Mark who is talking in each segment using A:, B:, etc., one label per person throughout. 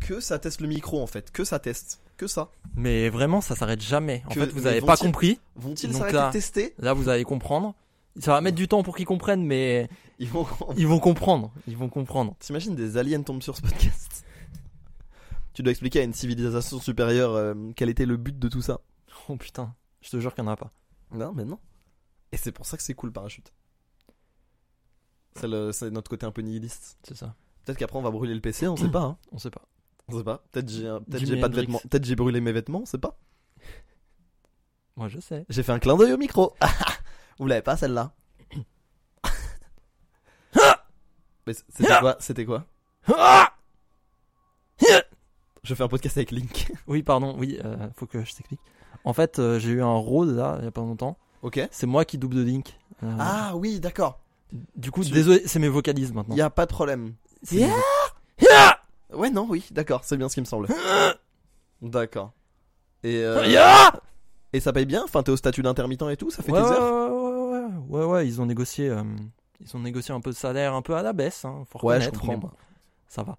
A: que ça teste le micro en fait, que ça teste, que ça.
B: Mais vraiment, ça s'arrête jamais. En
A: Que-
B: fait, vous
A: mais
B: n'avez pas
A: vont-ils-
B: compris.
A: Vont-ils
B: Donc
A: s'arrêter
B: là-
A: de tester
B: Là, vous allez comprendre. Ça va mettre du temps pour qu'ils comprennent, mais
A: Ils vont.
B: ils vont comprendre. Ils vont comprendre.
A: T'imagines des aliens tombent sur ce podcast Tu dois expliquer à une civilisation supérieure euh, quel était le but de tout ça.
B: Oh putain, je te jure qu'il n'y en a pas.
A: Non, mais non. Et c'est pour ça que c'est cool le parachute. C'est le- c'est notre côté un peu nihiliste.
B: C'est ça.
A: Peut-être qu'après on va brûler le PC, on sait pas. Hein.
B: On sait pas.
A: On sait pas. Peut-être j'ai un- peut-être
B: Jimi
A: j'ai pas de
B: Hendrix.
A: vêtements. Peut-être j'ai brûlé mes vêtements, on sait pas.
B: Moi, je sais.
A: J'ai fait un clin d'œil au micro. Vous l'avez pas celle-là Mais c- C'était quoi C'était quoi Ah Je fais un podcast avec Link.
B: Oui, pardon. Oui, euh, faut que je t'explique. En fait, euh, j'ai eu un rôle là, il y a pas longtemps.
A: Ok.
B: C'est moi qui double Link. Euh,
A: Ah oui, d'accord.
B: du coup,
A: tu-
B: désolé, c'est mes vocalises
A: Il
B: maintenant.
A: y a pas de problème.
B: C'est-
A: Yeah Ouais, non, oui, d'accord, c'est bien ce qui me semble. D'accord. Et, euh,
B: Yeah
A: et ça paye bien Enfin, t'es au statut d'intermittent et tout Ça fait
B: ouais,
A: tes
B: ouais,
A: heures
B: ouais, ouais, ouais, ouais, ouais, ils ont négocié, euh, ils ont négocié un peu de salaire, un peu à la baisse, hein, faut
A: Ouais, je
B: reconnaître,
A: comprends.
B: mais bon, ça va.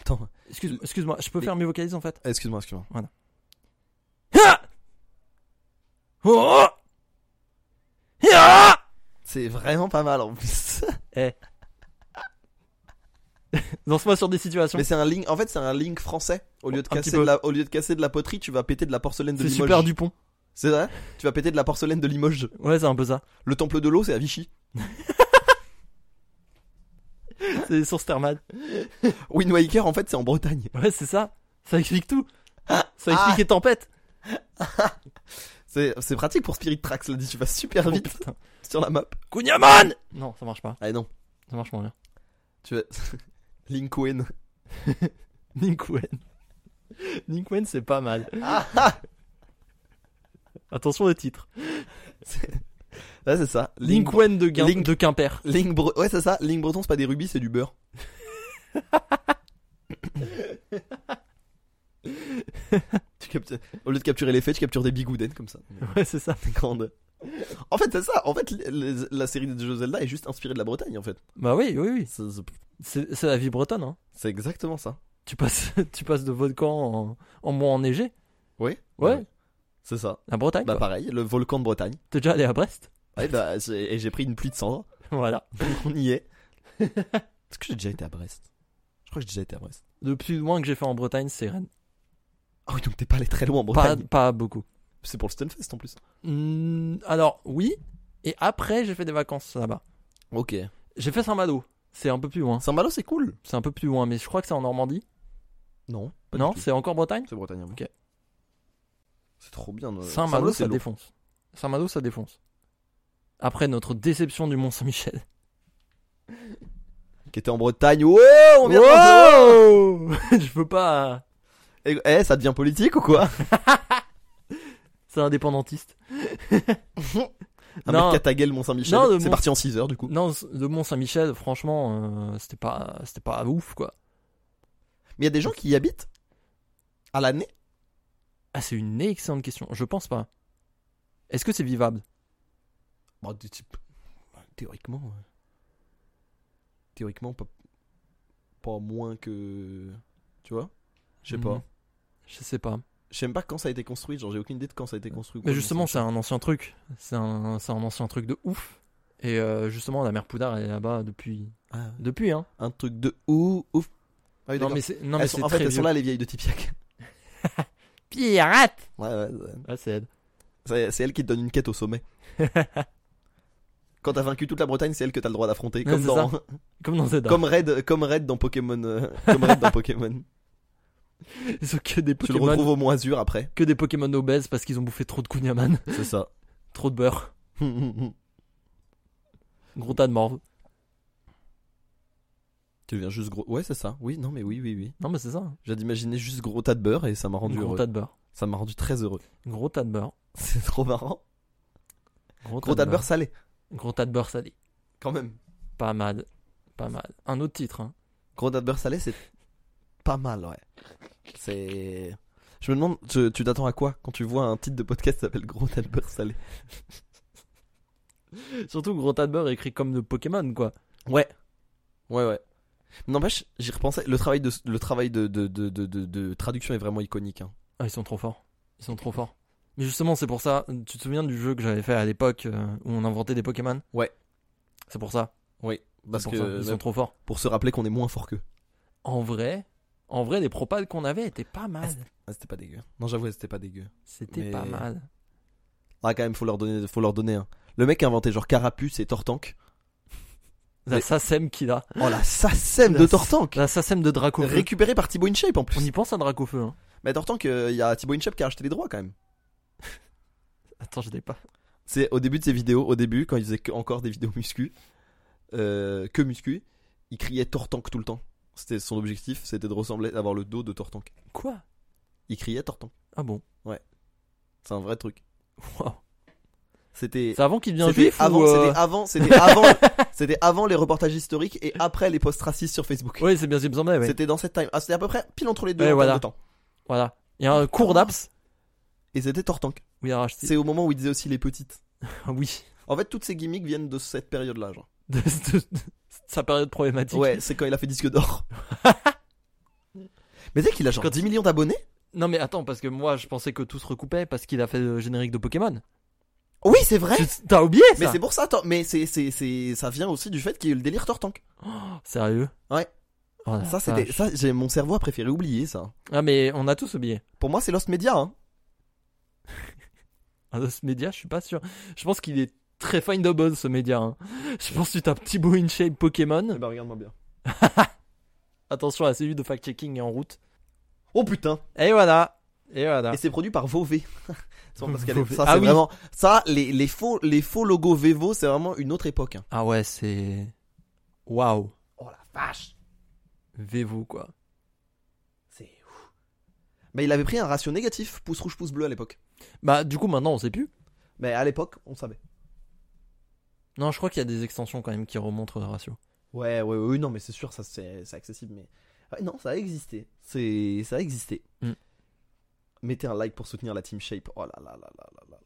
A: Attends,
B: Excuse- Excuse-moi, je peux
A: Les-
B: faire mes vocalises en fait.
A: excuse-moi, excuse-moi.
B: Ah Oh Ah
A: C'est vraiment pas mal en plus.
B: Lance-moi sur des situations.
A: Mais c'est un link, en fait, c'est un link français. Au lieu, de
B: Un petit
A: casser de
B: peu.
A: la, au lieu de casser de la poterie, tu vas péter de la porcelaine de
B: C'est
A: Limoges.
B: super Dupont.
A: C'est vrai Tu vas péter de la porcelaine de Limoges.
B: Ouais, c'est un peu ça.
A: Le temple de l'eau, c'est à Vichy.
B: C'est des sources thermales.
A: Wind Waker, en fait, c'est en Bretagne.
B: Ouais, c'est ça. Ça explique tout. Ah
A: Ah
B: Ça explique les tempêtes.
A: C'est c'est pratique pour Spirit Tracks, là, dit tu vas super
B: Oh,
A: vite
B: putain.
A: sur la map.
B: Kunyaman Non, ça marche pas.
A: Ah non,
B: Ça marche moins bien.
A: tu vas. Linkwin.
B: Ninkwen. Ninkwen, c'est pas mal.
A: Ah, ah
B: Attention au titre.
A: Ouais, c'est ça. Link.
B: Ninkwen de, Guin-
A: Link-
B: de Quimper.
A: Link Bre- Ouais, c'est ça. Link Breton, c'est pas des rubis, c'est du beurre. tu captes- Au lieu de capturer les faits, tu captures des bigoudens comme ça.
B: Ouais, c'est ça.
A: Des grandes. En fait, c'est ça. En fait, les- la série des jeux Zelda est juste inspirée de la Bretagne, en fait.
B: Bah oui, oui, oui.
A: C'est- c'est-
B: C'est c'est la vie bretonne. Hein.
A: C'est exactement ça.
B: Tu passes, tu passes de volcan en, en mont enneigé.
A: Oui.
B: Ouais.
A: C'est ça.
B: La Bretagne.
A: Bah
B: quoi.
A: pareil, le volcan de Bretagne.
B: T'es déjà allé à Brest
A: Ouais, bah, j'ai- et j'ai pris une pluie de cendres.
B: Voilà.
A: On y est. Est-ce que j'ai déjà été à Brest Je crois que j'ai déjà été à Brest.
B: Le plus loin que j'ai fait en Bretagne, c'est Rennes.
A: Ah oui, donc t'es pas allé très loin en
B: Pas,
A: Bretagne.
B: pas beaucoup.
A: C'est pour le Stunfest en plus.
B: Hmm, alors, oui. Et après, j'ai fait des vacances là-bas.
A: Ok.
B: J'ai fait Saint-Malo. C'est un peu plus loin.
A: Saint-Malo, c'est cool.
B: C'est un peu plus loin, mais je crois que c'est en Normandie.
A: Non.
B: non, c'est encore Bretagne
A: C'est Bretagne.
B: Ok.
A: C'est trop bien. euh,
B: Saint-Malo,
A: c'est
B: ça
A: lourd.
B: défonce. Saint-Malo, ça défonce. Après notre déception du Mont-Saint-Michel.
A: Qui était en Bretagne. Ouais, Oh, on vient de-
B: Wow Je peux pas. euh,
A: Eh, eh, ça devient politique ou quoi
B: C'est indépendantiste.
A: Un
B: Non.
A: mec Cataguel, Mont-Saint-Michel.
B: Non, le
A: C'est
B: Mont-
A: parti en 6 heures du coup.
B: Non, c- le Mont-Saint-Michel, franchement, euh, c'était pas, c'était pas ouf quoi.
A: Mais il y a des gens qui y habitent à l'année.
B: Ah, c'est une excellente question. Je pense pas. Est-ce que c'est vivable
A: Bah, du type- bah, théoriquement. euh, Théoriquement, pas... pas moins que. Tu vois Je sais pas.
B: Mhm. Je sais pas.
A: Je sais même pas quand ça a été construit. Genre, j'ai aucune idée de quand ça a été construit. ou
B: Mais
A: quoi,
B: justement, c'est un ancien truc. C'est un, c'est un ancien truc de ouf. Et euh, justement, la mère Poudard elle est là-bas depuis,
A: Ah,
B: depuis hein.
A: un truc de ouf. ouf. Ah oui,
B: non
A: d'accord.
B: mais c'est, non mais
A: Elles sont-
B: c'est
A: en
B: très
A: fait, elles
B: vieux.
A: sont là, les vieilles de Tipiak.
B: Pirate.
A: Ouais, ouais, ouais.
B: Ah c'est elle.
A: C'est c'est elle qui te donne une quête au sommet. Quand t'as vaincu toute la Bretagne, c'est elle que t'as le droit d'affronter.
B: Ouais,
A: Comme,
B: c'est
A: dans-
B: Comme dans Zelda.
A: comme, Red, comme Red dans Pokémon. euh, Comme Red dans Pokémon.
B: Ils sont que des
A: Tu le
B: Pokémon,
A: retrouves au Mont Azur après.
B: que des Pokémon obèses parce qu'ils ont bouffé trop de Kunyaman,
A: C'est ça.
B: trop de beurre, gros tas de morve.
A: Tu deviens juste gros. Ouais, c'est ça. Oui, non, mais oui, oui, oui.
B: Non mais c'est ça. hein.
A: J'ai d'imaginé juste gros tas de beurre et ça m'a rendu
B: gros
A: heureux.
B: tas de beurre.
A: Ça m'a rendu très heureux.
B: Gros tas de beurre.
A: C'est trop marrant.
B: Gros,
A: Gros tas de beurre salé,
B: Gros tas de beurre salé.
A: quand même.
B: Pas mal. Pas mal. Un autre titre. Hein.
A: Gros tas de beurre salé, c'est pas mal, ouais. C'est. Je me demande, tu tu t'attends à quoi quand tu vois un titre de podcast qui s'appelle Gros tas de beurre salé
B: Surtout gros tas de beurre écrit comme le Pokémon quoi.
A: Ouais, ouais. Mais N'empêche, j'y repensais. Le travail de, le travail de, de, de, de, de- de traduction est vraiment iconique. hein.
B: Ah, ils sont trop forts. Ils sont trop forts. Mais justement, c'est pour ça. Tu te souviens du jeu que j'avais fait à l'époque euh, où on inventait des Pokémon
A: Ouais.
B: C'est pour ça.
A: Oui, parce
B: C'est
A: que euh,
B: pour ça. Ils sont
A: même
B: trop forts.
A: pour se rappeler qu'on est moins fort qu'eux.
B: En vrai, en vrai, les propades qu'on avait étaient pas mal.
A: Ah, c'était pas dégueu. Non, j'avoue, c'était pas dégueu.
B: C'était
A: Mais-
B: pas mal.
A: Ah, quand même, faut leur donner, faut leur donner un. Le mec a inventé genre Carapuce et Tortank. Mais-
B: La SACEM qu'il a.
A: Oh la sacem de
B: La-
A: Tortank
B: La SACEM de Dracofeu.
A: Récupéré par Thibaut InShape en
B: On
A: plus.
B: y pense à Dracofeu. Hein.
A: Mais Tortank, euh, il y a Thibaut InShape qui a acheté les droits quand même.
B: Attends, je l'ai pas.
A: C'est au début de ses vidéos, au début, quand il faisait que- encore des vidéos muscu, euh, que muscu, il criait Tortank tout le temps. C'était son objectif, c'était de ressembler, d'avoir le dos de Tortank.
B: Quoi
A: Il criait Tortank.
B: Ah bon
A: C'est un vrai truc.
B: Waouh.
A: C'était.
B: C'est avant qu'il devienne
A: C'était
B: juif
A: avant,
B: ou euh,
A: c'était avant, c'était avant, c'était avant les reportages historiques et après les posts racistes sur Facebook.
B: Oui, c'est bien ce qui me semblait. ouais.
A: C'était dans cette time. Ah, c'était à peu près pile entre les deux
B: Ouais,
A: en termes
B: voilà.
A: de temps.
B: Voilà. Il y a un cours d'Aps
A: Et c'était Tortank.
B: où il a racheté.
A: C'est au moment où il disait aussi les petites.
B: Ah oui.
A: En fait, toutes ces gimmicks viennent de cette période-là, genre.
B: De, de- de- sa période problématique.
A: Ouais, c'est quand il a fait disque d'or. Mais dès qu'il a genre
B: Quand-
A: 10 millions d'abonnés
B: Non mais attends, parce que moi je pensais que tout se recoupait parce qu'il a fait le générique de Pokémon.
A: Oui, c'est vrai.
B: Tu- T'as oublié
A: Mais
B: ça
A: c'est pour ça, Tor- mais c'est, c'est, c'est, ça vient aussi du fait qu'il y a eu le délire Tortank.
B: Sérieux
A: Ouais.
B: Oh la
A: Ah, ça, c'était,
B: vache.
A: ça, j'ai, mon cerveau a préféré oublier ça.
B: Ah mais on a tous oublié.
A: Pour moi, c'est Lost Media, hein.
B: Ah, ce média, je suis pas sûr. Je pense qu'il est très findable ce média. hein. Je pense que tu tapes Thibaut InShape Pokémon.
A: bah, regarde-moi bien.
B: Attention, la cellule de fact-checking est en route.
A: Oh putain!
B: Et voilà Et voilà
A: Et c'est produit par Vauvé. C'est parce qu'elle est-
B: Vauvé.
A: ça,
B: Ah
A: c'est
B: oui.
A: vraiment, ça, les, les faux, les faux logos Vevo, c'est vraiment une autre époque. hein.
B: Ah ouais, c'est... Waouh
A: Oh la vache!
B: Vevo quoi.
A: C'est ouf. Mais il avait pris un ratio négatif, pouce rouge, pouce bleu à l'époque.
B: Bah du coup maintenant on sait plus.
A: Mais à l'époque, on savait.
B: Non, je crois qu'il y a des extensions quand même qui remontent le ratio.
A: Ouais, ouais, ouais, non, mais c'est sûr, ça c'est c'est accessible, mais. Ouais, non, ça a existé. C'est, ça a existé.
B: Mm.
A: Mettez un like pour soutenir la Team Shape. Oh là là là là là là.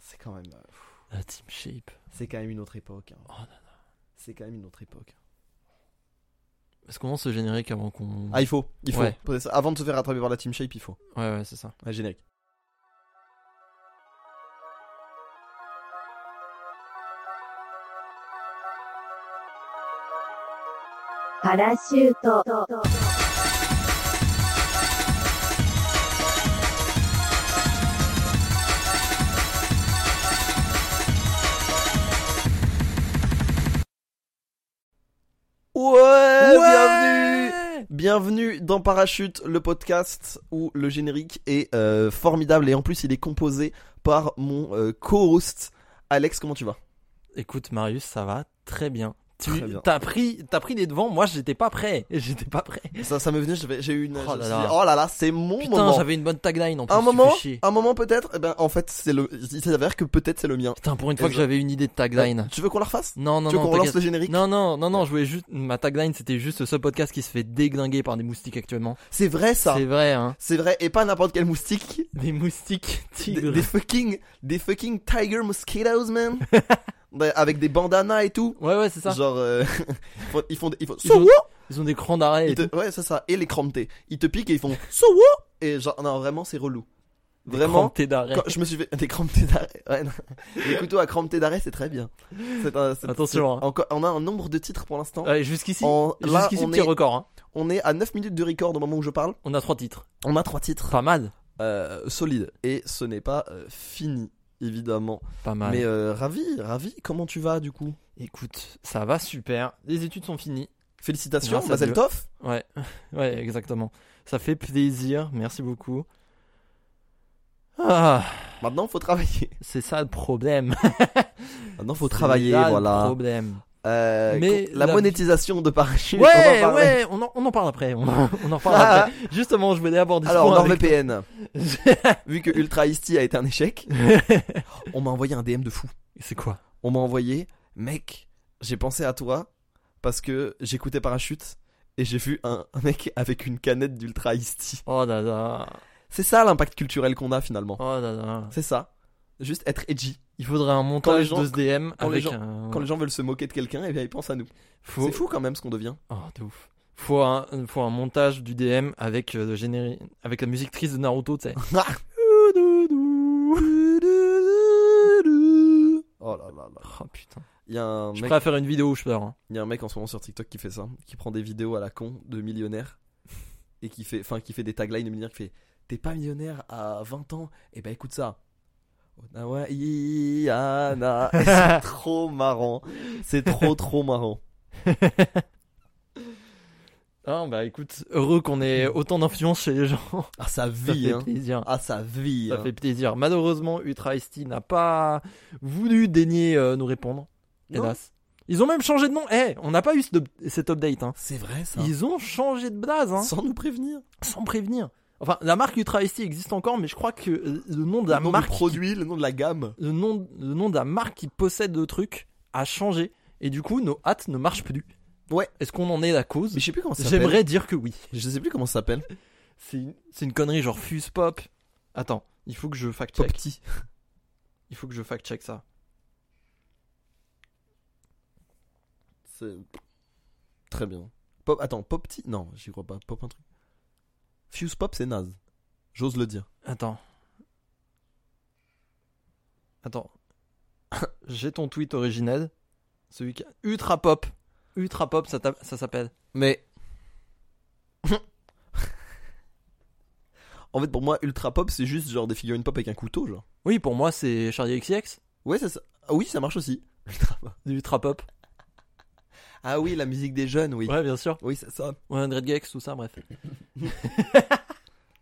A: C'est quand même, euh,
B: La Team Shape.
A: c'est quand même une autre époque. hein.
B: Oh là
A: C'est quand même une autre époque.
B: Est-ce qu'on lance ce générique avant qu'on...
A: Ah, il faut, il faut.
B: Mm. Ouais.
A: Avant de se faire rattraper par la Team Shape, il faut.
B: Ouais, ouais, c'est ça.
A: Un générique.
C: Parachute.
A: Ouais, bienvenue. Bienvenue dans Parachute, le podcast où le générique est euh, formidable et en plus il est composé par mon euh, co-host Alex. Comment tu vas
B: Écoute, Marius, ça va très bien. Tu
A: Très bien.
B: t'as pris, t'as pris les devants. Moi, j'étais pas prêt. J'étais pas prêt.
A: Ça, ça me venait, j'avais- j'ai eu une.
B: Oh
A: je me
B: là
A: suis
B: là.
A: dit, oh là là, c'est mon
B: Putain,
A: moment.
B: j'avais une bonne tagline en plus.
A: Un
B: tu
A: moment,
B: fais chier.
A: un moment peut-être. Eh ben, en fait, c'est le. Il s'avère que peut-être c'est le mien.
B: Putain, pour une fois
A: Et
B: que
A: je-
B: j'avais une idée de tagline.
A: Tu veux qu'on la refasse
B: Non, non,
A: Euh, Tu veux
B: non.
A: qu'on relance
B: t'inquiète.
A: le générique
B: Non, non, non, non. Je voulais juste ma tagline. C'était juste ce podcast qui se fait déglinguer par des moustiques actuellement.
A: C'est vrai ça.
B: C'est vrai, hein.
A: C'est vrai et pas n'importe quel moustique.
B: Des moustiques
A: Des,
B: tigres.
A: des fucking, des fucking tiger mosquitoes, man. Bah, avec des bandanas et tout.
B: Ouais, ouais, c'est ça.
A: Genre, euh, ils font, ils font, ils font
B: Ils
A: so
B: ont-
A: what
B: Ils ont des crans d'arrêt.
A: Ils
B: et
A: te-
B: tout.
A: ouais, c'est ça. Et les crampetés. Ils te piquent et ils font so what Et genre, non, vraiment, c'est relou.
B: Des
A: Vraiment,
B: crantés d'arrêt.
A: quand je me suis fait des crampetés d'arrêt. Ouais, non. Les couteaux à crampetés d'arrêt, c'est très bien. C'est un- c'est-
B: Attention,
A: c'est-
B: hein.
A: encore- on a un nombre de titres pour l'instant.
B: Ouais, jusqu'ici,
A: En- là,
B: jusqu'ici
A: on
B: petit
A: est,
B: record. hein.
A: on est à 9 minutes de record au moment où je parle.
B: On a trois titres.
A: On a trois titres
B: Pas mal.
A: euh, solides. Et ce n'est pas euh, fini, évidemment.
B: Pas mal.
A: Mais euh, ravi, ravi, comment tu vas du coup
B: Écoute, ça va super. Les études sont finies.
A: Félicitations,
B: Grâce à
A: Mazel
B: Dieu.
A: Tov.
B: Ouais, ouais, exactement. Ça fait plaisir, merci beaucoup. Ah,
A: Maintenant, faut travailler.
B: c'est ça le problème.
A: Maintenant, faut
B: C'est
A: travailler,
B: là le
A: voilà.
B: problème.
A: Euh,
B: Mais
A: la,
B: la-
A: monétisation de Parachute,
B: Ouais,
A: on en parlait.
B: ouais, on en, on en parle après. On en, on en parle après. Justement, je voulais aborder ce
A: Alors,
B: point avec-
A: NordVPN, vu que Ultra Easty a été un échec, on m'a envoyé un DM de fou.
B: c'est quoi
A: On m'a envoyé, mec, j'ai pensé à toi parce que j'écoutais Parachute et j'ai vu un, un mec avec une canette d'Ultra Easty.
B: Oh là là.
A: C'est ça l'impact culturel qu'on a finalement.
B: Oh là là.
A: C'est ça. Juste être edgy.
B: Il faudrait un montage
A: gens-
B: de SDM
A: quand les
B: avec
A: gens-
B: un-
A: Quand les gens veulent se moquer de quelqu'un, eh bien ils pensent à nous.
B: Faut...
A: C'est fou quand même ce qu'on devient.
B: Oh, t'es ouf. Faut un, faut un montage du DM avec, euh, le généri- avec la musique triste de Naruto, tu sais.
A: Oh là là là.
B: Oh putain.
A: Il y, a un
B: Je
A: mec-
B: suis prêt à faire une vidéo où je pleure. hein.
A: il y a un mec en ce moment sur TikTok qui fait ça, qui prend des vidéos à la con de millionnaires et qui fait, enfin, qui fait des taglines de millionnaires qui fait T'es pas millionnaire à 20 ans Et ben écoute ça. Onawa Iyana. Et C'est trop marrant. C'est trop trop marrant.
B: Ah bah écoute, heureux qu'on ait autant d'influence chez les gens.
A: Ah sa
B: Ça
A: vie,
B: fait
A: hein.
B: plaisir.
A: Ah sa vie.
B: Ça
A: hein.
B: fait plaisir. Malheureusement, Ultra ST n'a pas voulu daigner euh, nous répondre.
A: Non,
B: Hélas. Ils ont même changé de nom. Eh, on n'a pas eu cet, up- cet update. Hein.
A: C'est vrai ça.
B: Ils ont changé de blase, hein,
A: Sans nous prévenir.
B: sans prévenir. Enfin, la marque Ultra ST existe encore, mais je crois que euh, le nom de la
A: le nom
B: marque,
A: du produit, le nom de la gamme.
B: le nom, le nom de la marque qui possède le truc a changé. Et du coup, nos hâtes ne marchent plus.
A: Ouais.
B: Est-ce qu'on en est la cause
A: Mais je sais plus comment ça s'appelle.
B: J'aimerais dire que oui.
A: Je sais plus comment ça s'appelle.
B: C'est une, c'est une connerie genre fuse pop. Attends, il faut que je fact
A: Pop
B: check.
A: petit.
B: Il faut que je fact check ça.
A: C'est- Très bien. Pop... Attends, Pop T Non, j'y crois pas. Pop un truc. Fuse Pop, c'est naze. J'ose le dire.
B: Attends. Attends. J'ai ton tweet originel. Celui qui a ultra pop. Ultra pop, ça, t'a- ça s'appelle.
A: Mais. en fait, pour moi, Ultra Pop, c'est juste genre des figurines pop avec un couteau, genre.
B: Oui, pour moi, c'est Charlie XCX.
A: Ouais, ça, ça- ah oui, ça marche aussi. Ultra Pop.
B: Ultra pop.
A: Ah oui, la musique des jeunes, oui.
B: Ouais, bien sûr.
A: Oui, c'est ça.
B: 100 Gex, tout ça, bref.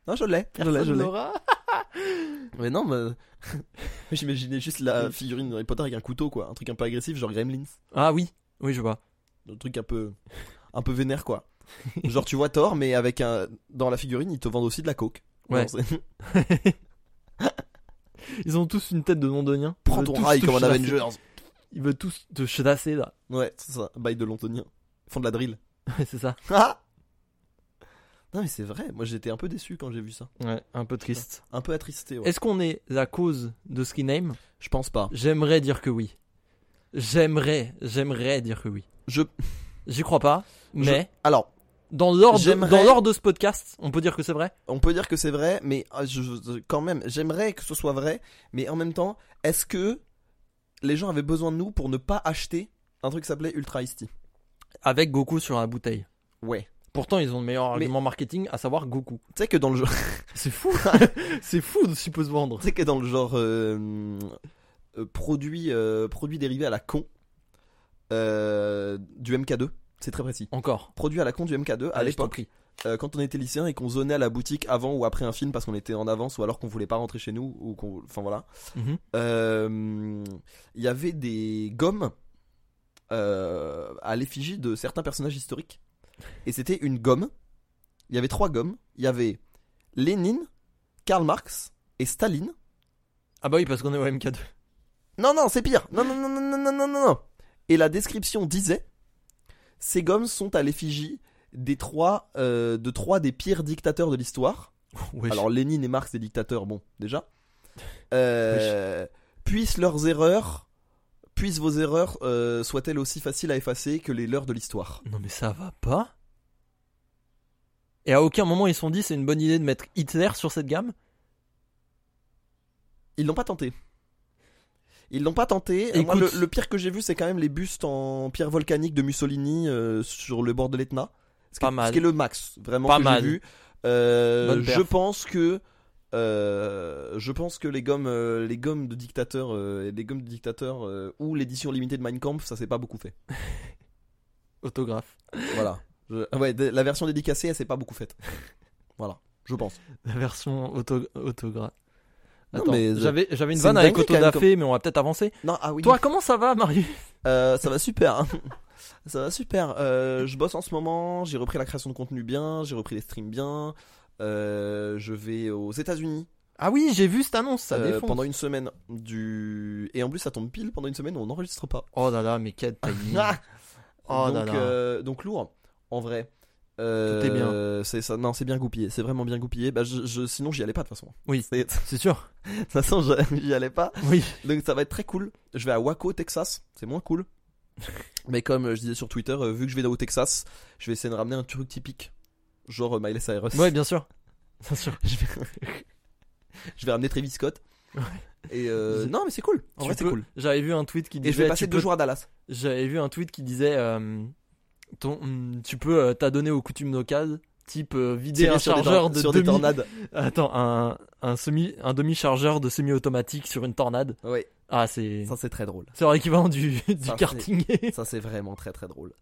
A: Non, je l'ai. Je l'ai, je
B: Personne
A: l'ai.
B: n'aura.
A: Mais non, mais. J'imaginais juste la figurine Harry Potter avec un couteau, quoi. Un truc un peu agressif, genre Gremlins.
B: Ah oui, oui, je vois.
A: un truc un peu un peu vénère quoi. Genre tu vois Thor mais avec un dans la figurine ils te vendent aussi de la coke.
B: Ouais.
A: Genre, c'est-
B: Ils ont tous une tête de londonien. Ils
A: Prends
B: veulent
A: ton
B: tous
A: rail
B: te
A: comme un
B: chasser.
A: Avengers.
B: Ils veulent tous te chasser là.
A: Ouais, c'est ça, bail de londonien. Ils font de la drill.
B: c'est ça.
A: Ah non mais c'est vrai, moi j'étais un peu déçu quand j'ai vu ça.
B: Ouais, un peu triste.
A: Un peu attristé ouais.
B: Est-ce qu'on est la cause de ce qu'il name
A: Je pense pas.
B: J'aimerais dire que oui. J'aimerais, j'aimerais dire que oui.
A: Je
B: J'y crois pas,
A: Je-
B: mais
A: alors,
B: dans l'ordre
A: J'aimerais-
B: dans l'ordre de ce podcast, on peut dire que c'est vrai
A: on peut dire que c'est vrai mais ah, je- je- quand même, j'aimerais que ce soit vrai mais en même temps, est-ce que les gens avaient besoin de nous pour ne pas acheter un truc qui s'appelait Ultra Ice Tea
B: Avec Goku sur la bouteille.
A: Ouais.
B: Pourtant, ils ont le meilleur
A: Mais-
B: argument marketing, à savoir Goku.
A: Tu sais que dans le jeu
B: C'est fou C'est fou de s'y peut se vendre.
A: Tu sais que dans le genre euh, euh, produit, euh, produit dérivé à la con euh, du MK2, c'est très précis.
B: Encore.
A: Produit à la con du MK2 à
B: Allez, je t'en
A: l'époque,
B: prie.
A: euh, quand on était lycéen et qu'on zonait à la boutique avant ou après un film parce qu'on était en avance ou alors qu'on voulait pas rentrer chez nous ou qu'on, enfin voilà,
B: Mhm.
A: Euh, il y avait des gommes euh, à l'effigie de certains personnages historiques et c'était une gomme. Il y avait trois gommes. Il y avait Lénine, Karl Marx et Staline.
B: Ah bah oui, parce qu'on est au MK2.
A: Non, non, c'est pire. Non, non, non, non, non, non, non, non, non. Et la description disait ces gommes sont à l'effigie des trois, euh, de trois des pires dictateurs de l'histoire.
B: Wesh.
A: Alors Lénine et Marx, des dictateurs, bon, déjà. Euh, puissent leurs erreurs, puissent vos erreurs euh, soient-elles aussi faciles à effacer que les leurs de l'histoire.
B: Non mais ça va pas Et à aucun moment ils se sont dit c'est une bonne idée de mettre Hitler sur cette gamme
A: Ils l'ont pas tenté. Ils l'ont pas tenté. Euh, Moi, le,
B: Écoute.
A: le pire que j'ai vu, c'est quand même les bustes en pierre volcanique de Mussolini euh, sur le bord de l'Etna. Ce qui
B: Pas
A: est-
B: mal.
A: Ce qui est le max, vraiment,
B: Pas
A: que j'ai
B: mal.
A: vu. Euh,
B: Bonne perf.
A: je pense que. euh, je pense que les gommes, euh, les gommes de dictateurs, euh, les gommes de dictateurs euh, ou l'édition limitée de Mein Kampf, ça s'est pas beaucoup fait.
B: Autographe.
A: Voilà. Je- ah ouais, de- la version dédicacée, elle s'est pas beaucoup faite. Voilà, je pense.
B: La version auto- autographe.
A: Non,
B: Attends,
A: mais-
B: j'avais j'avais euh, une
A: c'est
B: vanne
A: une
B: avec
A: dinguerie,
B: Auto
A: quand même,
B: da Fé, mais on va peut-être avancer.
A: Non, ah oui.
B: Toi, comment ça va, Marius
A: Euh, ça va super. hein. ça va super. Euh, je bosse en ce moment. J'ai repris la création de contenu bien. J'ai repris les streams bien. Euh, je vais aux États-Unis
B: Ah oui, j'ai vu cette annonce, ça
A: euh,
B: défonce.
A: pendant une semaine. Du... Et en plus, ça tombe pile pendant une semaine où on n'enregistre pas.
B: Oh là là, mais quel timing.
A: Ah
B: Oh là
A: donc,
B: là.
A: euh, donc lourd, en vrai. Euh,
B: Tout est bien.
A: C'est ça. Non, c'est bien goupillé. C'est vraiment bien goupillé. Bah, je, je- sinon, j'y allais pas de toute façon.
B: Oui.
A: C'est- De
B: C'est sûr.
A: toute façon, je- j'y allais pas.
B: Oui.
A: Donc ça va être très cool. Je vais à Waco, Texas. C'est moins cool. Mais comme euh, je disais sur Twitter, euh, vu que je vais au Texas, je vais essayer de ramener un truc typique. Genre euh, Miley Cyrus.
B: Ouais, bien sûr. Bien sûr.
A: je, vais... je vais ramener Travis Scott.
B: Ouais.
A: Et euh, non, mais c'est cool. En
B: Tu
A: vrai, c'est
B: peux-
A: cool.
B: J'avais vu un tweet qui disait.
A: Et je vais passer
B: tu
A: deux
B: peux-
A: jours à Dallas.
B: J'avais vu un tweet qui disait. euh, ton, hum, tu peux euh, t'adonner aux coutumes locales, type euh, vider
A: Tirer
B: un
A: sur des
B: chargeur
A: tor-
B: de
A: sur des
B: demi.
A: tornades.
B: Attends, un, un semi, un demi chargeur de semi-automatique sur une tornade.
A: Ouais,
B: Ah, c'est.
A: ça c'est très drôle.
B: C'est l'équivalent du, du
A: Ça, c'est-
B: karting.
A: Ça c'est vraiment très très drôle.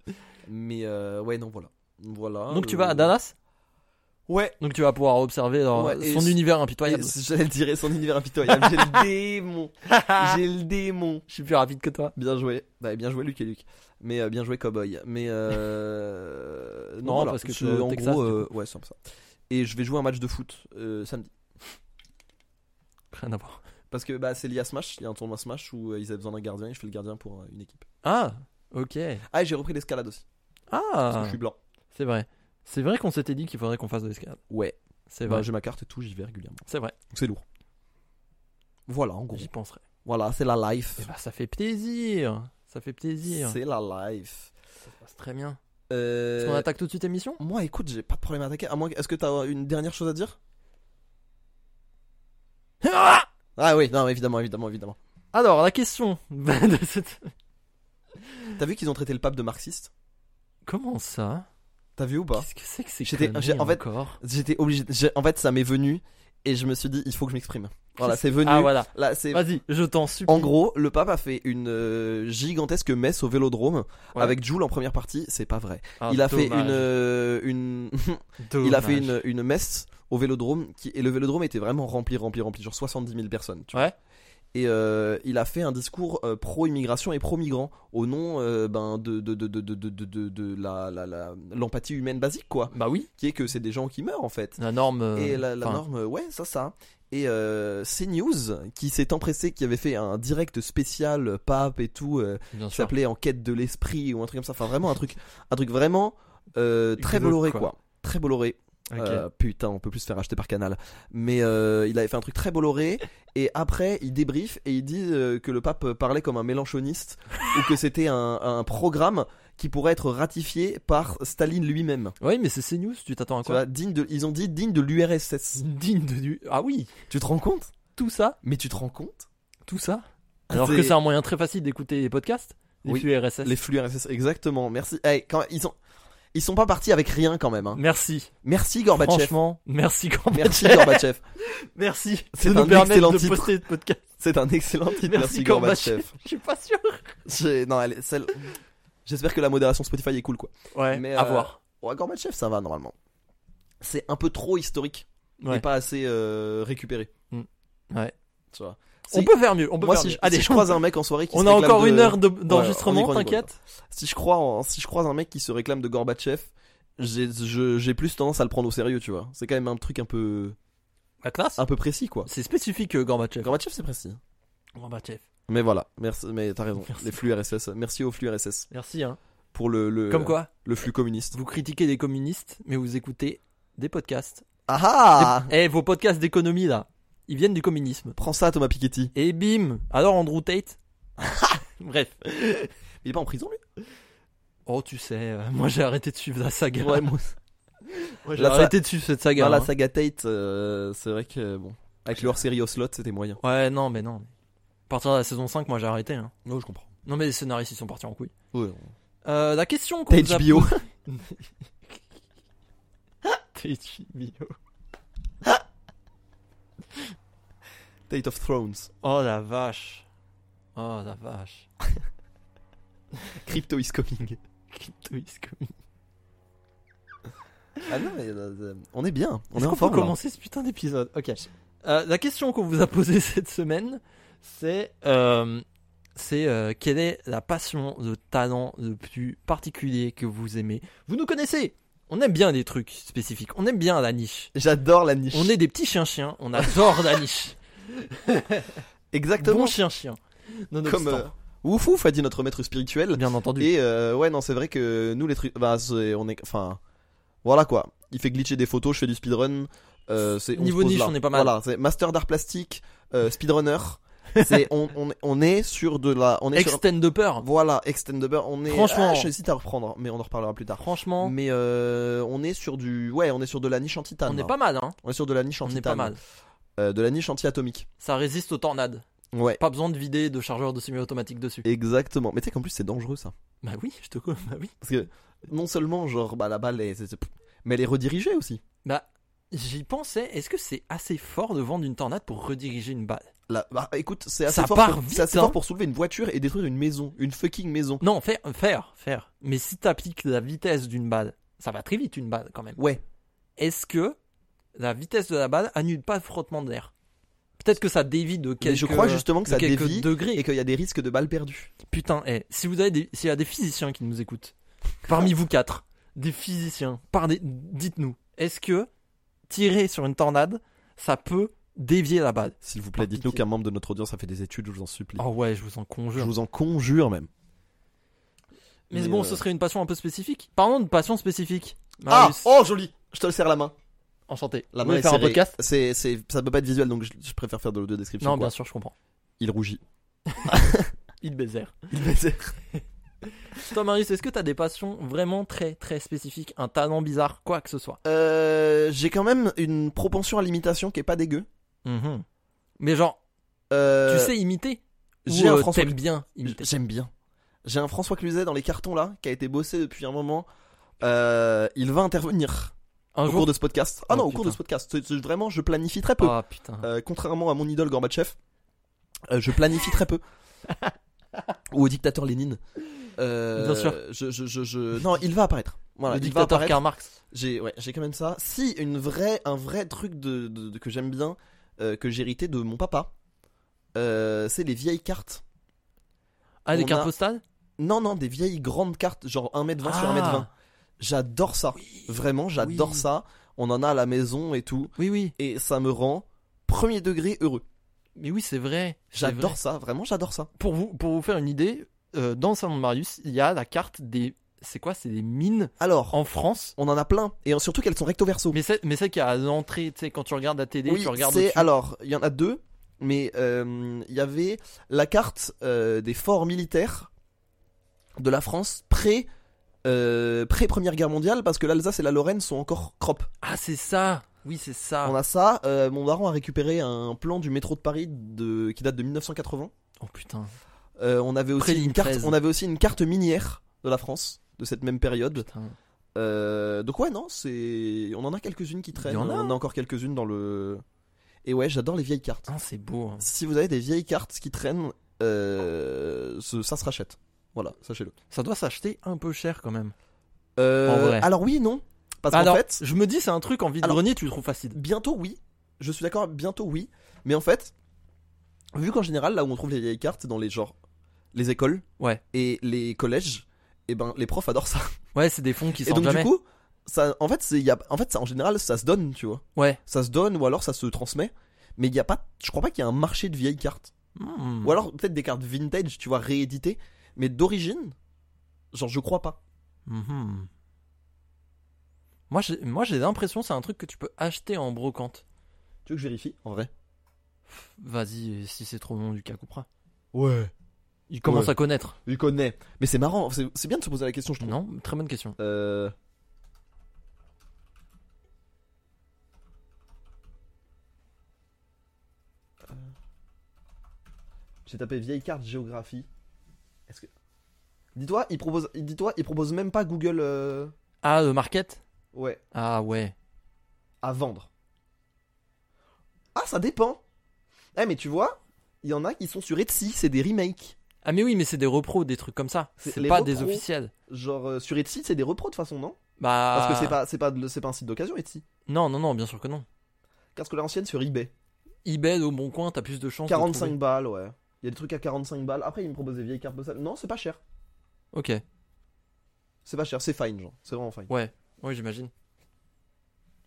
A: Mais euh, ouais, non, voilà. Voilà.
B: Donc tu
A: euh,
B: vas à Dallas
A: Ouais.
B: Donc tu vas pouvoir observer dans
A: Ouais, et
B: son
A: s-
B: univers
A: Et
B: impitoyable.
A: J'allais le dire, son univers impitoyable. J'ai le démon.
B: Ah.
A: J'ai le démon.
B: Je suis plus rapide que toi.
A: Bien joué, Bah, bien joué Luc et Luc, mais euh, bien joué Cowboy. Mais euh...
B: Non, parce que
A: c'est-
B: tu es au
A: en
B: Texas,
A: gros,
B: du
A: euh, ouais, c'est comme ça. Et je vais jouer un match de foot euh, samedi,
B: Rien à voir.
A: parce que bah, c'est lié à Smash. Il y a un tournoi Smash où euh, ils avaient besoin d'un gardien et je fais le gardien pour euh, une équipe.
B: Ah, ok.
A: Ah, et j'ai repris l'escalade aussi, parce que
B: Ah,
A: je suis blanc.
B: c'est vrai. C'est vrai qu'on s'était dit qu'il faudrait qu'on fasse de l'escalade.
A: Ouais.
B: C'est
A: Bah,
B: vrai.
A: j'ai ma carte et tout, j'y vais régulièrement.
B: C'est vrai.
A: Donc c'est lourd. Voilà, en gros.
B: J'y penserai.
A: Voilà, c'est la life.
B: Eh ben, ça fait plaisir. Ça fait plaisir.
A: C'est la life.
B: Ça se passe très bien.
A: Euh,
B: Est-ce qu'on attaque tout de suite l'émission
A: Moi, écoute, j'ai pas de problème à attaquer. À moins, que- est-ce que t'as une dernière chose à dire
B: Ah
A: Ah oui, non, évidemment, évidemment, évidemment.
B: Alors, la question de cette.
A: T'as vu qu'ils ont traité le pape de marxiste
B: Comment ça
A: T'as vu ou pas
B: Qu'est-ce que c'est que ces
A: J'étais-
B: conneries
A: j'ai- en fait-
B: encore
A: J'étais obligé. j'ai- En fait, ça m'est venu et je me suis dit, il faut que je m'exprime. Voilà, c'est venu.
B: Ah voilà.
A: Là, c'est.
B: Vas-y, je t'en supplie.
A: En gros, le pape a fait une euh, gigantesque messe au Vélodrome
B: Ouais.
A: avec Jules en première partie. C'est pas vrai.
B: Ah,
A: il a fait
B: dommage.
A: une, euh, une, il a fait une, une messe au Vélodrome qui et le Vélodrome était vraiment rempli, rempli, rempli, genre 70 000 personnes. Tu
B: Ouais.
A: Vois. Et euh, il a fait un discours euh, pro-immigration et pro-migrant au nom euh, ben, de, de, de, de, de, de, de, de, de la, la, la- l'empathie humaine basique, quoi.
B: Bah oui,
A: Qui est que c'est des gens qui meurent en fait.
B: la norme. euh,
A: Et la, la
B: enfin,
A: norme, ouais, ça, ça. Et euh, CNews, qui s'est empressé, qui avait fait un direct spécial euh, pape et tout, euh,
B: Bien
A: qui
B: sûr.
A: s'appelait Enquête de l'esprit ou un truc comme ça. Enfin, vraiment un truc, un truc vraiment euh, très
B: Glauque,
A: Bolloré,
B: quoi.
A: quoi. Très Bolloré.
B: Ok.
A: Euh, putain, on peut plus se faire acheter par Canal. Mais euh, il avait fait un truc très Bolloré. et après, il débrief et il dit euh, que le pape parlait comme un mélanchoniste ou que c'était un, un programme qui pourrait être ratifié par Staline lui-même.
B: Oui, mais c'est CNews, tu t'attends à
A: Tu
B: quoi
A: vois, digne de, ils ont dit digne de l'URSS.
B: Digne de du. Ah oui,
A: Tu te rends compte
B: tout ça,
A: Mais tu te rends compte
B: tout ça. Alors
A: C'est-
B: que c'est un moyen très facile d'écouter les podcasts, les
A: Oui.
B: flux RSS.
A: Les flux RSS, exactement. Merci. Eh, quand- ils sont, ils sont pas partis avec rien quand même. hein.
B: Merci.
A: Merci Gorbatchev.
B: Franchement, merci Gorbatchev.
A: Merci Gorbatchev.
B: Merci.
A: C'est
B: de
A: un
B: nous permettre
A: excellent
B: de
A: titre.
B: poster de podcast.
A: C'est un excellent titre.
B: Merci,
A: Merci
B: Gorbatchev.
A: Gorbatchev.
B: Je suis pas sûr.
A: J'ai- Non, elle est- celle. J'espère que la modération Spotify est cool quoi.
B: Ouais,
A: Mais,
B: à
A: euh,
B: voir.
A: Ouais, Gorbatchev, ça va normalement. C'est un peu trop historique
B: Ouais.
A: et pas assez euh, récupéré.
B: Mm. Ouais.
A: Tu vois.
B: On
A: si-
B: peut faire mieux. On peut
A: Moi,
B: faire
A: si
B: mieux.
A: je,
B: Allez,
A: si je croise un mec en soirée qui
B: on
A: se
B: a
A: réclame
B: encore
A: de-
B: une heure de-
A: on y
B: d'enregistrement,
A: croit, on y croit.
B: t'inquiète.
A: Si je crois, en- si je croise un mec qui se réclame de Gorbatchev, j'ai je- j'ai plus tendance à le prendre au sérieux, tu vois. C'est quand même un truc un peu,
B: La classe.
A: un peu précis, quoi.
B: C'est spécifique euh, Gorbatchev.
A: Gorbatchev, c'est précis.
B: Gorbatchev.
A: Mais voilà, merci, mais t'as raison.
B: Merci.
A: Les flux RSS, merci aux flux RSS
B: Merci. Hein.
A: pour le, le,
B: Comme quoi,
A: le flux communiste.
B: vous critiquez des communistes, mais vous écoutez des podcasts.
A: Ah ah
B: Et vos podcasts d'économie là, ils viennent du communisme.
A: Prends ça, Thomas Piketty.
B: Et bim, alors Andrew Tate. Bref.
A: Il est pas en prison, lui
B: Oh, tu sais, euh, moi j'ai arrêté de suivre la saga.
A: Ouais, moi-
B: Moi, j'ai
A: la sa-
B: arrêté de suivre cette saga.
A: Non, la
B: hein.
A: saga Tate, euh, c'est vrai que bon. Avec leur série au slot, c'était moyen.
B: Ouais, non, mais non. À partir de la saison 5, moi j'ai arrêté. hein.
A: Non, je comprends.
B: Non, mais les scénaristes ils sont partis en couille.
A: Ouais.
B: Euh, la question qu'on
A: Tate
B: nous a
A: bio.
B: posée- Tate bio.
A: Tate of Thrones.
B: Oh la vache. Oh la vache.
A: Crypto is coming.
B: Crypto is coming.
A: Ah non, mais, euh, on est bien. On est,
B: Est-ce
A: en
B: qu'on peut
A: forme. hein. là.
B: commencer ce putain d'épisode Ok. Euh, la question qu'on vous a posée cette semaine, c'est euh, c'est euh, quelle est la passion, le talent le plus particulier que vous aimez Vous nous connaissez. On aime bien des trucs spécifiques. On aime bien la niche.
A: J'adore la niche.
B: On est des petits chiens-chiens. On adore la niche.
A: exactement.
B: Bon chien-chien. Nonobstant.
A: comme euh, ouf ouf a dit notre maître spirituel
B: bien entendu.
A: et euh, ouais non c'est vrai que nous les trucs bah c'est- on est enfin Voilà quoi. Il fait glitcher des photos, je fais du speedrun. Euh, c'est- on
B: Niveau
A: se pose
B: niche,
A: là.
B: on est pas mal.
A: Voilà, c'est master d'art plastique, euh, speedrunner. c'est on, on, on est sur de la on est sur-
B: Extend de peur.
A: voilà extendable on est
B: Franchement.
A: ah, j'hésite à reprendre mais on en reparlera plus tard.
B: Franchement,
A: Mais euh, on est sur du ouais, on est sur de la niche anti
B: on est pas mal, hein.
A: on est sur de la niche
B: On
A: anti
B: est pas mal.
A: de la niche anti-atomique.
B: Ça résiste aux tornades.
A: Ouais,
B: Pas besoin de vider de chargeur de semi-automatique dessus.
A: exactement. Mais tu sais qu'en plus c'est dangereux ça.
B: Bah oui, je te connais. Bah oui.
A: Parce que non seulement genre bah la balle est, c'est- c'est- mais elle est redirigée aussi.
B: Bah j'y pensais. Est-ce que c'est assez fort de vendre une tornade pour rediriger une balle
A: La- bah, écoute, c'est assez,
B: Ça
A: fort
B: part
A: pour,
B: vite,
A: c'est assez
B: hein.
A: fort pour soulever une voiture et détruire une maison, une fucking maison.
B: Non, faire, faire, faire. Mais si t'appliques la vitesse d'une balle, ça va très vite une balle quand même.
A: Ouais,
B: Est-ce que la vitesse de la balle annule pas le frottement de l'air Peut-être que ça dévie de
A: mais
B: quelques,
A: je crois justement que
B: de
A: ça
B: quelques
A: dévie
B: degrés.
A: et qu'il y a des risques de balles perdues.
B: Putain, eh, si vous avez des, s'il y a des physiciens qui nous écoutent, parmi vous quatre, des physiciens, par des- dites-nous, est-ce que tirer sur une tornade, ça peut dévier la balle
A: S'il vous plaît, dites-nous qu'un membre de notre audience a fait des études, je vous en supplie.
B: Oh ouais, je vous en
A: Je
B: conjure.
A: vous en conjure même.
B: Mais,
A: Mais,
B: bon,
A: euh,
B: ce serait une passion un peu spécifique. Parlons de passion spécifique.
A: Ah,
B: Marius,
A: oh joli. Je te le serre la main.
B: enchanté.
A: La
B: Vous
A: main
B: voulez
A: est
B: faire un
A: serrée.
B: podcast
A: C'est, c'est, ça peut pas être visuel, donc je, je préfère faire de l'audio description.
B: Non,
A: quoi.
B: bien sûr, je comprends.
A: Il rougit.
B: Il baiser.
A: Il baiser.
B: Toi, Marius, est-ce que t'as des passions vraiment très très spécifiques, un talent bizarre, quoi que ce soit
A: Euh, j'ai quand même une propension à l'imitation qui est pas dégueu.
B: Mhm. Mais genre,
A: Euh,
B: tu sais imiter
A: j'ai
B: Ou,
A: un
B: euh,
A: François
B: t'aimes bien imiter
A: J'aime bien. J'ai un François Cluzet dans les cartons là, qui a été bossé depuis un moment. Euh, il va intervenir
B: Un
A: au
B: jour,
A: cours de ce podcast. Ah
B: Oh,
A: non, au cours
B: putain.
A: de ce podcast. C'est- c'est vraiment, je planifie très peu.
B: Ah putain.
A: Euh, contrairement à mon idole Gorbatchev, euh, je planifie très peu. Ou au dictateur Lénine. Euh,
B: Bien sûr.
A: Je, je, je, je- Non, il va apparaître. Voilà,
B: le
A: il va
B: dictateur
A: apparaître.
B: Karl Marx.
A: J'ai ouais, j'ai quand même ça. Si une vraie, un vrai truc de, de- de- que j'aime bien, euh, que j'ai hérité de mon papa, euh, c'est les vieilles cartes.
B: Ah, les
A: On
B: cartes
A: a-
B: postales
A: Non, non, des vieilles grandes cartes, genre 1m20 sur
B: Ah.
A: 1m20. J'adore ça. Vraiment, j'adore
B: Oui.
A: ça. On en a à la maison et tout.
B: Oui, oui.
A: Et ça me rend premier degré heureux.
B: Mais oui, c'est vrai. c'est
A: J'adore
B: vrai.
A: ça, vraiment, j'adore ça.
B: Pour vous, pour vous faire une idée, euh, dans le salon de Marius, il y a la carte des. C'est quoi C'est des mines
A: Alors,
B: en France
A: on en a plein. Et surtout qu'elles sont recto verso.
B: mais celle, mais celle qui est à l'entrée, tu sais, quand tu regardes la télé,
A: Oui,
B: tu regardes
A: c'est
B: au-dessus.
A: alors, il y en a deux, mais euh, il y avait la carte euh, des forts militaires de la France pré euh, pré Première Guerre mondiale parce que l'Alsace et la Lorraine sont encore crop.
B: Ah, c'est ça Oui, c'est ça.
A: On a ça. euh, mon daron a récupéré un plan du métro de Paris de, qui date de 1980.
B: Oh putain.
A: Euh, on avait aussi
B: Pré-ligne
A: une carte.
B: 13.
A: On avait aussi une carte minière de la France de cette même période.
B: putain.
A: Euh, donc ouais, non, c'est on en a quelques-unes qui traînent.
B: Il y en a. hein.
A: on a encore quelques-unes dans le. Et ouais, j'adore les vieilles cartes.
B: Ah, c'est beau. hein.
A: Si vous avez des vieilles cartes qui traînent, euh, ce- ça se rachète. Voilà, sachez-le.
B: Ça doit s'acheter un peu cher quand même.
A: Euh,
B: En vrai.
A: alors oui et non. Parce qu'en
B: Alors,
A: fait,
B: je me dis, c'est un truc en vide-grenier, tu le trouves facile.
A: bientôt oui. Je suis d'accord, bientôt oui. Mais en fait, vu qu'en général, là où on trouve les vieilles cartes, c'est dans les genres, les écoles
B: Ouais.
A: et les collèges, et ben les profs adorent ça.
B: Ouais, c'est des fonds qui
A: Et
B: sortent
A: donc
B: jamais.
A: du coup, ça, en fait, c'est, il y a, en fait, ça, en général, ça se donne, tu vois.
B: Ouais.
A: Ça se donne ou alors ça se transmet. Mais il y a pas, je crois pas qu'il y a un marché de vieilles cartes.
B: Hmm.
A: Ou alors peut-être des cartes vintage, tu vois, rééditées, mais d'origine, genre je crois pas.
B: Mhm. Moi, j'ai- Moi, j'ai l'impression que c'est un truc que tu peux acheter en brocante.
A: Tu veux que je vérifie En vrai
B: Pff, Vas-y, si c'est trop long, Lucas coupera.
A: Ouais.
B: Il commence
A: Ouais.
B: à connaître.
A: Il connaît. Mais c'est marrant, c'est c'est bien de se poser la question, je trouve.
B: Non, très bonne question.
A: Euh... J'ai tapé vieille carte géographie. Est-ce que. Dis-toi, il propose, dis-toi, il propose même pas Google. euh,
B: Ah, le market
A: Ouais,
B: Ah ouais.
A: à vendre. Ah, ça dépend. Eh, mais tu vois, il y en a qui sont sur Etsy, c'est des remakes.
B: Ah mais oui, mais c'est des repros, des trucs comme ça.
A: C'est-
B: C'est
A: les
B: pas des
A: repros.
B: officiels.
A: Genre euh, sur Etsy, c'est des repros de toute façon, non
B: Bah.
A: Parce que c'est pas, c'est pas, de- c'est pas un site d'occasion Etsy.
B: Non, non, non, bien sûr que non.
A: Carte scolaire ancienne sur eBay.
B: eBay au bon coin, t'as plus de chances. de
A: 45
B: trouver.
A: balles, ouais. Il y a des trucs à 45 balles. Après, ils me proposent des vieilles cartes postales. Non, c'est pas cher.
B: Ok.
A: C'est pas cher, c'est fine, genre. C'est vraiment fine.
B: Ouais. Ouais, j'imagine.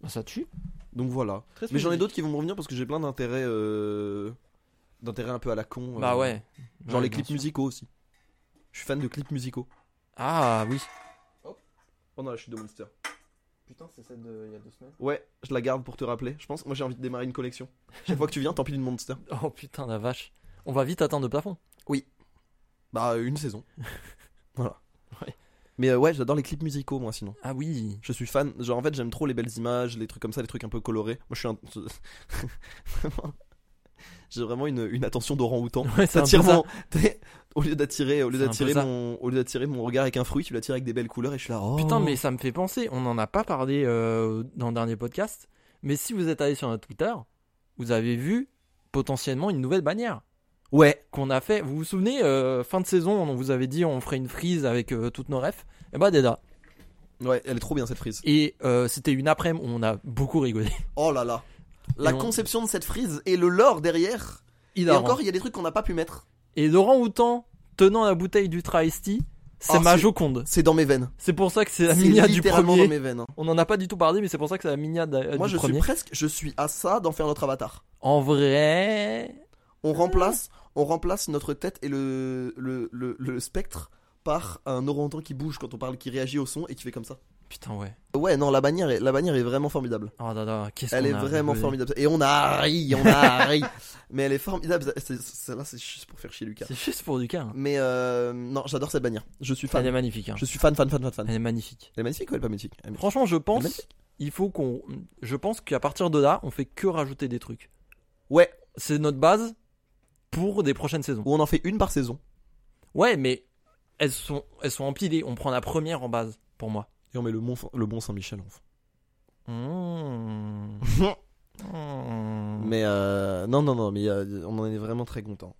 B: Bah, ça tue.
A: Donc voilà.
B: Très
A: Mais j'en ai
B: spécifique.
A: d'autres qui vont me revenir parce que j'ai plein d'intérêts. euh, d'intérêts un peu à la con. euh,
B: Bah ouais.
A: Genre
B: Ouais,
A: les
B: bien
A: clips
B: sûr.
A: musicaux aussi. Je suis fan de clips musicaux.
B: Ah oui. Oh
A: Pendant la chute de Monster.
B: Putain, c'est celle d'il y a deux semaines.
A: Ouais, je la garde pour te rappeler. Je pense, moi j'ai envie de démarrer une collection. Chaque fois que tu viens, tant pis d'une monster.
B: Oh putain, la vache. On va vite atteindre le plafond.
A: Bah, une saison. voilà.
B: Ouais.
A: Mais euh, ouais, j'adore les clips musicaux, moi, sinon.
B: Ah oui.
A: Je suis fan. Genre, en fait, j'aime trop les belles images, les trucs comme ça, les trucs un peu colorés. Moi, je suis un. Vraiment. J'ai vraiment une, une attention d'orang-outan.
B: Ouais, c'est un peu
A: T'attires
B: ça.
A: mon- t'es- Au lieu d'attirer, au lieu
B: C'est un peu
A: d'attirer
B: ça.
A: mon, au lieu d'attirer mon regard avec un fruit, tu l'attires avec des belles couleurs et je suis là. Oh.
B: Putain, mais ça me fait penser, on n'en a pas parlé euh, dans le dernier podcast, mais si vous êtes allé sur notre Twitter, vous avez vu potentiellement une nouvelle bannière
A: Ouais.
B: qu'on a fait. Vous vous souvenez, euh, fin de saison, on vous avait dit on ferait une frise avec euh, toutes nos refs Eh bah, déjà.
A: Ouais, elle est trop bien cette frise.
B: Et euh, c'était une après-midi où on a beaucoup rigolé.
A: Oh là là. La
B: Et on-
A: conception de cette frise et le lore derrière.
B: Il
A: Et encore, il y a des trucs qu'on n'a pas pu mettre.
B: Et Laurent Houtan, tenant la bouteille du travesti, c'est
A: Ah,
B: ma
A: c'est-
B: Joconde.
A: C'est dans mes veines.
B: C'est pour ça que c'est la
A: C'est
B: minia du
A: littéralement
B: premier.
A: dans mes veines. hein.
B: On n'en a pas du tout parlé, mais c'est pour ça que c'est la minia de- euh,
A: Moi,
B: du
A: je
B: premier.
A: suis presque, je suis à ça d'en faire notre avatar.
B: En vrai,
A: On
B: Mmh.
A: remplace, on remplace notre tête et le, le, le, le spectre par un orang-outan qui bouge quand on parle, qui réagit au son et qui fait comme ça.
B: putain ouais.
A: Ouais, non, la bannière est, la bannière est vraiment formidable.
B: Oh là là, qu'est-ce
A: Elle
B: qu'on
A: est
B: a
A: vraiment
B: rigolé.
A: formidable. Et on a ri, on a ri. Mais elle est formidable. C'est- Celle-là, c'est juste pour faire chier Lucas.
B: C'est juste pour du cas. hein.
A: Mais euh, non, j'adore cette bannière. Je suis
B: Elle est
A: fan.
B: magnifique. hein.
A: Je suis fan, fan, fan, fan, fan.
B: Elle est magnifique.
A: Elle est magnifique ou elle est pas magnifique Elle est magnifique.
B: Franchement, je
A: Elle est
B: pense,
A: magnifique.
B: il faut qu'on, je pense qu'à partir de là, on fait que rajouter des trucs.
A: Ouais,
B: C'est notre base pour des prochaines saisons.
A: ou on en fait une par saison
B: Ouais, mais elles sont, elles sont empilées. On prend la première en base pour moi.
A: et on met le bon, le bon Saint-Michel en fond.
B: Mmh. Mmh.
A: Mais euh, non, non, non, mais euh, on en est vraiment très content.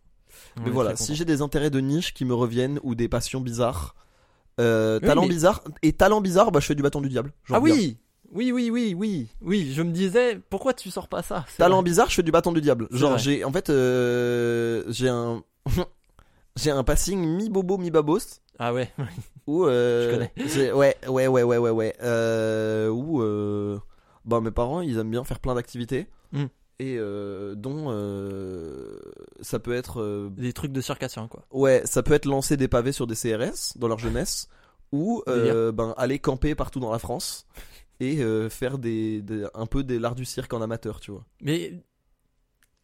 B: On
A: Mais
B: est
A: voilà,
B: très
A: si j'ai des intérêts de niche qui me reviennent ou des passions bizarres, euh, talent
B: mais-
A: bizarre et talent bizarre, bah je fais du bâton du diable. j'ai
B: Ah
A: envie de dire.
B: oui Oui, oui, oui, oui. Oui, je me disais, pourquoi tu sors pas ça C'est
A: Talent
B: vrai.
A: bizarre, je fais du bâton du diable.
B: C'est
A: Genre
B: vrai.
A: j'ai en fait euh, j'ai un j'ai un passing mi bobo mi babos
B: Ah ouais,
A: où euh,
B: Je connais.
A: j'ai- ouais ouais ouais ouais ouais ouais euh, où euh, bah mes parents ils aiment bien faire plein d'activités
B: Mm.
A: et euh, dont euh, ça peut être euh,
B: des trucs de circassien, quoi.
A: Ouais, ça peut être lancer des pavés sur des CRS dans leur jeunesse, ou euh, ben, aller camper partout dans la France et euh, faire des, des- un peu des l'art du cirque en amateur, tu vois.
B: Mais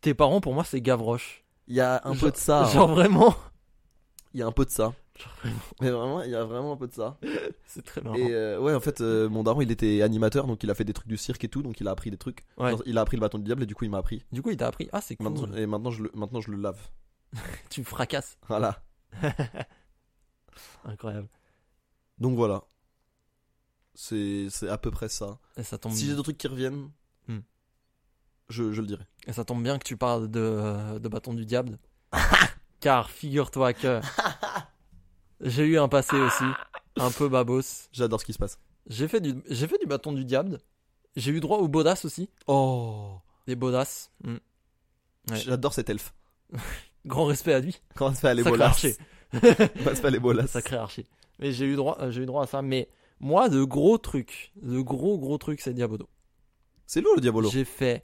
B: tes parents, pour moi, c'est Gavroche.
A: Il y a un peu
B: Genre-
A: de ça. hein.
B: Genre vraiment
A: Il y a un peu de ça.
B: Genre vraiment,
A: Mais vraiment, il y a vraiment un peu de ça.
B: C'est très marrant.
A: Et euh, ouais, en fait, euh, mon daron, il était animateur, donc il a fait des trucs du cirque et tout, donc il a appris des trucs.
B: Ouais.
A: Genre, Il a appris le bâton du diable et du coup, il m'a appris.
B: Du coup, il t'a appris. Ah, c'est cool.
A: Maintenant- Et maintenant je, le, maintenant, je le lave.
B: Tu fracasses.
A: Voilà.
B: Incroyable.
A: Donc voilà. C'est c'est à peu près ça.
B: Et ça tombe,
A: Si j'ai des trucs qui reviennent,
B: Hmm.
A: je, je le dirai.
B: et ça tombe bien que tu parles de, de Bâton du Diable. Car figure-toi que j'ai eu un passé aussi, un peu babos.
A: J'adore ce qui se passe.
B: J'ai fait du, j'ai fait du Bâton du Diable. J'ai eu droit aux bodas aussi.
A: Oh
B: Des bodas. Mm. Ouais.
A: J'adore cet elfe.
B: Grand respect à lui.
A: Quand on se fait aller
B: Sacré
A: bolas.
B: archer.
A: Quand on se fait aller bolas.
B: Sacré archer. Mais j'ai eu droit, euh, j'ai eu droit à ça. Mais moi, de gros trucs, de gros gros trucs, c'est Diabodo.
A: C'est lourd le Diabolo.
B: J'ai fait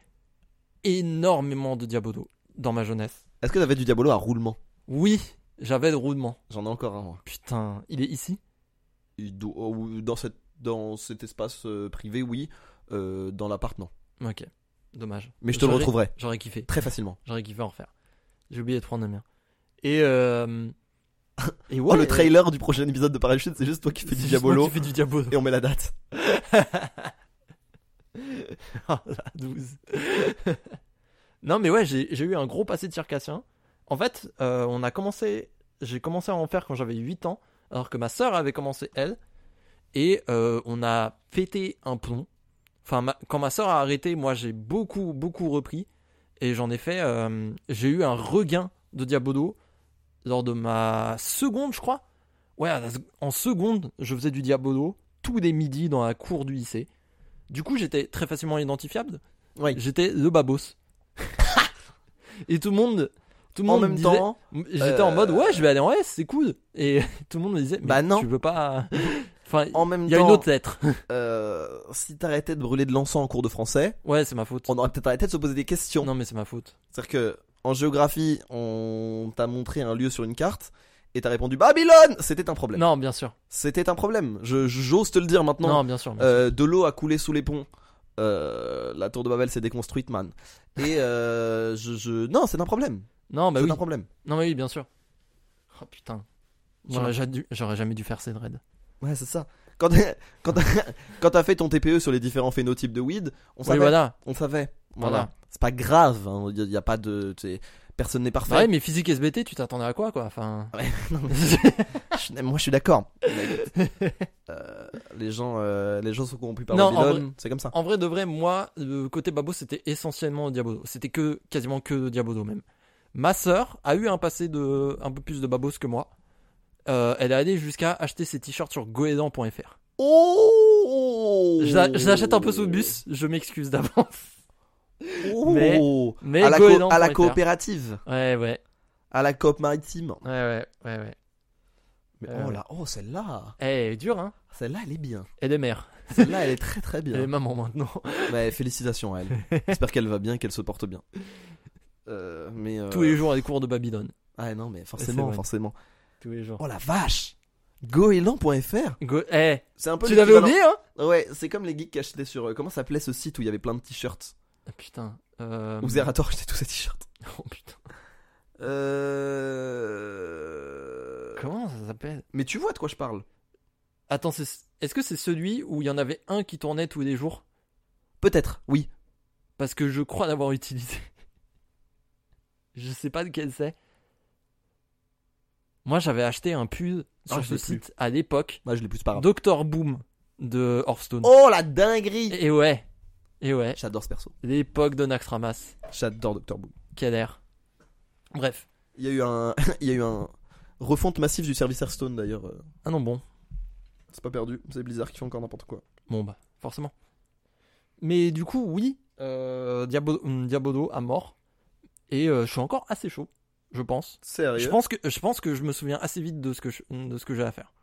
B: énormément de Diabodo dans ma jeunesse.
A: Est-ce que t'avais du Diabolo à roulement
B: Oui, j'avais le roulement.
A: J'en ai encore un moi.
B: Putain, il est ici
A: Il doit- oh, oui, dans, cette, dans cet espace euh, privé, oui. Euh, dans l'appart, non.
B: Ok, dommage.
A: Mais je te le
B: J'aurais-
A: retrouverai
B: J'aurais kiffé,
A: très facilement.
B: j'aurais kiffé en refaire. J'ai oublié de prendre le mien. hein. Et euh... Et
A: Oh, le trailer du prochain épisode de Parachute, c'est juste toi qui fais du Diabolo.
B: Tu fais du Diabodo.
A: Et on met la date.
B: Ah, la 12. non, mais ouais, j'ai j'ai eu un gros passé de circassien. En fait, euh, on a commencé. J'ai commencé à en faire quand j'avais 8 ans, alors que ma sœur avait commencé elle. Et euh, on a pété un plomb. Enfin, ma- quand ma sœur a arrêté, moi j'ai beaucoup, beaucoup repris. Et j'en ai fait. euh, j'ai eu un regain de Diabodo lors de ma seconde, je crois. Ouais, à la sec- en seconde, je faisais du Diabodo tous les midis dans la cour du lycée. Du coup, j'étais très facilement identifiable.
A: Ouais.
B: J'étais le babos. et tout le monde, tout le
A: En
B: monde me
A: même
B: disait-
A: temps,
B: j'étais en mode
A: euh,
B: ouais, je vais aller en S, c'est cool. Et tout le monde me disait, mais
A: Bah non.
B: tu peux pas. enfin,
A: en même
B: il y a une
A: temps,
B: autre lettre.
A: euh, si t'arrêtais de brûler de l'encens en cours de français,
B: ouais, c'est ma faute.
A: on aurait peut-être arrêté de se poser des questions.
B: Non, mais c'est ma faute.
A: C'est-à-dire que en géographie, on t'a montré un lieu sur une carte et t'as répondu Babylone, c'était un problème.
B: Non, bien sûr.
A: C'était un problème. Je j'ose te le dire maintenant.
B: Non, bien sûr. bien sûr.
A: Euh, de l'eau a coulé sous les ponts. Euh, la tour de Babel s'est déconstruite, man. Et euh, je, je- non, c'est un problème.
B: non, bah
A: c'est
B: oui.
A: un problème.
B: Non, mais oui, bien sûr. Oh putain. J'aurais
A: Ouais.
B: ja- dû- J'aurais jamais dû faire ces raids.
A: Ouais, c'est ça. Quand t'as- quand t'as- quand t'as fait ton TPE sur les différents phénotypes de weed, on
B: Oui,
A: savait.
B: voilà.
A: On savait. Voilà.
B: Voilà.
A: C'est pas grave. Il y, a pas de. t'sais, Personne n'est parfait.
B: Bah ouais, mais physique SBT, tu t'attendais à quoi, quoi Enfin.
A: Ouais, non, mais- Je- moi, je suis d'accord. Euh, les gens, euh, les gens sont corrompus par
B: Non, en
A: Babylone. C'est comme ça.
B: en vrai, de vrai, moi, le côté babo, c'était essentiellement Diabodo. C'était que quasiment que Diabodo même. Ma sœur a eu un passé de un peu plus de babos que moi. Euh, elle est allée jusqu'à acheter ses t-shirts sur goéland.fr.
A: Oh.
B: Je la- je l'achète un peu sous le bus, je m'excuse d'avance.
A: Oh.
B: Mais- Mais
A: à la, co-
B: goéland.fr.
A: à la coopérative,
B: Ouais, ouais,
A: à la coop maritime.
B: ouais, ouais, ouais. ouais.
A: Mais
B: Euh,
A: oh
B: ouais.
A: là, oh celle-là,
B: Elle est dure, hein
A: celle-là elle est bien.
B: Elle est mère.
A: Celle-là elle est très très
B: Elle est
A: bien. Euh.
B: maman maintenant.
A: Ouais, félicitations à elle. J'espère qu'elle va bien, qu'elle se porte bien. Euh, mais euh,
B: Tous les jours à des cours de Babylone.
A: Ah non, mais
B: C'est
A: forcément,
B: vrai.
A: forcément.
B: Tous les jours.
A: Oh la vache. Goéland.fr,
B: Go eh,
A: c'est un peu
B: tu l'avais
A: l'équivalent-
B: oublié, hein
A: Ouais, c'est comme les geeks qui achetaient sur euh, comment s'appelait ce site où il y avait plein de t-shirts.
B: Ah, Putain. Euh...
A: Où Zerator achetait tous ses t-shirts.
B: Oh putain.
A: Euh...
B: Comment ça s'appelle
A: Mais tu vois de quoi je parle
B: Attends, c'est- est-ce que c'est celui où il y en avait un qui tournait tous les jours
A: Peut-être, oui.
B: Parce que je crois l'avoir utilisé. je sais pas lequel c'est. Moi, j'avais acheté un pull
A: Ah,
B: sur
A: je
B: ce
A: l'ai plus. Ah.
B: site à l'époque.
A: Moi je l'ai plus par
B: Doctor Boom de Hearthstone.
A: Oh la dinguerie.
B: Et ouais. Et ouais.
A: J'adore ce perso.
B: L'époque de Naxxramas.
A: J'adore Doctor Boom.
B: Quel air. Bref.
A: Il y a eu un, il y a eu un refonte massive du service Hearthstone d'ailleurs. euh,
B: Ah non, bon.
A: C'est pas perdu, c'est Blizzard qui fait encore n'importe quoi.
B: Bon, bah, forcément. Mais du coup, oui, euh, Diabo- hum, Diabodo à mort. Et euh, je suis encore assez chaud, je pense.
A: Sérieux
B: Je pense, que, je pense que je me souviens assez vite de ce que je- de ce que j'ai à faire.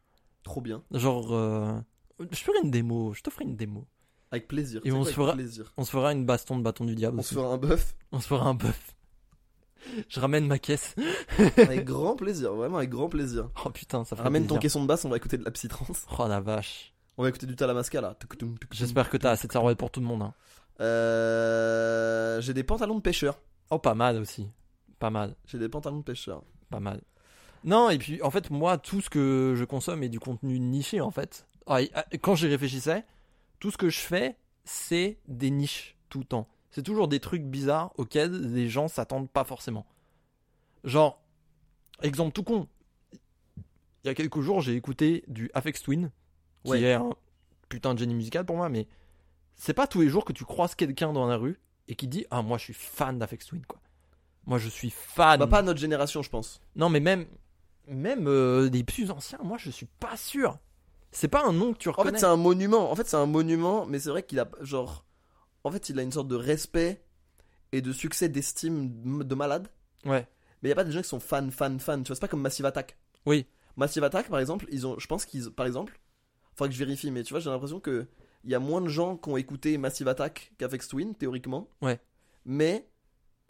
A: Trop bien.
B: Genre, euh, je ferai une démo, je te ferai une démo.
A: Avec plaisir.
B: Et
A: C'est
B: on
A: quoi,
B: se
A: avec
B: fera-
A: plaisir.
B: On se fera une baston de bâton du diable.
A: On
B: aussi.
A: se fera un buff
B: On se fera un buff. Je ramène ma caisse.
A: avec grand plaisir, vraiment avec grand plaisir.
B: Oh putain, ça fait
A: Ramène ton
B: plaisir.
A: caisson de basse, on va écouter de la psytrance.
B: Oh la vache.
A: On va écouter du Talamasca là.
B: J'espère que t'as assez de sarouette pour tout le monde. hein.
A: Euh, J'ai des pantalons de pêcheur.
B: Oh, pas mal aussi. Pas mal.
A: J'ai des pantalons de pêcheur.
B: pas mal. Non, et puis en fait, moi, tout ce que je consomme est du contenu niché en fait. Ah, et, ah, Quand j'y réfléchissais, tout ce que je fais, c'est des niches tout le temps. C'est toujours des trucs bizarres auxquels les gens s'attendent pas forcément. Genre, exemple tout con. Il y a quelques jours, j'ai écouté du Afex Twin, qui
A: Ouais.
B: est un putain de génie musical pour moi, mais c'est pas tous les jours que tu croises quelqu'un dans la rue et qui dit Ah, moi, je suis fan d'Afex Twin, quoi. Moi, je suis fan.
A: Bah pas à notre génération, je pense.
B: Non, mais même, même euh, des plus anciens, moi je suis pas sûr. C'est pas un nom que tu
A: En
B: reconnais.
A: fait, c'est un monument. En fait, c'est un monument, mais c'est vrai qu'il a genre. En fait, il a une sorte de respect et de succès d'estime de malade.
B: Ouais.
A: Mais il y a pas des gens qui sont fans, fans, fans. Tu vois, c'est pas comme Massive Attack.
B: Oui.
A: Massive Attack, par exemple, ils ont. Je pense qu'ils, par exemple, faudrait que je vérifie, mais tu vois, j'ai l'impression que il y a moins de gens qui ont écouté Massive Attack qu'Afex Twin, théoriquement.
B: Ouais.
A: Mais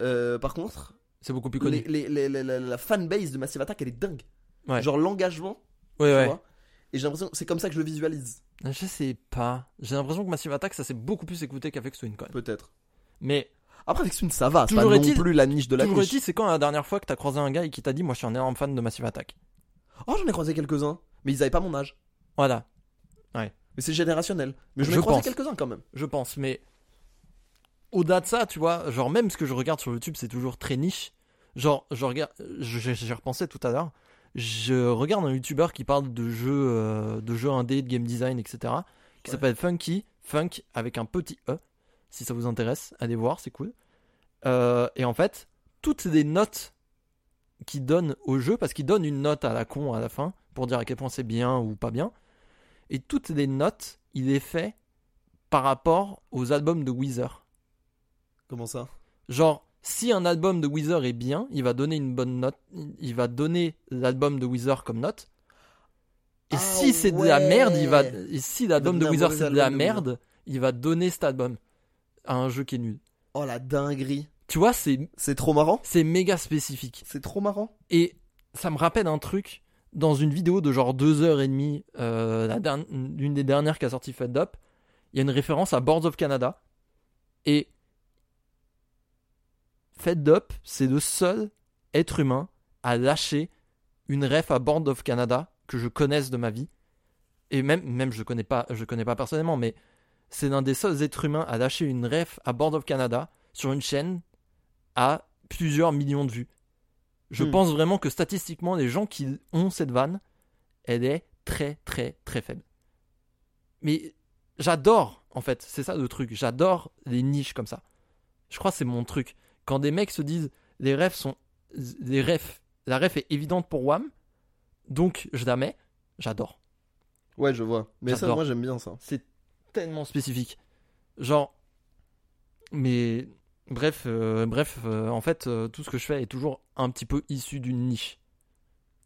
A: euh, par contre,
B: C'est beaucoup plus
A: les,
B: connu.
A: les- les- la- la, la fanbase de Massive Attack, elle est dingue.
B: Ouais.
A: Genre l'engagement,
B: ouais,
A: tu
B: ouais.
A: vois. Et j'ai l'impression, c'est comme ça que je le visualise,
B: Je sais pas. J'ai l'impression que Massive Attack, ça s'est beaucoup plus écouté qu'avec Swing quand même.
A: peut-être.
B: Mais
A: Après, avec Swin, ça va, c'est pas
B: Toujours
A: non
B: est-il-
A: plus la niche de la
B: toujours
A: niche.
B: est-il, c'est quand la dernière fois que t'as croisé un gars et qui t'a dit Moi je suis un énorme fan de Massive Attack
A: Oh, j'en ai croisé quelques-uns, mais ils avaient pas mon âge.
B: Voilà,
A: Mais c'est générationnel. Mais j'en ai
B: Je
A: croisé
B: pense.
A: quelques-uns quand même.
B: je pense. Mais au-delà de ça, tu vois, genre même ce que je regarde sur YouTube, c'est toujours très niche. Genre, je regarde, je- je- j'y repensais tout à l'heure. Je regarde un youtubeur qui parle de jeux, euh, de jeux indés, de game design, etc. qui
A: Ouais.
B: s'appelle Funky, Funk avec un petit E. Si ça vous intéresse, allez voir, c'est cool. Euh, et en fait, toutes les notes qu'il donne au jeu, parce qu'il donne une note à la con à la fin pour dire à quel point c'est bien ou pas bien, et toutes les notes, il les fait par rapport aux albums de Weezer.
A: Comment ça
B: Genre, si un album de Weezer est bien, il va donner une bonne note, il va donner l'album de Weezer comme note. Et
A: Ah
B: si c'est de la merde, il va.
A: ouais.
B: Et si l'album
A: Il
B: de
A: va donner un
B: Weezer
A: mauvais
B: c'est de la
A: album de Weezer.
B: merde, il va donner cet album à un jeu qui est nul.
A: Oh la dinguerie.
B: Tu vois, c'est
A: C'est trop marrant.
B: c'est méga spécifique.
A: C'est trop marrant.
B: Et ça me rappelle un truc dans une vidéo de genre 2h30, euh, la derni- l'une des dernières qu'a sorti Fed Up, il y a une référence à Boards of Canada. Et Fed Up, c'est le seul être humain à lâcher une ref à Boards of Canada que je connaisse de ma vie. Et même, même je connais pas, je connais pas personnellement, mais c'est l'un des seuls êtres humains à lâcher une ref à Board of Canada sur une chaîne à plusieurs millions de vues. Je
A: Hmm.
B: pense vraiment que statistiquement, les gens qui ont cette vanne, elle est très très très faible. Mais j'adore, en fait, c'est ça le truc, j'adore les niches comme ça. Je crois que c'est mon truc. Quand des mecs se disent, les refs sont. Les refs, la ref est évidente pour WAM, donc je la mets, j'adore.
A: Ouais, je vois. Mais ça,
B: J'adore.
A: moi, j'aime bien ça.
B: C'est tellement spécifique. Genre. Mais. Bref, euh, bref euh, en fait, euh, tout ce que je fais est toujours un petit peu issu d'une niche.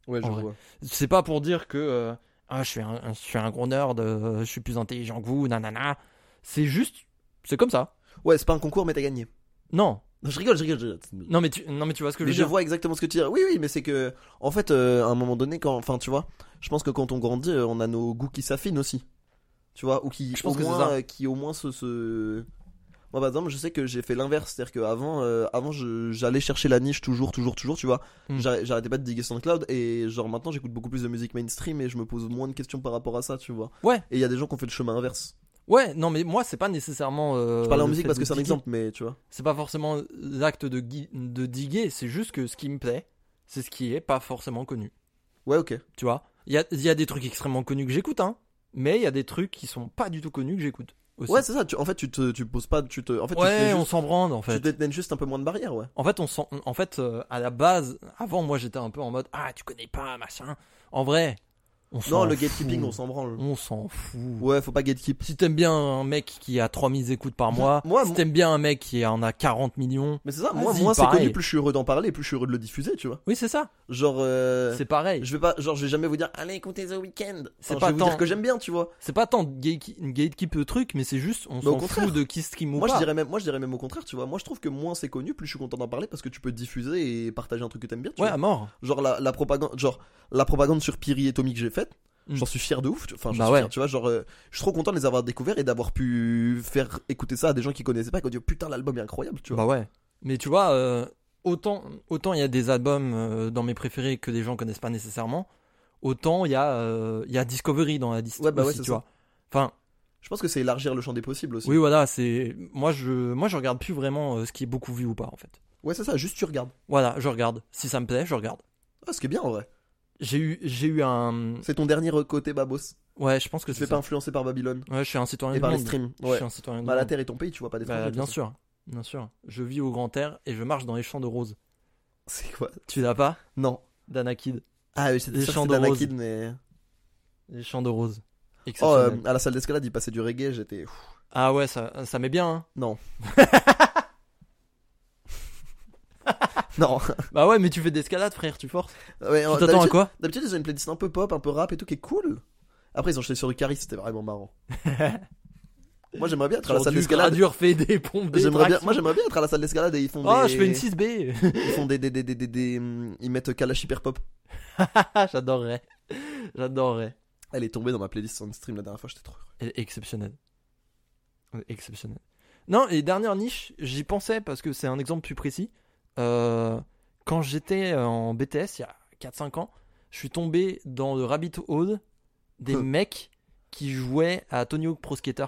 A: Ouais, je
B: En vrai.
A: vois.
B: C'est pas pour dire que. euh, ah, je suis, un, je suis un gros nerd, euh, je suis plus intelligent que vous, nanana. C'est juste. C'est comme ça.
A: Ouais, c'est pas un concours, mais t'as gagné.
B: Non.
A: Non, je rigole, je rigole. je-
B: Non, mais tu, non, mais tu vois ce que
A: Mais
B: je
A: je
B: veux dire.
A: vois exactement ce que tu dis. Oui, oui, mais c'est que, en fait, euh, à un moment donné, quand, enfin, tu vois, je pense que quand on grandit, euh, on a nos goûts qui s'affinent aussi, tu vois, ou qui,
B: Je pense
A: au
B: que c'est
A: moins,
B: ça.
A: euh, qui au moins se, se- Moi, par exemple, je sais que j'ai fait l'inverse, c'est-à-dire qu'avant, avant, je- j'allais chercher la niche toujours, toujours, toujours, tu vois.
B: Hmm.
A: J'arr- J'arrêtais pas de diguer SoundCloud et genre maintenant, j'écoute beaucoup plus de musique mainstream et je me pose moins de questions par rapport à ça, tu vois.
B: Ouais.
A: Et il y a des gens qui ont fait le chemin inverse.
B: Ouais, non, mais moi, c'est pas nécessairement. euh,
A: Je parle en
B: le
A: musique
B: fait
A: parce
B: de
A: que c'est un
B: geeker.
A: exemple, mais tu vois.
B: C'est pas forcément l'acte de, gui- de diguer, c'est juste que ce qui me plaît, c'est ce qui est pas forcément connu.
A: Ouais, ok.
B: Tu vois Il y a, il y a des trucs extrêmement connus que j'écoute, hein. Mais il y a des trucs qui sont pas du tout connus que j'écoute. aussi.
A: Ouais, c'est ça. tu- en fait, tu te, tu poses pas, tu te, en fait, tu te
B: Ouais,
A: mets
B: on
A: juste-
B: s'en brande en
A: tu
B: fait.
A: te détènes juste un peu moins de barrières, ouais.
B: En fait, on s'en- en fait, euh, à la base, avant moi j'étais un peu en mode ah tu connais pas machin. En vrai, on s'en
A: Non, le gatekeeping,
B: fout.
A: on s'en branle.
B: on s'en fout.
A: Ouais, faut pas gatekeep.
B: Si t'aimes bien un mec qui a 3000 écoutes par mois,
A: Moi,
B: si
A: mon-
B: t'aimes bien un mec qui en a 40 millions,
A: Mais c'est ça, moi,
B: Vas-y,
A: moi c'est
B: pareil.
A: connu, plus je suis heureux d'en parler, plus je suis heureux de le diffuser, tu vois.
B: oui c'est ça,
A: Genre, euh,
B: c'est pareil.
A: je vais pas, genre, je vais jamais vous dire, allez, écoutez The Weeknd.
B: C'est
A: Enfin, je
B: pas
A: vais vous
B: tant-
A: dire que j'aime bien, tu vois.
B: C'est pas tant de gate- gatekeep le truc, mais c'est juste on
A: au
B: s'en
A: contraire.
B: fout de qui stream ou
A: Moi,
B: pas.
A: je dirais même, moi, je dirais même au contraire, tu vois. Moi, je trouve que moins c'est connu, plus je suis content d'en parler parce que tu peux diffuser et partager un truc que t'aimes bien, tu
B: ouais
A: vois.
B: à mort.
A: Genre, la, la propagande, genre, la propagande sur Piri et Tommy que j'ai faite.
B: Mm.
A: J'en suis fier de ouf, tu- enfin j'en
B: Bah
A: suis
B: ouais.
A: fier, tu vois, genre euh, je suis trop content de les avoir découverts et d'avoir pu faire écouter ça à des gens qui connaissaient pas et qui ont dit oh, putain l'album est incroyable, tu vois.
B: Bah ouais. Mais tu vois, euh, autant autant il y a des albums euh, dans mes préférés que des gens connaissent pas nécessairement, autant il y a euh, il y a Discovery dans la liste
A: Ouais, bah ouais,
B: aussi,
A: c'est
B: tu
A: ça.
B: vois. Enfin,
A: Je pense que c'est élargir le champ des possibles aussi.
B: oui voilà, c'est moi je moi je regarde plus vraiment euh, ce qui est beaucoup vu ou pas en fait.
A: Ouais, c'est ça, juste tu regardes.
B: Voilà, je regarde. Si ça me plaît, je regarde.
A: Ah, ce qui est bien en vrai.
B: J'ai eu j'ai eu un
A: C'est ton dernier côté babos.
B: ouais, je pense que
A: Tu te
B: Mm. c'est
A: fais
B: ça.
A: pas influencer par Babylone
B: Ouais, je suis un citoyen
A: et
B: du
A: par les
B: monde.
A: streams.
B: Je
A: Ouais.
B: suis un citoyen du
A: Bah, la
B: monde.
A: terre est ton pays, tu vois pas
B: Bah,
A: d'étrangers. de
B: bien
A: toute
B: sûr. Bien sûr. Je vis au grand air et je marche dans les champs de roses.
A: façon. C'est quoi
B: Tu l'as pas
A: Non.
B: Danakid.
A: Ah oui, c'était
B: Les
A: sûr que
B: champs
A: c'était
B: de roses.
A: Anakin, mais.
B: Les champs de roses.
A: Oh, euh,
B: Exceptionnel.
A: à la salle d'escalade, il passait du reggae, j'étais. Ouf.
B: Ah ouais, ça, ça met bien. hein.
A: Non. non.
B: Bah ouais, mais tu fais de l'escalade, frère, tu forces.
A: Ouais,
B: Tu
A: euh,
B: t'attends à
A: D'habitude,
B: quoi
A: d'habitude, ils ont une playlist un peu pop, un peu rap et tout qui est cool. Après, ils ont jeté sur du Caris, c'était vraiment marrant. Moi, j'aimerais bien être à la
B: Sur
A: salle
B: du
A: d'escalade.
B: gradure, fait des pompes, des
A: J'aimerais bien,
B: tractions.
A: moi, j'aimerais bien être à la salle d'escalade et ils font
B: Oh,
A: des.
B: je fais une 6B.
A: Ils font des, des, des, des, des, des- hum, Ils mettent Kalash Hyper Pop.
B: Ah, J'adorerais. J'adorerais.
A: Elle est tombée dans ma playlist on stream la dernière fois, j'étais trop heureux.
B: Et- Exceptionnel. Ouais, Exceptionnel. Non, et dernière niche, j'y pensais parce que c'est un exemple plus précis. Euh, quand j'étais euh, en BTS, il y a 4-5 ans, je suis tombé dans le rabbit hole des
A: Huh.
B: mecs qui jouaient à Tony Hawk Pro Skater.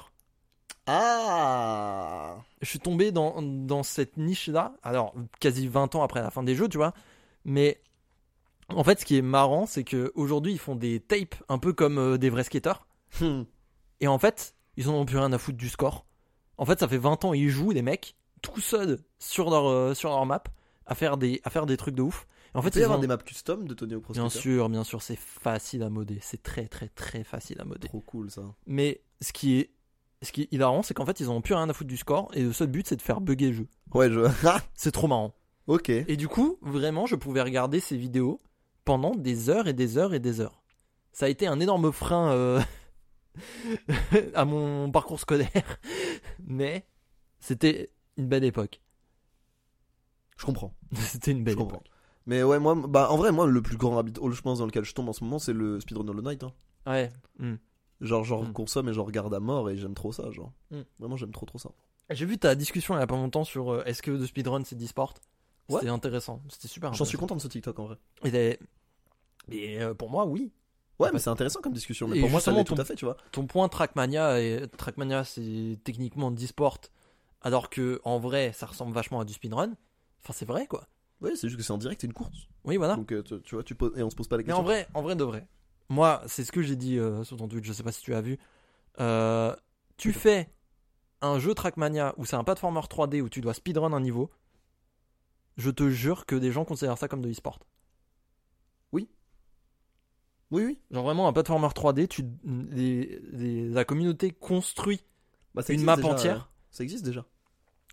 A: Ah
B: je suis tombé dans, dans cette niche-là, alors quasi 20 ans après la fin des jeux, tu vois. Mais en fait, ce qui est marrant, c'est que aujourd'hui ils font des tapes un peu comme euh, des vrais skaters.
A: Hmm.
B: Et en fait, ils en ont plus rien à foutre du score. En fait, ça fait 20 ans ils jouent, les mecs, tout seuls sur leur, euh, sur leur map, à faire des, à faire des trucs de ouf. Et en fait,
A: Il peut y
B: ils
A: avoir
B: ont-
A: des maps custom de Tony Hawk Pro
B: Bien
A: Skater.
B: sûr, bien sûr, c'est facile à modder. C'est très, très, très facile à modder.
A: Trop cool ça.
B: Mais ce qui est, ce qui est hilarant, c'est qu'en fait, ils en ont plus rien à foutre du score. Et le seul but, c'est de faire bugger le jeu.
A: Ouais, je. Ah,
B: C'est trop marrant.
A: ok.
B: Et du coup, vraiment, je pouvais regarder ces vidéos pendant des heures et des heures et des heures. Ça a été un énorme frein euh, à mon parcours scolaire, mais c'était une belle époque.
A: Je comprends.
B: C'était une
A: Je
B: belle
A: comprends.
B: époque.
A: Mais ouais, moi, bah en vrai, moi, le plus grand rabbit hole, je pense, dans lequel je tombe en ce moment, c'est le speedrun Hollow Knight. hein.
B: Ouais. Hmm.
A: Genre, genre
B: Mm.
A: consomme et genre regarde à mort et j'aime trop ça, genre.
B: Mm.
A: Vraiment, j'aime trop trop ça.
B: J'ai vu ta discussion il y a pas longtemps sur euh, est-ce que de speedrun c'est d'e-sport.
A: Ouais.
B: C'était intéressant. C'était super.
A: J'en suis
B: intéressant.
A: content de ce TikTok en vrai.
B: Et t'avais- Mais euh, pour moi, oui.
A: Ouais,
B: Ouais.
A: mais c'est intéressant comme discussion. Mais
B: bah. Et
A: pour moi, ça
B: justement,
A: l'est tout
B: ton-
A: à fait, tu vois.
B: Ton point Trackmania, et Trackmania c'est techniquement d'e-sport, alors que en vrai ça ressemble vachement à du speedrun. Enfin, c'est vrai quoi.
A: Ouais, c'est juste que c'est en direct, c'est une course.
B: Oui, voilà.
A: Donc, euh, tu, tu vois, tu poses et on se pose pas la
B: Ah. Mais
A: question.
B: en vrai, en vrai de vrai, moi, c'est ce que j'ai dit euh, sur ton tweet, je sais pas si tu as vu. Euh, tu fais un jeu Trackmania où c'est un platformer 3D où tu dois speedrun un niveau. Je te jure que des gens considèrent ça comme de l'e-sport.
A: Oui, oui.
B: Genre vraiment un platformer 3D, tu, les- les- la communauté construit.
A: Bah, ça
B: Une
A: existe
B: map
A: déjà,
B: entière.
A: euh, ça existe déjà.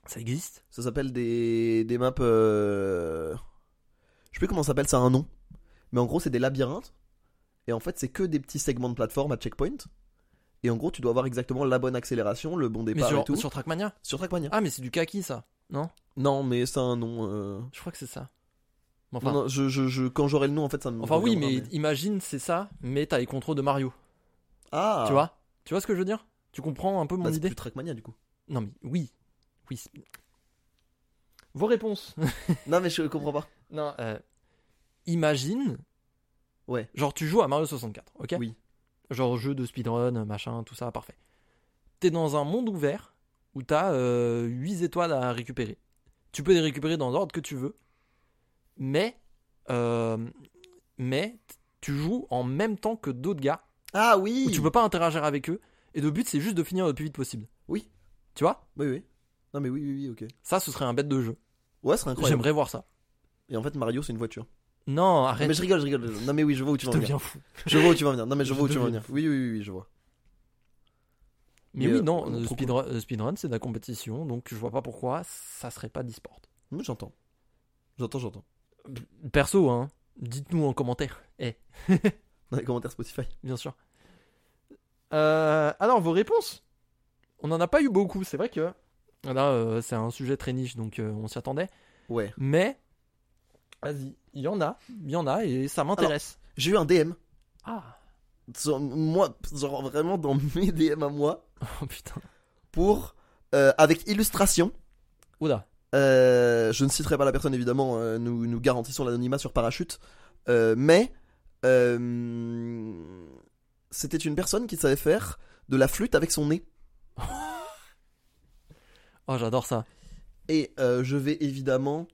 B: Ça existe
A: Ça s'appelle des, des maps. euh, Je sais plus comment ça s'appelle, ça a un nom. Mais en gros, c'est des labyrinthes. Et en fait, c'est que des petits segments de plateforme à checkpoint. Et en gros, tu dois avoir exactement la bonne accélération, le bon
B: Mais
A: départ et
B: sur,
A: tout.
B: sur Trackmania
A: Sur Trackmania.
B: Ah, mais c'est du kaki ça Non
A: Non, mais ça a un nom. euh,
B: Je crois que c'est ça. Mais Enfin,
A: non, non, je, je- je- quand j'aurai le nom, en fait, ça me.
B: enfin oui, mais,
A: reviendra,
B: imagine c'est ça, mais t'as les contrôles de Mario.
A: Ah
B: Tu vois Tu vois ce que je veux dire Tu comprends un peu mon
A: Bah, c'est
B: idée
A: plus Trackmania du coup.
B: Non mais oui, oui. c'est- Vos réponses.
A: non, mais je comprends pas.
B: non. euh, imagine.
A: Ouais.
B: Genre tu joues à Mario 64, ok
A: Oui.
B: Genre jeu de speedrun, machin, tout ça, parfait. T'es dans un monde ouvert où t'as 8 étoiles à récupérer. Tu peux les récupérer dans l'ordre que tu veux, mais euh, mais t- tu joues en même temps que d'autres gars
A: Ah oui
B: où tu peux pas interagir avec eux et le but c'est juste de finir le plus vite possible.
A: Oui.
B: Tu vois
A: Oui, oui. Non, mais oui, oui, oui, ok.
B: Ça ce serait un bête de jeu.
A: Ouais, c'est incroyable.
B: J'aimerais voir ça.
A: Et en fait, Mario, c'est une voiture.
B: Non,
A: Non,
B: arrête.
A: Ah, mais je rigole, je rigole. Non, mais oui, je vois où tu
B: je
A: veux en venir.
B: deviens fou.
A: Je vois où tu vas venir. Non, mais je
B: Je
A: vois où tu vas
B: deviens
A: venir. Oui, oui, oui, oui, je vois.
B: Mais,
A: Mais,
B: oui,
A: euh,
B: non,
A: euh,
B: le
A: trop
B: speedrun, le speedrun, c'est de la compétition, donc je vois pas pourquoi ça serait pas d'e-sport.
A: Moi, j'entends. J'entends, j'entends.
B: Perso, hein, dites-nous en commentaire. Eh,
A: Dans les commentaires Spotify.
B: bien sûr. Euh, alors, vos réponses On en a pas eu beaucoup, c'est vrai que là, euh, c'est un sujet très niche, donc euh, on s'y attendait.
A: Ouais.
B: Mais, vas-y, il y en a, il y en a, et ça m'intéresse.
A: J'ai eu un DM.
B: Ah,
A: Sur- moi, genre vraiment dans mes DM à moi.
B: oh, putain.
A: Pour. euh, avec illustration.
B: Oula,
A: Euh, je ne citerai pas la personne évidemment, euh, nous, nous garantissons l'anonymat sur parachute. Euh, mais euh, c'était une personne qui savait faire de la flûte avec son nez.
B: oh j'adore ça.
A: Et euh, je vais évidemment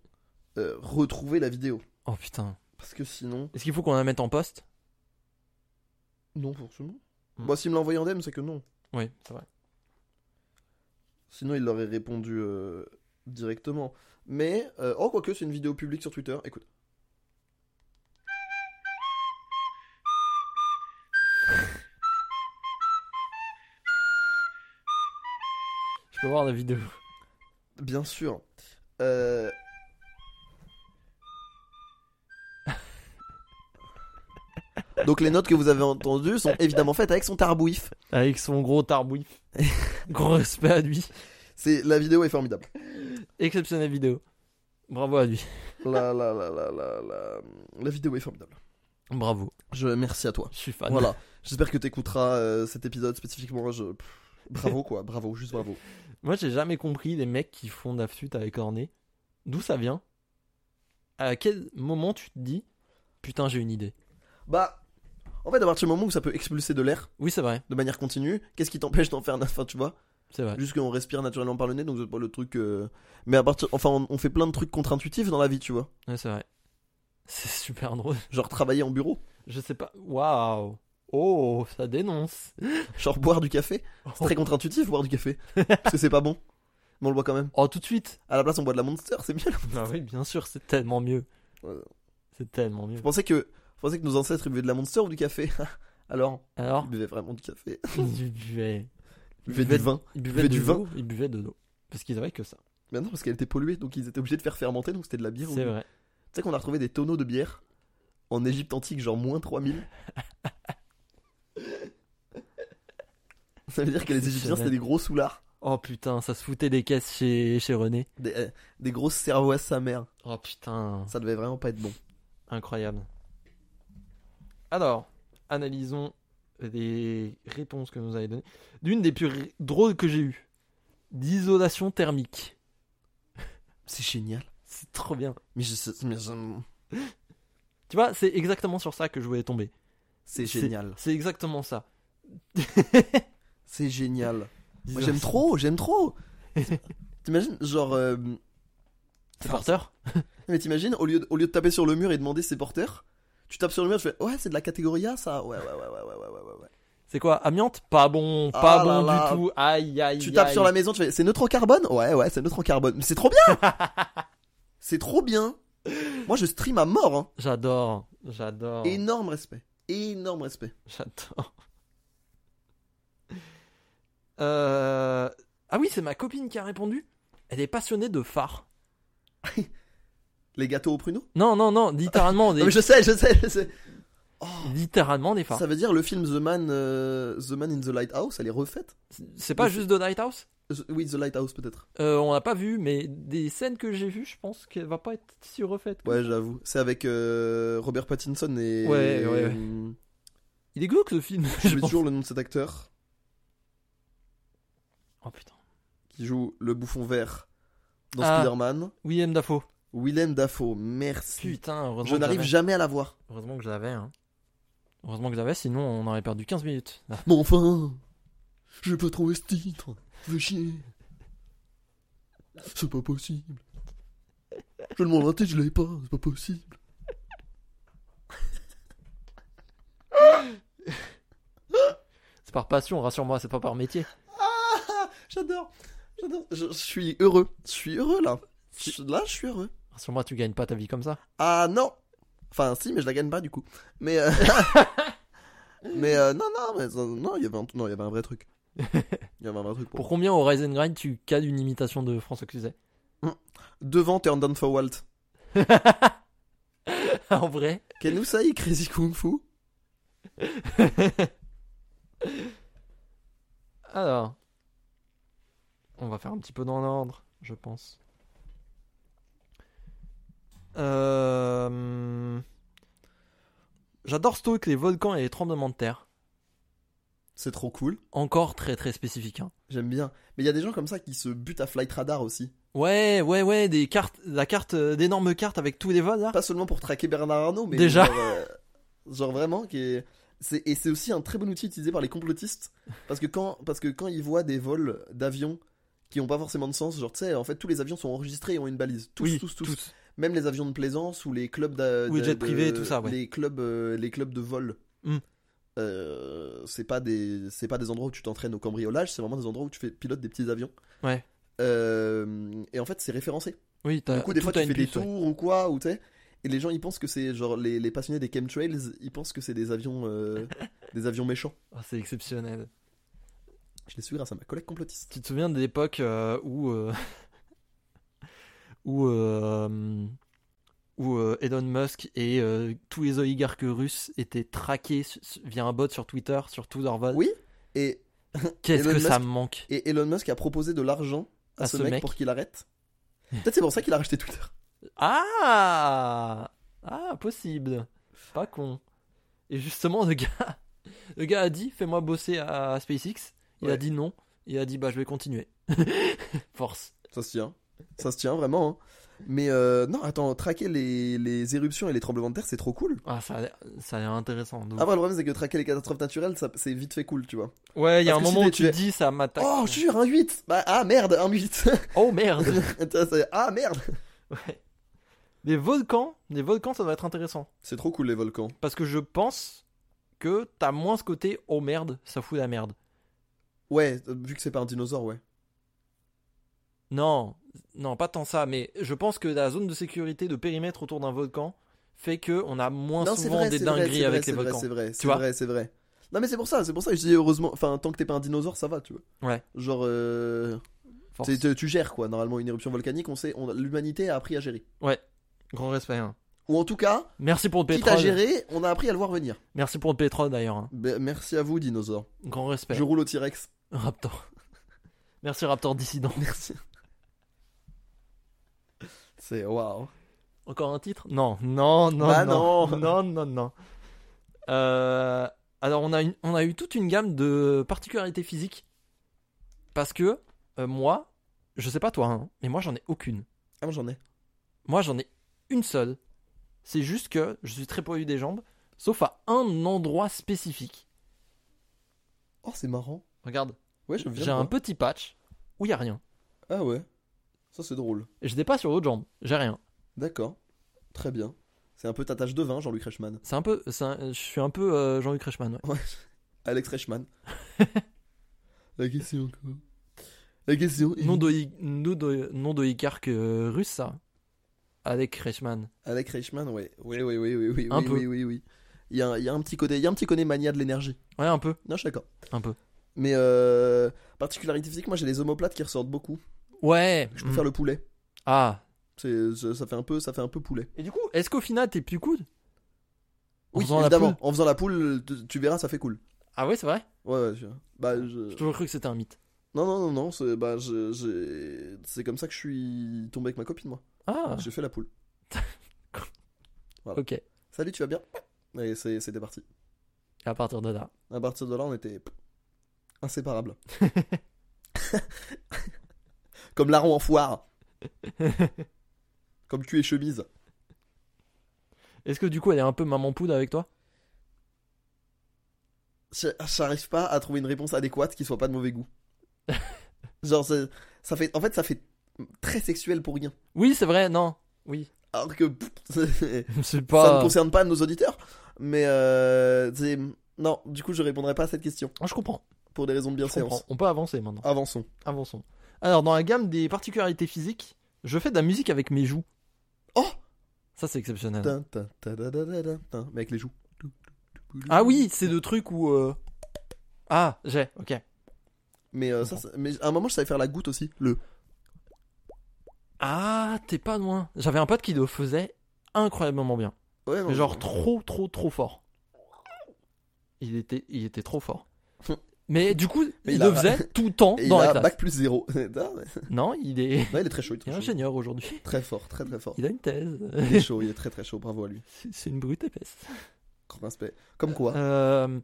A: euh, retrouver la vidéo.
B: Oh putain.
A: Parce que sinon.
B: Est-ce qu'il faut qu'on la mette en poste
A: Non, forcément.
B: Hmm.
A: Bah, s'il me l'a envoyé en DM, c'est que non.
B: Oui, c'est vrai.
A: Sinon, il aurait répondu euh, directement. Mais, euh, oh, quoique, c'est une vidéo publique sur Twitter. Écoute.
B: Je peux voir la vidéo.
A: Bien sûr. Euh, Donc les notes que vous avez entendues sont évidemment faites avec son tarbouif.
B: Avec son gros tarbouif. gros respect à lui.
A: C'est la vidéo est formidable.
B: Exceptionnelle vidéo. Bravo à lui.
A: La la la la la la, la vidéo est formidable.
B: Bravo.
A: Je merci à toi.
B: Je suis fan.
A: Voilà. J'espère que t'écouteras euh, cet épisode spécifiquement. Je... pff, Bravo quoi, bravo, juste bravo.
B: Moi, j'ai jamais compris les mecs qui font de la flûte avec leur nez. D'où ça vient À quel moment tu te dis Putain, j'ai une idée.
A: Bah, en fait, à partir du moment où ça peut expulser de l'air
B: Oui, c'est vrai.
A: de manière continue, qu'est-ce qui t'empêche d'en faire un enfin, tu vois
B: C'est vrai.
A: Juste qu'on respire naturellement par le nez, donc c'est pas le truc. euh, Mais à partir, enfin, on, on fait plein de trucs contre-intuitifs dans la vie, tu vois.
B: Ouais, c'est vrai. C'est super drôle.
A: Genre travailler en bureau,
B: Je sais pas. Waouh. Oh, ça dénonce.
A: genre boire du café. C'est
B: Oh.
A: très contre-intuitif boire du café, parce que c'est pas bon. Mais on le boit quand même.
B: Oh, tout de suite.
A: À la place, on boit de la Monster, c'est mieux. là.
B: Ah oui, bien sûr, c'est tellement mieux.
A: Ouais.
B: C'est tellement mieux.
A: Je pensais que, je pensais que nos ancêtres ils buvaient de la Monster ou du café. Alors,
B: Alors,
A: ils buvaient vraiment du café.
B: Ah. ils buvaient,
A: Ils buvaient du vin.
B: ils
A: buvaient
B: buvaient
A: du
B: de
A: vin.
B: l'eau. Ils buvaient de l'eau. Parce qu'ils avaient que ça.
A: Mais non, parce qu'elle était polluée, donc ils étaient obligés de faire fermenter, donc c'était de la bière. ou-
B: C'est vrai.
A: Tu sais qu'on a retrouvé des tonneaux de bière en Égypte antique, genre moins 3000. Ça veut dire que les Égyptiens c'était des gros soulards.
B: Oh putain, ça se foutait des caisses chez, chez René.
A: Des, euh, des grosses cerveaux à sa mère.
B: Oh putain,
A: Ça devait vraiment pas être bon.
B: incroyable. Alors, analysons les réponses que vous avez données. L'une des plus ri- drôles que j'ai eues d'isolation thermique.
A: C'est génial.
B: C'est trop bien.
A: Mais je. sais- mais je-
B: Tu vois, c'est exactement sur ça que je voulais tomber.
A: C'est génial.
B: C'est exactement ça.
A: C'est génial. Moi, j'aime trop, j'aime trop. T'imagines, genre. euh,
B: C'est porteur
A: Mais t'imagines, au lieu, de, au lieu de taper sur le mur et demander ses porteurs, tu tapes sur le mur, tu fais Ouais, c'est de la catégorie A ça Ouais, ouais, ouais, ouais, ouais, ouais, ouais. ouais.
B: C'est quoi Amiante Pas bon, pas
A: Ah là
B: bon du
A: là.
B: tout. Aïe, aïe,
A: Tu tapes
B: aïe.
A: sur la maison, tu fais C'est neutre en carbone Ouais, ouais, c'est neutre en carbone. Mais c'est trop bien C'est trop bien Moi, je stream à mort, hein.
B: J'adore, j'adore,
A: Énorme respect. Énorme respect.
B: j'adore. Euh, Ah oui, c'est ma copine qui a répondu. Elle est passionnée de phares.
A: Les gâteaux aux pruneaux
B: Non, non, non, littéralement des,
A: Non, Ah, mais Je sais, je sais, je sais. Oh,
B: littéralement des phares.
A: ça veut dire le film The Man, euh, The Man in the Lighthouse, elle est refaite
B: C'est pas
A: le-
B: juste de Lighthouse
A: Euh, Oui, The Lighthouse peut-être.
B: Euh, On l'a pas vu, mais des scènes que j'ai vues, je pense qu'elle va pas être si refaite. que-
A: Ouais, j'avoue. C'est avec euh, Robert Pattinson et. euh,
B: Ouais, ouais, ouais. Il est glauque ce film.
A: Je
B: je
A: mets
B: pense.
A: toujours le nom de cet acteur
B: Oh putain.
A: qui joue le bouffon vert dans
B: Ah.
A: Spider-Man.
B: William Dafoe.
A: Willem Dafoe, merci.
B: Putain, heureusement
A: je
B: que
A: n'arrive
B: j'avais.
A: jamais à la voir.
B: Heureusement que j'avais. Hein. Heureusement que j'avais, sinon on aurait perdu 15 minutes. Ah,
A: Mais enfin, j'ai pas trouvé ce titre. Fais chier. C'est pas possible. Je demande un titre, je l'avais pas. C'est pas possible.
B: C'est par passion, rassure-moi, c'est pas par métier.
A: J'adore. J'adore. Je, je suis heureux. Je suis heureux là. Je- là, je suis heureux.
B: Rassure-moi, tu gagnes pas ta vie comme ça.
A: Ah non. Enfin, si, mais je la gagne pas du coup. Mais. euh, mais euh, non, non, mais ça- non, il y avait un, non, il y avait un vrai truc. Il y avait un vrai truc pour.
B: Pour combien au Rise and Grind tu cales une imitation de François Cluzet
A: Devant Turn Down for Walt.
B: En vrai
A: Can you say Crazy Kung Fu
B: Alors. On va faire un petit peu dans l'ordre, je pense. Euh, J'adore stalk les volcans et les tremblements de terre.
A: C'est trop cool.
B: Encore très très spécifique. hein.
A: J'aime bien. Mais il y a des gens comme ça qui se butent à Flight Radar aussi.
B: Ouais, ouais, ouais, des cartes, la carte, euh, d'énormes cartes avec tous les vols là.
A: Pas seulement pour traquer Bernard Arnault, mais
B: Ah. Déjà.
A: Genre, euh, genre vraiment qui est. c'est- Et c'est aussi un très bon outil utilisé par les complotistes parce que quand parce que quand ils voient des vols d'avions qui n'ont pas forcément de sens, genre tu sais en fait tous les avions sont enregistrés et ont une balise, tous
B: oui,
A: tous tous, même les avions de plaisance ou les clubs d'a-
B: Ou les
A: d'a-
B: jets
A: de-
B: privés, tout ça, ouais.
A: les clubs euh, les clubs de vol.
B: Hmm.
A: Euh, c'est pas des c'est pas des endroits où tu t'entraînes au cambriolage, c'est vraiment des endroits où tu fais pilote des petits avions.
B: Ouais.
A: Euh, et en fait, c'est référencé.
B: Oui, t'as
A: Du coup, des
B: tout
A: fois, tu
B: a une
A: fais des
B: puce, ouais.
A: tours ou quoi, ou tu sais. Et les gens, ils pensent que c'est genre les, les passionnés des chemtrails, ils pensent que c'est des avions, euh, des avions méchants.
B: Ah, c'est exceptionnel.
A: Je les suis grâce à ma collègue complotiste.
B: Tu te souviens de l'époque euh, où euh, où euh, où euh, Elon Musk et euh, tous les oligarques russes étaient traqués su- su- via un bot sur Twitter sur tous leurs vols.
A: Oui. Et,
B: Qu'est-ce
A: Elon
B: que ça
A: Musk-
B: me manque
A: et Elon Musk a proposé de l'argent à, ce, mec, pour qu'il arrête. Peut-être c'est pour ça qu'il a racheté Twitter.
B: Ah ah possible. Pas con. Et justement le gars le gars a dit fais-moi bosser à SpaceX. Il
A: Ouais.
B: a dit non. Il a dit bah je vais continuer. Force.
A: Ça se tient. Ça se tient vraiment. hein. Mais euh, non, attends, traquer les, les éruptions et les tremblements de terre, c'est trop cool.
B: Ah ça a l'air- ça a l'air intéressant. donc.
A: Ah, bah, le problème, c'est que traquer les catastrophes naturelles, ça- c'est vite fait cool, tu vois.
B: ouais il y a un
A: parce que si
B: moment où
A: t'es-
B: tu te dis ça m'attaque.
A: Oh, jure, un 8 bah, Ah, merde, un 8
B: oh merde.
A: Attends, ça- Ah, merde
B: Ouais. Des volcans, des volcans, ça doit être intéressant.
A: C'est trop cool, les volcans.
B: Parce que je pense que t'as moins ce côté oh merde, ça fout la merde.
A: Ouais, euh, vu que c'est pas un dinosaure, ouais.
B: Non, non, pas tant ça, mais je pense que la zone de sécurité de périmètre autour d'un volcan fait que on a moins
A: non, c'est
B: Oh, souvent
A: vrai,
B: des
A: c'est vrai,
B: dingueries
A: c'est vrai,
B: avec
A: c'est
B: les
A: vrai,
B: volcans.
A: C'est vrai, c'est
B: vois
A: vrai, c'est vrai. Non, mais c'est pour ça, c'est pour ça que je dis heureusement. Enfin, tant que t'es pas un dinosaure, ça va, tu vois.
B: Ouais.
A: Genre, euh,
B: Force.
A: t'es- t'es- tu gères quoi. Normalement, une éruption volcanique, on sait, on- l'humanité a appris à gérer.
B: Grand respect. hein.
A: Ou en tout cas,
B: Merci pour le
A: quitte à
B: pétrole.
A: gérer, on a appris à le voir venir.
B: Merci pour le
A: Bah,
B: pétrole d'ailleurs. hein.
A: Ben, merci à vous, dinosaure.
B: Grand respect.
A: Je roule au T-Rex.
B: Raptor. Merci Raptor Dissident.
A: Merci. C'est waouh.
B: Encore un titre Non, non, non,
A: Bah
B: non,
A: non.
B: non, non, non. Euh, alors on a, une- on a eu toute une gamme de particularités physiques parce que euh, moi, je sais pas toi, hein, mais moi j'en ai aucune.
A: Ah, moi j'en ai.
B: Moi j'en ai une seule. C'est juste que je suis très poilu des jambes, sauf à un endroit spécifique.
A: Oh, c'est marrant.
B: Regarde,
A: Ouais, je viens.
B: j'ai un petit patch où il y a rien.
A: Ah ouais. Ça, c'est drôle.
B: Et J'étais pas sur l'autre jambe, j'ai rien.
A: D'accord. Très bien. C'est un peu ta tâche de vin, Jean-Luc Reichmann.
B: C'est un peu, c'est un- je suis un peu euh, Jean-Luc Reichmann. ouais.
A: Ouais. Alex Reichmann. La question, quoi. La question.
B: Nom de, hi- nom de, nom de Hikarque, euh, russe, ça. Avec Reichmann.
A: Alex Reichmann, ouais. Oui, oui, oui, oui, oui.
B: Un
A: oui,
B: peu.
A: oui, oui, oui. Il y, a, un- il y a un petit côté, il y a un petit côté mania de l'énergie.
B: Ouais, un peu,
A: Non, je suis d'accord.
B: un peu.
A: Mais euh, particularité physique, moi j'ai les omoplates qui ressortent beaucoup.
B: Ouais.
A: Je peux
B: mm.
A: faire le poulet.
B: Ah.
A: C'est, ça ça fait un peu, ça fait un peu poulet.
B: Et du coup, est-ce qu'au final, t'es plus coude En
A: Oui,
B: faisant la
A: évidemment.
B: poule
A: En faisant la poule, tu, tu verras, ça fait cool.
B: Ah ouais, c'est vrai
A: Ouais, ouais. je- Bah, je-
B: J'ai toujours cru que c'était un mythe.
A: Non, non, non, non. C'est, bah, je- j'ai- c'est comme ça que je suis tombé avec ma copine, moi.
B: Ah,
A: J'ai fait la poule.
B: ok. Et
A: Salut, tu vas bien Et c'est- c'était parti.
B: à partir de là.
A: À partir de là, on était inséparables. Comme larron en foire. Comme cul et chemise.
B: Est-ce que du coup, elle est un peu maman poudre avec toi
A: Je- J'arrive pas à trouver une réponse adéquate qui soit pas de mauvais goût. Genre, c'est- ça fait, en fait, ça fait très sexuel pour rien.
B: Oui, c'est vrai, non. Oui.
A: Alors que pff, c'est-
B: C'est
A: ça ne
B: pas.
A: concerne pas nos auditeurs. Mais euh, c'est- non, du coup, je répondrai pas à cette question
B: Ah, je comprends.
A: pour des raisons de
B: Je comprends.
A: bienséance.
B: On peut avancer maintenant.
A: Avançons.
B: Avançons. Alors, dans la gamme des particularités physiques, je fais de la musique avec mes joues.
A: Oh
B: Ça, c'est exceptionnel.
A: Tin, tin, tin, tin, tin, tin, tin. Mais avec les joues.
B: Ah oui, c'est le truc où. euh, Ah, j'ai, ok.
A: Mais, euh, ça, c'est- mais à un moment, je savais faire la goutte aussi. Le.
B: Ah, t'es pas loin. J'avais un pote qui le faisait incroyablement bien.
A: Ouais, non,
B: Mais genre trop, trop, trop fort. Il était, il était trop fort. Mais du coup,
A: Mais
B: il,
A: il
B: le
A: a-
B: faisait tout le temps
A: Et il
B: dans la
A: a
B: classe.
A: bac plus 0. non, mais-
B: Non, il est,
A: non, il est très chaud. Il est
B: il est
A: très, chaud.
B: ingénieur aujourd'hui.
A: Très fort, très très fort.
B: Il a une thèse.
A: Il est chaud, il est très très chaud. Bravo à lui.
B: C'est- C'est une brute épaisse.
A: Grand respect. Comme quoi.
B: Euh,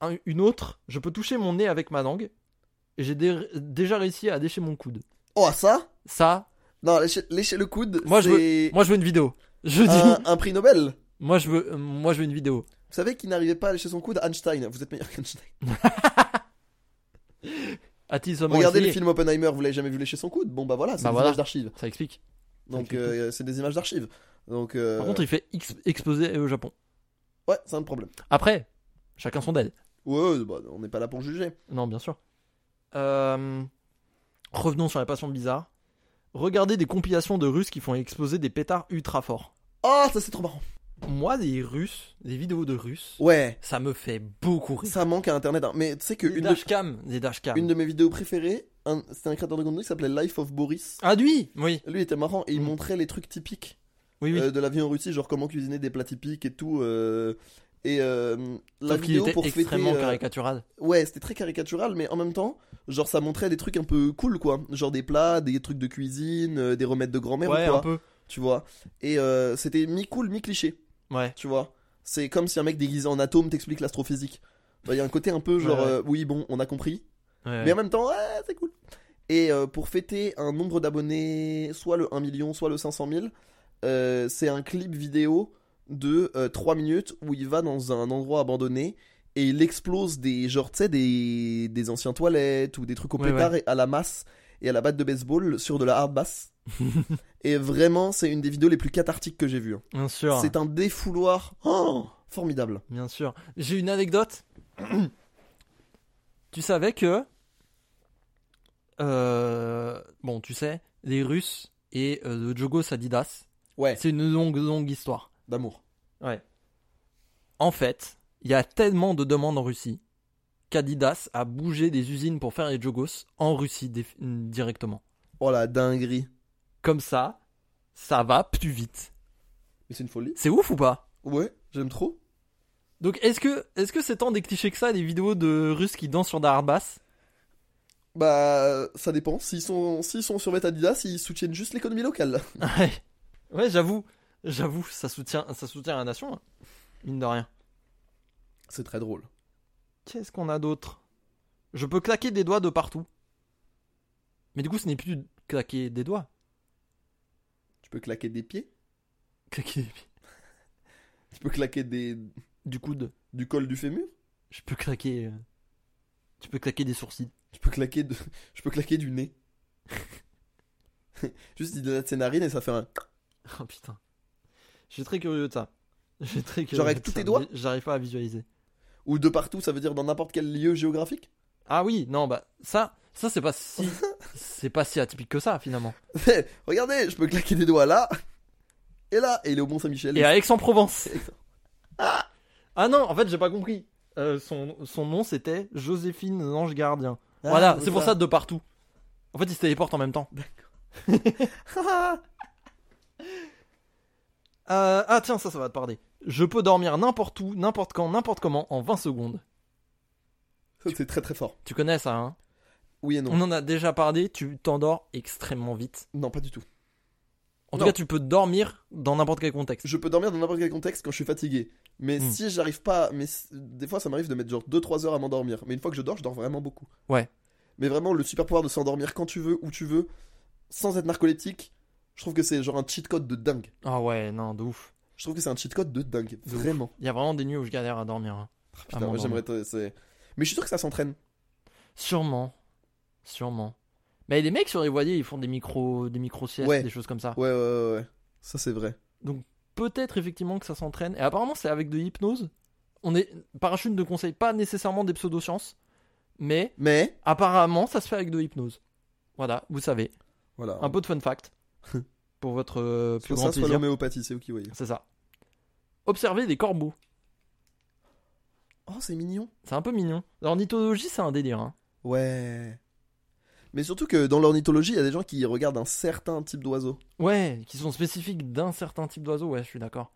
B: un- une autre, je peux toucher mon nez avec ma langue. Et j'ai dé- déjà réussi à lécher mon coude.
A: Oh, à ça
B: Ça,
A: Non, lécher, lécher le coude,
B: Moi, je
A: c'est
B: moi je veux une vidéo. Je dis,
A: un, un prix Nobel.
B: moi je veux, euh, moi je veux une vidéo.
A: Vous savez qui n'arrivait pas à lécher son coude Einstein. Vous êtes meilleur qu'Einstein.
B: A-t-il seulement
A: Regardez
B: essayé
A: les films Oppenheimer, vous l'avez jamais vu lécher son coude Bon, bah voilà, c'est
B: Bah
A: des
B: voilà.
A: images d'archives.
B: Ça explique.
A: Donc,
B: Ça explique
A: euh, c'est des images d'archives. Donc, euh,
B: Par contre, il fait ex- exploser au Japon.
A: ouais, c'est un problème.
B: Après, chacun son d'aile.
A: Ouais, bah, on n'est pas là pour juger.
B: Non, bien sûr. Euh, Revenons sur la passion bizarre. Regardez des compilations de Russes qui font exploser des pétards ultra forts.
A: Oh, ça c'est trop marrant.
B: Moi, des Russes, des vidéos de Russes,
A: Ouais,
B: ça me fait beaucoup rire.
A: ça manque à internet. hein. Mais tu sais
B: Des
A: qu'une de,
B: dashcams, des dashcams.
A: une de mes vidéos préférées, un- c'était un créateur de contenu qui s'appelait Life of Boris.
B: Ah, lui Oui,
A: Lui il était marrant et il
B: Mm.
A: montrait les trucs typiques
B: oui, oui.
A: euh, de la vie en Russie, genre comment cuisiner des plats typiques et tout. euh, et euh, la
B: Sauf qu'il
A: vidéo
B: était
A: pour fêter.
B: extrêmement
A: euh,
B: caricatural.
A: ouais, c'était très caricatural, mais en même temps, genre ça montrait des trucs un peu cool quoi. Genre des plats, des trucs de cuisine, euh, des remèdes de grand-mère
B: Ouais,
A: ou quoi.
B: un peu.
A: Tu vois. Et euh, c'était mi-cool, mi-cliché,
B: Ouais.
A: tu vois. C'est comme si un mec déguisé en atome t'explique l'astrophysique. Bah, Il y a un côté un peu genre,
B: Ouais, ouais.
A: euh, oui, bon, on a compris,
B: ouais.
A: mais en même temps, ouais, c'est cool. Et euh, pour fêter un nombre d'abonnés, soit le 1 million, soit le 500 000, euh, c'est un clip vidéo de 3 minutes où il va dans un endroit abandonné et il explose des genre, tu sais, des, des anciens toilettes ou des trucs au
B: Ouais,
A: pétard et à la masse et à la batte de baseball sur de la harpe basse. et vraiment, c'est une des vidéos les plus cathartiques que j'ai vues. hein.
B: Bien sûr.
A: C'est un défouloir oh, formidable.
B: Bien sûr. J'ai une anecdote. tu savais que. euh, bon, tu sais, les Russes et euh, le Jogos Adidas,
A: Ouais,
B: c'est une longue, longue histoire.
A: d'amour.
B: Ouais. En fait, il y a tellement de demandes en Russie qu'Adidas a bougé des usines pour faire les Jogos en Russie dé- directement.
A: Oh la dinguerie.
B: Comme ça, ça va plus vite.
A: Mais c'est une folie.
B: C'est ouf ou pas
A: Ouais, j'aime trop.
B: Donc, est-ce que est-ce que c'est tant des clichés que ça, des vidéos de Russes qui dansent sur des harbasses
A: Bah, ça dépend. S'ils sont, s'ils sont sur Adidas, ils soutiennent juste l'économie locale.
B: Ouais, ouais j'avoue, j'avoue, ça soutient, ça soutient la nation, hein. mine de rien.
A: C'est très drôle.
B: Qu'est-ce qu'on a d'autre Je peux claquer des doigts de partout. Mais du coup, ce n'est plus claquer des doigts,
A: Tu peux claquer des pieds,
B: claquer des pieds,
A: tu peux claquer des,
B: du coude.
A: du col du fémur,
B: Je peux claquer. euh, Tu peux claquer des sourcils.
A: tu peux claquer de, je peux claquer du nez. juste il donne ses narines et ça fait un.
B: Oh putain. Je suis très curieux de ça. Je suis très curieux.
A: avec
B: de
A: tous
B: ça,
A: tes doigts
B: mais J'arrive pas à visualiser.
A: Ou de partout, ça veut dire dans n'importe quel lieu géographique
B: Ah oui, non, bah ça, ça c'est pas si, c'est pas si atypique que ça finalement.
A: Mais, Regardez, je peux claquer des doigts là, et là, et il est au Mont-Saint-Michel.
B: Et à Aix-en-Provence. Ah non, en fait, j'ai pas compris. Euh, son, son nom c'était Joséphine Ange Gardien.
A: Ah,
B: voilà, c'est pour ça de partout. En fait, ils se téléportent en même temps. Euh, ah tiens, ça, ça va te parler. Je peux dormir n'importe où, n'importe quand, n'importe comment en 20 secondes.
A: Ça, C'est très très fort.
B: Tu connais ça, hein
A: Oui et non.
B: On en a déjà parlé, tu t'endors extrêmement vite.
A: Non, pas du tout.
B: En
A: Non.
B: tout cas, tu peux dormir dans n'importe quel contexte.
A: Je peux dormir dans n'importe quel contexte quand je suis fatigué. Mais
B: Hmm.
A: si j'arrive pas. Mais si- des fois, ça m'arrive de mettre genre 2-3 heures à m'endormir. Mais une fois que je dors, je dors vraiment beaucoup.
B: Ouais.
A: Mais vraiment, le super pouvoir de s'endormir quand tu veux, où tu veux, sans être narcoleptique, je trouve que c'est genre un cheat code de dingue.
B: Ah ouais, non, de ouf.
A: Je trouve que c'est un cheat code de dingue.
B: De ouf. Ah,
A: Vraiment.
B: Il y a vraiment des nuits où je galère à dormir. hein.
A: Putain,
B: À
A: moi,
B: m'endormir.
A: j'aimerais. te- c'est- Mais je suis sûr que ça s'entraîne.
B: Sûrement. Sûrement. Mais les mecs sur les voiliers, ils font des micro des micro siestes,
A: Ouais.
B: des choses comme ça.
A: Ouais, ouais, ouais, ouais. Ça, c'est vrai.
B: Peut-être effectivement que ça s'entraîne. Et apparemment, c'est avec de l'hypnose. On est parachute ne conseille pas nécessairement des pseudosciences, mais
A: Mais.
B: apparemment, ça se fait avec de l'hypnose. Voilà, vous savez,
A: Voilà.
B: un peu de fun fact pour votre euh, plus
A: Soit
B: grand
A: Ah. ça, soit
B: plaisir.
A: l'homéopathie, c'est vous qui voyez.
B: C'est ça. Observer des corbeaux,
A: Oh, c'est mignon.
B: c'est un peu mignon. L'ornithologie, c'est un délire. hein.
A: Ouais. Mais surtout que dans l'ornithologie, il y a des gens qui regardent un certain type d'oiseau.
B: Ouais, qui sont spécifiques d'un certain type d'oiseau, ouais, je suis d'accord.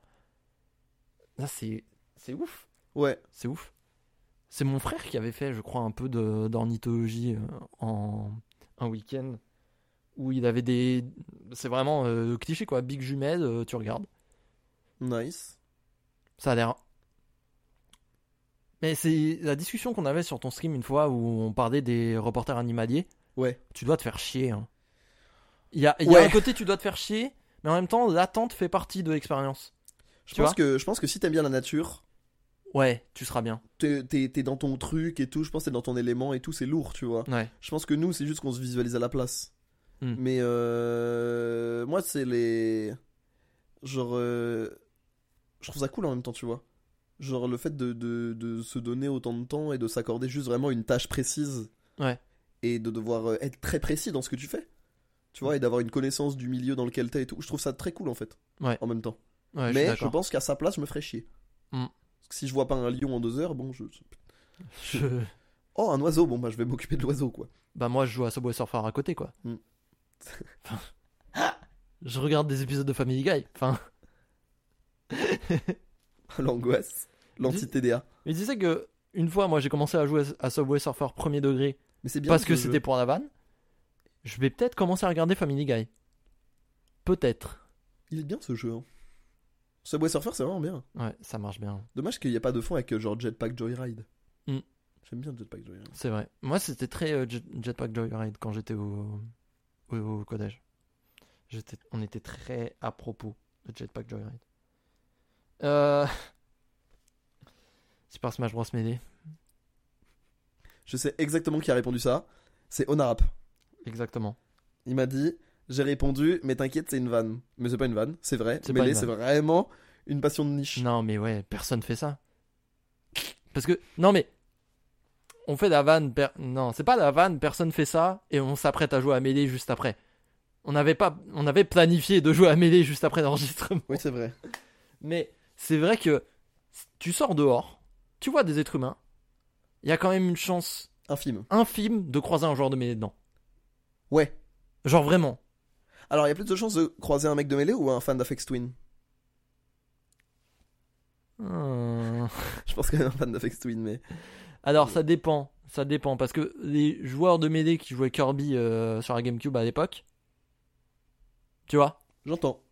B: Là, c'est. C'est ouf,
A: Ouais.
B: c'est ouf. C'est mon frère qui avait fait, je crois, un peu de- d'ornithologie euh, en un week-end où il avait des. C'est vraiment euh, le cliché quoi, big jumelle, euh, tu regardes.
A: Nice.
B: Ça a l'air. Mais c'est la discussion qu'on avait sur ton stream une fois où on parlait des reporters animaliers.
A: Ouais.
B: Tu dois te faire chier. hein. Il y a, il y a
A: Ouais.
B: un côté, tu dois te faire chier, mais en même temps, l'attente fait partie de l'expérience.
A: Je
B: Tu
A: pense,
B: vois
A: que, je pense que si t'aimes bien la nature,
B: Ouais, tu seras bien.
A: t'es t'es- t'es dans ton truc et tout, je pense que t'es dans ton élément et tout, c'est lourd, tu vois.
B: Ouais.
A: Je pense que nous, c'est juste qu'on se visualise à la place.
B: Hmm.
A: Mais euh, moi, c'est les. Genre. euh, Je trouve ça cool en même temps, tu vois. Genre le fait de, de- de se donner autant de temps et de s'accorder juste vraiment une tâche précise.
B: Ouais.
A: Et de devoir euh, être très précis dans ce que tu fais. Tu vois, et d'avoir une connaissance du milieu dans lequel t'es et tout. Je trouve ça très cool en fait.
B: Ouais.
A: En même temps.
B: Ouais, je suis
A: Mais je,
B: d'accord.
A: pense qu'à sa place, je me ferais chier.
B: Hmm.
A: Parce que si je vois pas un lion en deux heures, bon, je.
B: Je-
A: Oh, un oiseau, bon, bah, je vais m'occuper de l'oiseau, quoi.
B: Bah moi je joue à Subway Surfer à côté quoi.
A: Mm.
B: Enfin, je regarde des épisodes de Family Guy. Enfin,
A: L'angoisse, l'anti-TDA.
B: il disait que une fois moi j'ai commencé à jouer à Subway Surfer premier degré
A: Mais c'est bien.
B: parce
A: ce
B: que
A: jeu.
B: c'était pour la vanne. Je vais peut-être commencer à regarder Family Guy. Peut-être.
A: Il est bien ce jeu. Hein. Subway Surfer, c'est vraiment bien.
B: Ouais, ça marche bien.
A: Dommage qu'il n'y ait pas de fond avec euh, genre Jetpack Joyride.
B: Hmm.
A: J'aime bien Jetpack Joyride.
B: C'est vrai. Moi c'était très euh, Jet- Jetpack Joyride quand j'étais au... au au collège. J'étais on était très à propos de Jetpack Joyride. Euh... Super Smash Bros Melee.
A: Je sais exactement qui a répondu ça. C'est Onarap.
B: Exactement.
A: Il m'a dit J'ai répondu, mais t'inquiète, c'est une vanne. Mais c'est pas une vanne, c'est vrai.
B: C'est pas
A: Mais
B: une
A: c'est vraiment une passion de niche.
B: Non, mais ouais, personne fait ça. Parce que, non, mais. On fait la vanne. per- Non, c'est pas la vanne, personne fait ça, et on s'apprête à jouer à mêlée juste après. On avait, pas... on avait planifié de jouer à mêlée juste après l'enregistrement.
A: Oui, c'est vrai.
B: Mais c'est vrai que tu sors dehors, tu vois des êtres humains, il y a quand même une chance
A: Infime.
B: infime de croiser un joueur de mêlée dedans.
A: Ouais.
B: Genre vraiment.
A: Alors, il y a plus de chances de croiser un mec de mêlée ou un fan d'Afex Twin
B: Hmm. Hum.
A: Je pense quand même un fan d'Afex Twin, mais.
B: Alors ça dépend. Ça dépend, parce que les joueurs de Melee qui jouaient Kirby euh, sur la GameCube à l'époque, tu vois,
A: J'entends.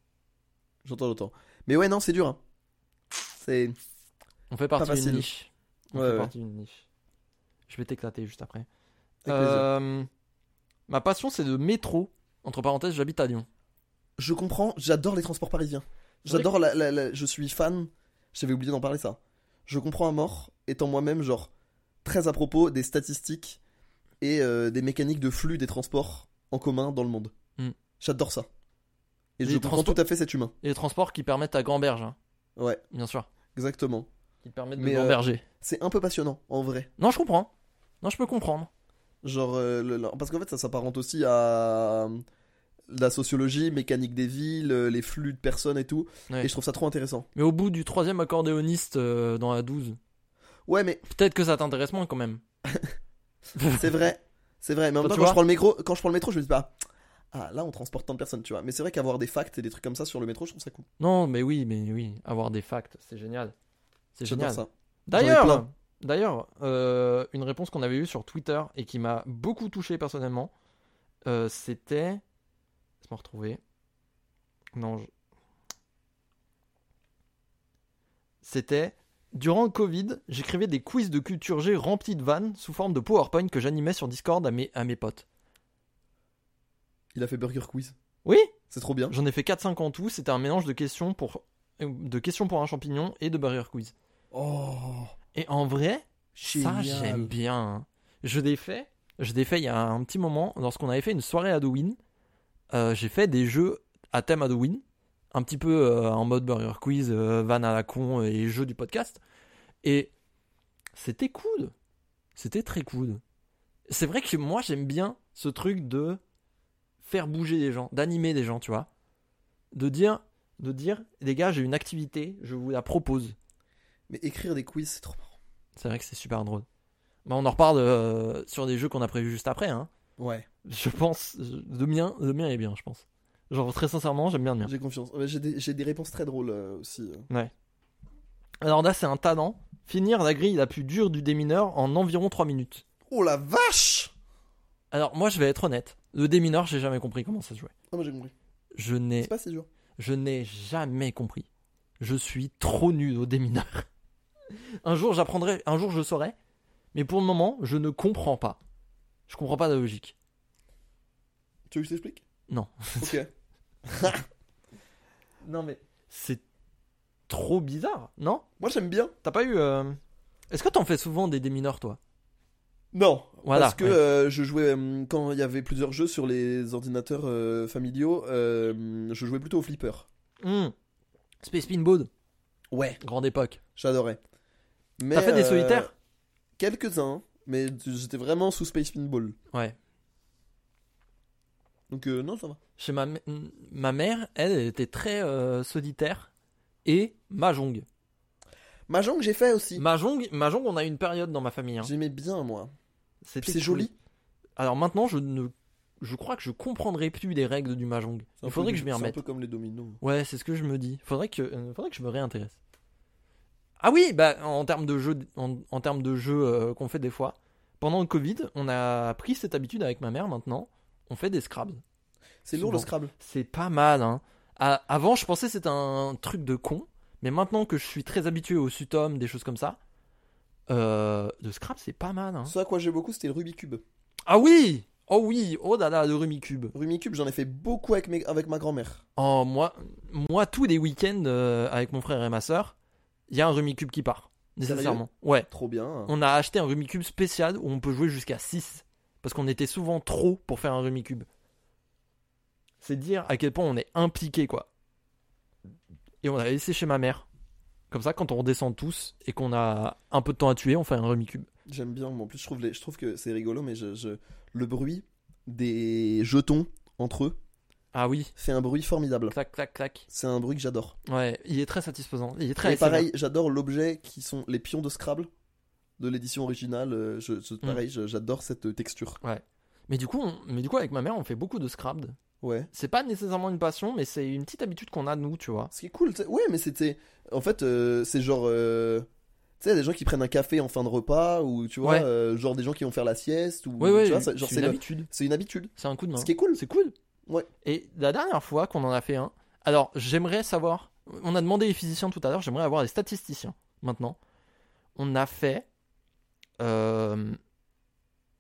A: J'entends, j'entends. Mais ouais, non, c'est dur. hein. C'est.
B: on fait partie
A: facile.
B: d'une niche. On
A: Ouais,
B: fait
A: ouais.
B: partie d'une niche. Je vais t'éclater juste après.
A: plaisir.
B: Euh, ma passion, c'est le métro. Entre parenthèses, j'habite à Lyon.
A: Je comprends, j'adore les transports parisiens.
B: C'est vrai
A: J'adore la, la- la- Je suis fan. J'avais oublié d'en parler ça. Je comprends à mort, étant moi-même, genre, très à propos des statistiques et euh, des mécaniques de flux des transports en commun dans le monde.
B: Hmm.
A: J'adore ça. Et je
B: Les
A: comprends
B: transports-
A: tout à fait cet humain.
B: Et les transports qui permettent à Gamberge, hein,
A: Ouais,
B: bien sûr.
A: exactement.
B: Qui permettent
A: Mais,
B: de
A: euh,
B: gamberger.
A: C'est un peu passionnant, en vrai.
B: Non, je comprends. Non, je peux comprendre.
A: Genre, euh, le- le- parce qu'en fait, ça s'apparente aussi à euh, la sociologie, mécanique des villes, euh, les flux de personnes et tout.
B: Ouais.
A: Et je trouve ça trop intéressant.
B: Mais au bout du troisième accordéoniste euh, dans la 12,
A: Ouais, mais
B: peut-être que ça t'intéresse moins quand même.
A: C'est vrai, c'est vrai. Mais en même
B: Toi,
A: temps,
B: Bah, tu
A: quand
B: vois
A: je, prends le métro, quand je prends le métro, je me dis pas, ah là on transporte tant de personnes, tu vois. Mais c'est vrai qu'avoir des facts et des trucs comme ça sur le métro, je trouve ça cool.
B: Non, mais oui, mais oui, avoir des facts, c'est génial. C'est
A: J'adore
B: génial.
A: ça. J'en ai
B: D'ailleurs,
A: plein.
B: d'ailleurs, euh, une réponse qu'on avait eue sur Twitter et qui m'a beaucoup touché personnellement, euh, c'était. Laisse-moi retrouver. Non. je- C'était. Durant le Covid, j'écrivais des quiz de culture G remplis de vannes sous forme de PowerPoint que j'animais sur Discord à mes, à mes potes.
A: Il a fait Burger Quiz,
B: Oui,
A: c'est trop bien.
B: j'en ai fait 4-5 en tout. C'était un mélange de questions pour, euh, de questions pour un champignon et de barrière quiz.
A: Oh,
B: Et en vrai,
A: génial.
B: Ça, j'aime bien. hein. Je l'ai fait. Je l'ai fait il y a un petit moment, lorsqu'on avait fait une soirée Halloween. Euh, j'ai fait des jeux à thème Halloween, un petit peu euh, en mode Burger Quiz, euh, van à la con et jeux du podcast. Et c'était cool. C'était très cool. C'est vrai que moi, j'aime bien ce truc de faire bouger les gens, d'animer les gens, tu vois. De dire, de dire les gars, j'ai une activité, je vous la propose.
A: Mais écrire des quiz, c'est trop marrant.
B: C'est vrai que c'est super drôle. Bah, on en reparle euh, sur des jeux qu'on a prévus juste après. Hein.
A: Ouais,
B: Je pense, je- le mien, le mien est bien, je pense. Genre très sincèrement, j'aime bien le mien.
A: j'ai confiance. Ouais, J'ai des, j'ai des réponses très drôles euh, aussi.
B: Alors là, c'est un talent. Finir la grille la plus dure du démineur en environ 3 minutes.
A: Oh la vache
B: Alors moi, je vais être honnête. Le démineur, j'ai jamais compris comment ça se jouait.
A: Ah moi j'ai compris.
B: Je
A: C'est
B: n'ai,
A: pas si dur.
B: je n'ai jamais compris. Je suis trop nul au démineur. un jour, j'apprendrai. Un jour, je saurai. Mais pour le moment, je ne comprends pas. Je comprends pas la logique.
A: Tu veux que je t'explique
B: Non.
A: Ok.
B: Non mais c'est trop bizarre, non
A: Moi j'aime bien.
B: T'as pas eu euh, Est-ce que t'en fais souvent des démineurs toi
A: Non,
B: Voilà,
A: parce que
B: ouais.
A: euh, je jouais euh, quand il y avait plusieurs jeux sur les ordinateurs euh, familiaux, euh, je jouais plutôt au flipper.
B: Hmm. Space Pinball,
A: Ouais,
B: grande époque.
A: j'adorais. Mais,
B: T'as fait des
A: euh,
B: solitaires
A: Quelques-uns, mais j'étais vraiment sous Space Pinball.
B: Ouais.
A: Donc euh, non, ça va.
B: Chez ma, m- ma mère, elle, elle était très euh, solitaire et mahjong.
A: Mahjong, j'ai fait aussi.
B: Mahjong, mahjong, on a eu une période dans ma famille. hein.
A: J'aimais bien, moi.
B: C'était
A: Puis c'est
B: cool.
A: joli.
B: Alors maintenant, je ne, je crois que je comprendrai plus les règles du mahjong.
A: C'est un peu
B: Il faudrait que
A: du-
B: je m'y
A: C'est un
B: remette.
A: peu comme les dominos.
B: Ouais, c'est ce que je me dis. Faudrait que, euh, faudrait que je me réintéresse. Ah oui, bah en termes de jeu, en, en termes de jeu euh, qu'on fait des fois. Pendant le Covid, on a pris cette habitude avec ma mère. Maintenant, on fait des Scrabble.
A: C'est lourd le
B: Souvent.
A: Scrabble.
B: C'est pas mal. Hein. À- avant, je pensais que c'était un truc de con, mais maintenant que je suis très habitué au sutom, des choses comme ça, euh, le Scrabble, c'est pas mal. hein.
A: Ce à quoi j'ai beaucoup, c'était le Rubik's Cube.
B: Ah oui, oh oui, oh là là, le Rumi Cube.
A: Rubik's Cube, j'en ai fait beaucoup avec, mes- avec ma grand-mère.
B: Oh, moi, moi, tous les week-ends euh, avec mon frère et ma soeur, il y a un Rumi Cube qui part. Nécessairement. Ouais.
A: Trop bien.
B: On a acheté un Rumi Cube spécial où on peut jouer jusqu'à 6. Parce qu'on était souvent trop pour faire un Rumi Cube. C'est dire à quel point on est impliqué, quoi. Et on l'a laissé chez ma mère. Comme ça, quand on redescend tous et qu'on a un peu de temps à tuer, on fait un Rumi Cube.
A: J'aime bien. moi. En plus, je trouve, les- je trouve que c'est rigolo, mais je- je... le bruit des jetons entre eux
B: Ah oui.
A: fait un bruit formidable.
B: Clac, clac, clac.
A: C'est un bruit que j'adore.
B: Ouais, il est très satisfaisant. Il est très
A: Et pareil, j'adore l'objet qui sont les pions de Scrabble de l'édition originale. euh, Je,
B: Mm.
A: je- pareil, je- j'adore cette texture.
B: Mais du, coup, on- mais du coup, avec ma mère, on fait beaucoup de Scrabble.
A: Ouais.
B: c'est pas nécessairement une passion, mais c'est une petite habitude qu'on a nous, tu vois.
A: Ce qui est cool, t'sais- ouais, mais c'était. En fait, euh, c'est genre. euh, Tu sais, il y a des gens qui prennent un café en fin de repas, ou tu vois,
B: Ouais.
A: euh, genre des gens qui vont faire la sieste, ou
B: Ouais,
A: tu
B: ouais,
A: vois, ça- genre,
B: c'est
A: c'est
B: une
A: le-
B: habitude.
A: c'est une habitude.
B: C'est un coup de main.
A: Ce qui est cool.
B: C'est cool.
A: Ouais.
B: Et la dernière fois qu'on en a fait un, alors j'aimerais savoir, on a demandé les physiciens tout à l'heure, j'aimerais avoir les statisticiens maintenant. On a fait, euh,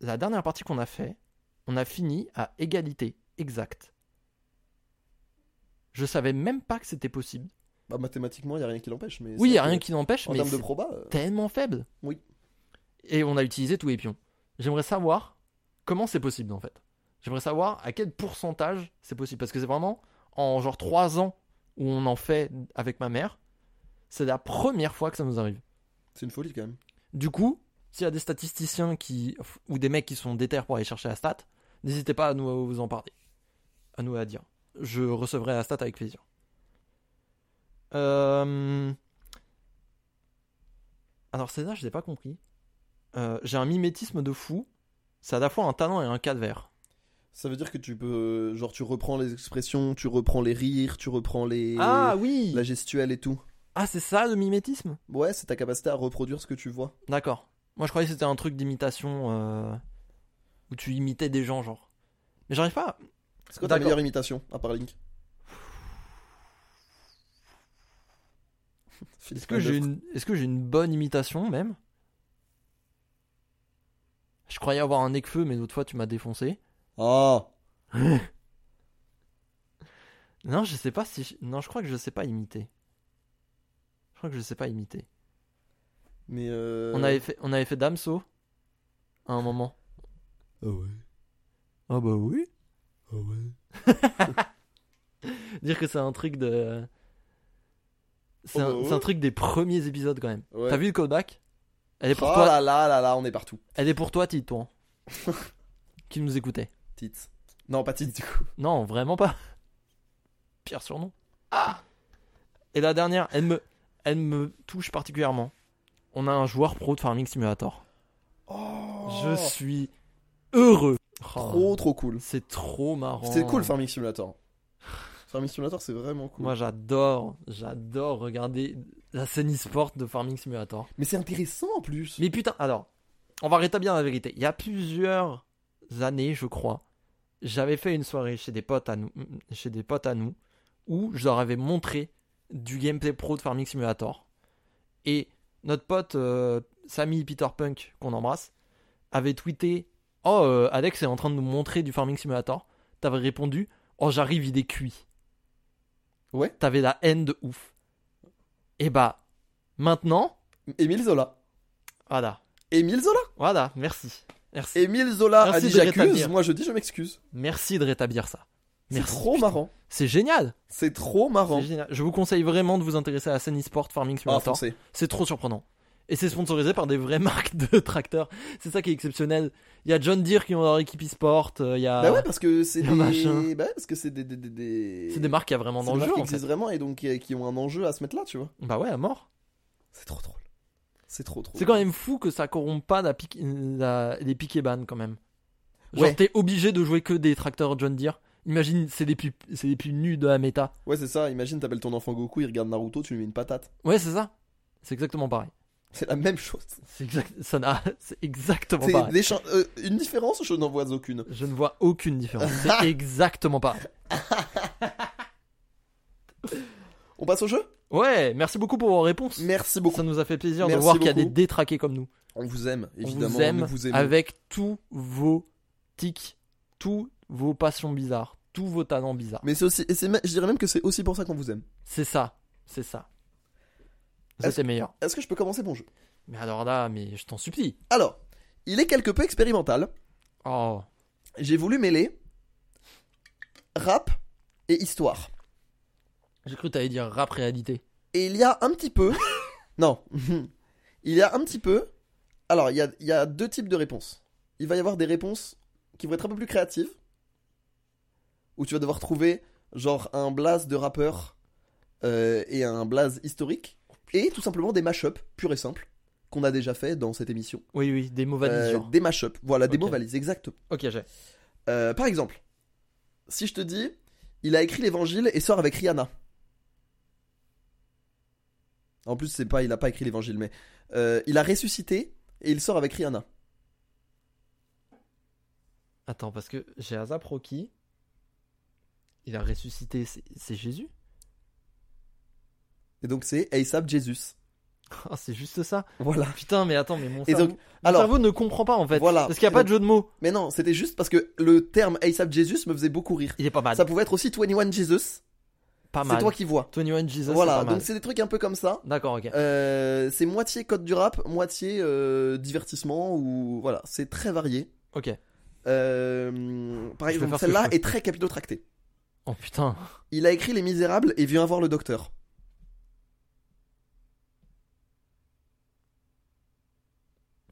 B: la dernière partie qu'on a fait, on a fini à égalité exacte. Je savais même pas que c'était possible.
A: Bah, mathématiquement, il y a rien qui l'empêche. mais
B: Oui,
A: c'est
B: y
A: vrai
B: a rien
A: que
B: qui n'empêche,
A: En
B: mais
A: termes de
B: c'est
A: proba, euh,
B: tellement faible.
A: Oui.
B: Et on a utilisé tous les pions. J'aimerais savoir comment c'est possible en fait. J'aimerais savoir à quel pourcentage c'est possible. Parce que c'est vraiment en genre 3 ans où on en fait avec ma mère, c'est la première fois que ça nous arrive.
A: c'est une folie quand même.
B: Du coup, s'il y a des statisticiens qui ou des mecs qui sont déter pour aller chercher la stat, n'hésitez pas à nous à vous en parler. À nous à dire. Je recevrai la stat avec plaisir. Euh... Alors celle-là, je l'ai pas compris. Euh, J'ai un mimétisme de fou. C'est à la fois un talent et un calvaire.
A: Ça veut dire que tu peux, euh, genre, tu reprends les expressions, tu reprends les rires, tu reprends les
B: Ah oui
A: la gestuelle et tout.
B: Ah c'est ça le mimétisme
A: Ouais, c'est ta capacité à reproduire ce que tu vois.
B: D'accord. Moi je croyais que c'était un truc d'imitation euh, où tu imitais des gens genre. Mais j'arrive pas. à-
A: C'est quoi ta
B: D'accord.
A: meilleure imitation à part Link
B: Est-ce que j'ai une, est-ce que j'ai une bonne imitation même Je croyais avoir un feu mais l'autre fois tu m'as défoncé.
A: Ah
B: Non, je sais pas si, je- non, je crois que je sais pas imiter. Je crois que je sais pas imiter.
A: Mais euh...
B: On avait fait, on avait fait Damso à un moment.
A: Ah ouais,
B: Ah bah oui.
A: ah ouais.
B: Dire que c'est un truc de, c'est
A: Oh
B: un,
A: bah
B: c'est un
A: ouais.
B: truc des premiers épisodes quand même.
A: Ouais.
B: T'as vu le callback Elle est pour
A: Oh
B: toi,
A: là là là là, on est partout.
B: elle est pour toi, Tito. hein. qui nous écoutait.
A: Tite. Non, pas Tite du coup.
B: Non, vraiment pas. Pire surnom. Ah Et la dernière, elle me, elle me touche particulièrement. On a un joueur pro de Farming Simulator.
A: Oh,
B: Je suis heureux. Oh,
A: trop trop cool.
B: C'est trop marrant.
A: C'est cool Farming Simulator. Farming Simulator, c'est vraiment cool.
B: Moi, j'adore, j'adore regarder la scène e-sport de Farming Simulator.
A: Mais c'est intéressant en plus.
B: Mais putain, alors, on va rétablir la vérité. Il y a plusieurs années, je crois, j'avais fait une soirée chez des potes à nous, mm, chez des potes à nous, où je leur avais montré du gameplay pro de Farming Simulator. Et notre pote euh, Sammy Peter Punk, qu'on embrasse, avait tweeté Oh, euh, Alex est en train de nous montrer du Farming Simulator. T'avais répondu Oh, j'arrive, il est cuit.
A: Ouais.
B: T'avais la haine de ouf. Et bah, maintenant,
A: Émile Zola.
B: voilà.
A: Émile Zola.
B: Voilà, merci. Merci.
A: Émile Zola
B: Merci
A: a dit
B: de
A: j'accuse.
B: rétablir.
A: Moi, je dis je m'excuse.
B: Merci de rétablir ça.
A: C'est
B: Merci.
A: trop
B: putain.
A: marrant.
B: C'est génial.
A: C'est trop
B: C'est
A: marrant.
B: génial. Je vous conseille vraiment de vous intéresser à la scène e-sport Farming
A: Ah,
B: Simulator.
A: foncez.
B: c'est trop surprenant. Et c'est sponsorisé par des vraies marques de tracteurs. C'est ça qui est exceptionnel. Il y a John Deere qui ont leur équipe e-sport. euh, Il y a.
A: Bah ouais, parce que c'est
B: le
A: des.
B: machin.
A: Bah ouais, parce que c'est des. des, des, des...
B: C'est des marques qui a vraiment
A: C'est
B: dans
A: des
B: le
A: marques
B: jeu.
A: qui
B: en fait.
A: existent vraiment et donc qui, qui ont un enjeu à se mettre là, tu vois.
B: Bah ouais, à mort.
A: C'est trop drôle. C'est trop trop.
B: C'est quand même fou que ça corrompt pas la pique- la- les piques et ban quand même. Genre
A: Ouais.
B: t'es obligé de jouer que des tracteurs John Deere. Imagine, c'est des plus, c'est des plus nus de la méta.
A: Ouais, c'est ça. Imagine, t'appelles ton enfant Goku, il regarde Naruto, tu lui mets une patate.
B: Ouais, c'est ça. C'est exactement pareil.
A: C'est la même chose.
B: C'est exact... ça n'a- c'est exactement
A: C'est
B: pareil.
A: des cha- euh, une différence, je n'en vois aucune.
B: Je ne vois aucune différence. C'est exactement pareil.
A: On passe au jeu
B: Ouais, merci beaucoup pour vos réponses.
A: Merci beaucoup.
B: Ça nous a fait plaisir de
A: Merci
B: voir qu'il y a des
A: beaucoup.
B: détraqués comme nous.
A: On vous aime, évidemment.
B: On vous aime
A: nous vous aimons.
B: avec tous vos tics, tous vos passions bizarres, tous vos talents bizarres.
A: Mais c'est aussi, et c'est, me- je dirais même que c'est aussi pour ça qu'on vous aime.
B: C'est ça, c'est ça.
A: Est-ce-
B: C'était meilleur.
A: Est-ce que je peux commencer mon jeu
B: Mais alors là, mais je t'en supplie.
A: Alors, il est quelque peu expérimental.
B: Oh,
A: J'ai voulu mêler rap et histoire.
B: j'ai cru que t'allais dire rap réalité.
A: Et il y a un petit peu. non. il y a un petit peu. Alors, il y a, il y a deux types de réponses. Il va y avoir des réponses qui vont être un peu plus créatives. Où tu vas devoir trouver, genre, un blaze de rappeur euh, et un blaze historique. Et tout simplement des mash-ups, purs et simples, qu'on a déjà fait dans cette émission.
B: Oui, oui, des mots
A: Euh,
B: valises, genre.
A: des mash-ups. Voilà, des
B: Ok.
A: mots valises, exactement.
B: Ok, j'ai.
A: Euh, par exemple, si je te dis, il a écrit l'évangile et sort avec Rihanna. En plus, c'est pas, il a pas écrit l'évangile, mais euh, il a ressuscité et il sort avec Rihanna.
B: Attends, parce que j'ai Azap Rocky. Il a ressuscité, c'est- c'est Jésus
A: Et donc c'est ASAP Jesus.
B: Ah, C'est juste ça
A: Voilà.
B: Putain, mais attends, mais mon
A: Et
B: cerveau,
A: donc,
B: mon
A: alors-
B: cerveau ne comprend pas en fait.
A: Voilà.
B: Parce qu'il
A: Et
B: n'y a pas
A: donc-
B: de jeu de mots.
A: Mais non, c'était juste parce que le terme ASAP Jesus me faisait beaucoup rire.
B: Il est pas mal.
A: Ça pouvait être aussi 21 Jesus.
B: Ah, pas
A: C'est
B: mal.
A: toi qui vois.
B: 21 Jesus, c'est
A: voilà,
B: pas mal.
A: donc c'est des trucs un peu comme ça.
B: D'accord, ok.
A: Euh, c'est moitié code du rap, moitié euh, divertissement ou voilà, c'est très varié.
B: Ok.
A: Euh, par
B: Je vais
A: exemple,
B: faire ce que
A: celle-là
B: je peux.
A: est très capitotractée.
B: Oh putain.
A: Il a écrit Les Misérables et vient voir le docteur.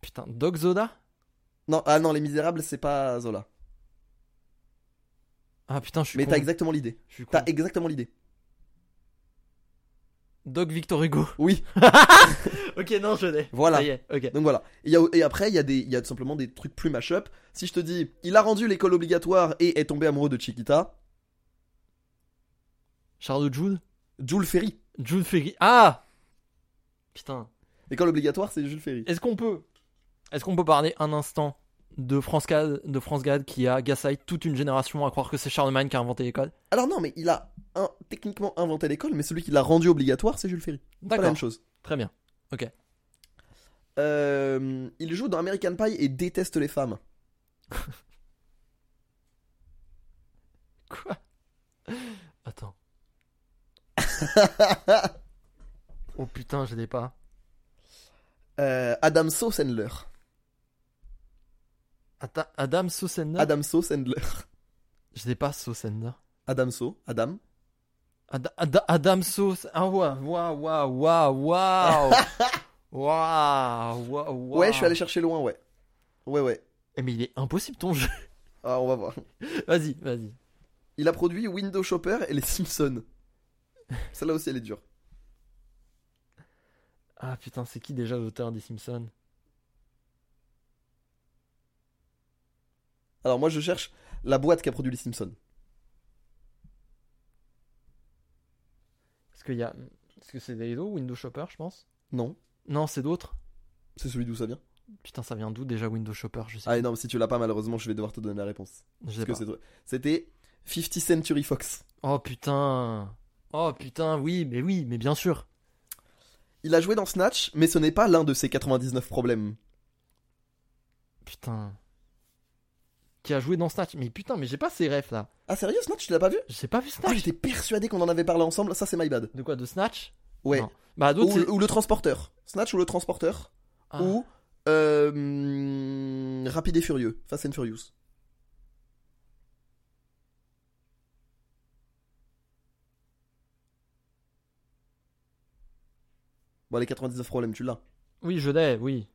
B: Putain, Doc Zoda
A: Non, ah non, Les Misérables, c'est pas Zola.
B: Ah putain, je suis
A: Mais
B: con.
A: t'as exactement l'idée.
B: Je suis con.
A: T'as exactement l'idée.
B: Doc Victor Hugo.
A: Oui.
B: ok, non, je l'ai.
A: Voilà.
B: Ça y est, ok.
A: Donc voilà. Et, il y a- et après, il y, a des- il y a tout simplement des trucs plus mash-up. Si je te dis, il a rendu l'école obligatoire et est tombé amoureux de Chiquita,
B: Charles de Jude
A: Jules Ferry.
B: Jude Ferry. Ah Putain.
A: L'école obligatoire, c'est Jules Ferry.
B: Est-ce qu'on peut Est-ce qu'on peut parler un instant de France Gad, de France Gad qui a gassaille toute une génération à croire que c'est Charlemagne qui a inventé les codes
A: Alors non, mais il a un- techniquement inventé l'école, mais celui qui l'a rendu obligatoire, c'est Jules Ferry. Pas la
B: D'accord.
A: même chose.
B: Très bien.
A: Euh, il joue dans American Pie et déteste les femmes.
B: Quoi Attends. oh putain, je l'ai pas.
A: Euh, Adam So Sandler.
B: Atta- Adam Sosenna
A: Adam So Sandler.
B: Je l'ai pas, Sosenna.
A: Adam So. Adam.
B: Ad- Ad- Adam Sauce. Ah ouais, waouh, waouh, waouh, waouh. Waouh, waouh, waouh.
A: Ouais, je suis allé chercher loin, ouais. Ouais, ouais.
B: Eh, Mais il est impossible ton jeu.
A: Ah, on va voir.
B: Vas-y, vas-y.
A: Il a produit Window Shopper et Les Simpsons. Celle-là aussi, elle est dure.
B: Ah putain, c'est qui déjà l'auteur des Simpsons
A: Alors moi, je cherche la boîte qui a produit Les Simpsons.
B: Est-ce qu'il y a. Est-ce que c'est Daido Windows Shopper, je pense
A: Non,
B: Non, c'est d'autres.
A: c'est celui d'où ça vient.
B: Putain, ça vient d'où déjà Windows Shopper Je sais,
A: Ah et non, mais si tu l'as pas, malheureusement, je vais devoir te donner la réponse.
B: je
A: Parce
B: sais
A: que
B: pas.
A: c'est toi. C'était 50 Century Fox.
B: Oh putain. Oh putain, oui, mais oui, mais bien sûr.
A: Il a joué dans Snatch, mais ce n'est pas l'un de ses 99 problèmes.
B: Putain. Qui a joué dans Snatch Mais putain, mais j'ai pas ses refs là.
A: Ah sérieux, Snatch, tu l'as pas vu
B: J'ai pas vu
A: Ah,
B: Snatch.
A: j'étais persuadé qu'on en avait parlé ensemble. Ça, c'est my bad.
B: De quoi De Snatch
A: Ouais.
B: Non. Bah
A: Ou,
B: d'autres c'est-
A: ou le transporteur. Snatch ou le transporteur.
B: Ah.
A: Ou euh, hum, Rapide et Furieux. Fast and Furious. Bon, les 99 problèmes, tu l'as.
B: Oui, je l'ai, oui.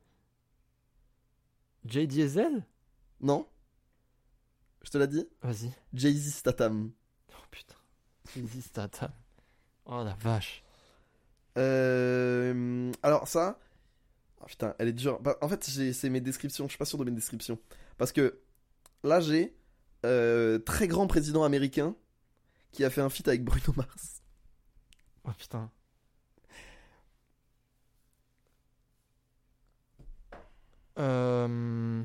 B: Jay Diesel
A: Non Je te l'ai dit
B: Vas-y.
A: Jay-Z Statham.
B: Oh putain. Jay-Z Statham. Oh la vache.
A: Euh, alors ça, ah, putain, elle est dure. Bah, en fait, j'ai- c'est mes descriptions. Je suis pas sûr de mes descriptions parce que là j'ai euh, très grand président américain qui a fait un feat avec Bruno Mars.
B: Oh putain. Euh...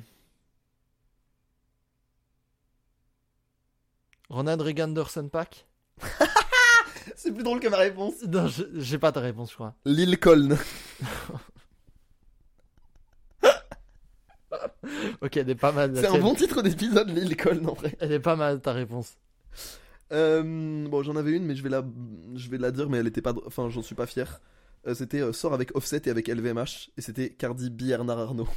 B: Ronald Reagan Dorson Pack
A: C'est plus drôle que ma réponse.
B: Non, je- j'ai pas de réponse, je crois.
A: Lil Colne.
B: Ok, elle est pas mal. la
A: C'est un
B: tienne.
A: bon titre d'épisode, Lil Colne en vrai.
B: Elle est pas mal ta réponse.
A: Euh, bon, j'en avais une, mais je vais la, je vais la dire, mais elle était pas, dr- enfin, j'en suis pas fier. Euh, c'était euh, sort avec Offset et avec LVMH, et c'était Cardi B, Bernard Arnault.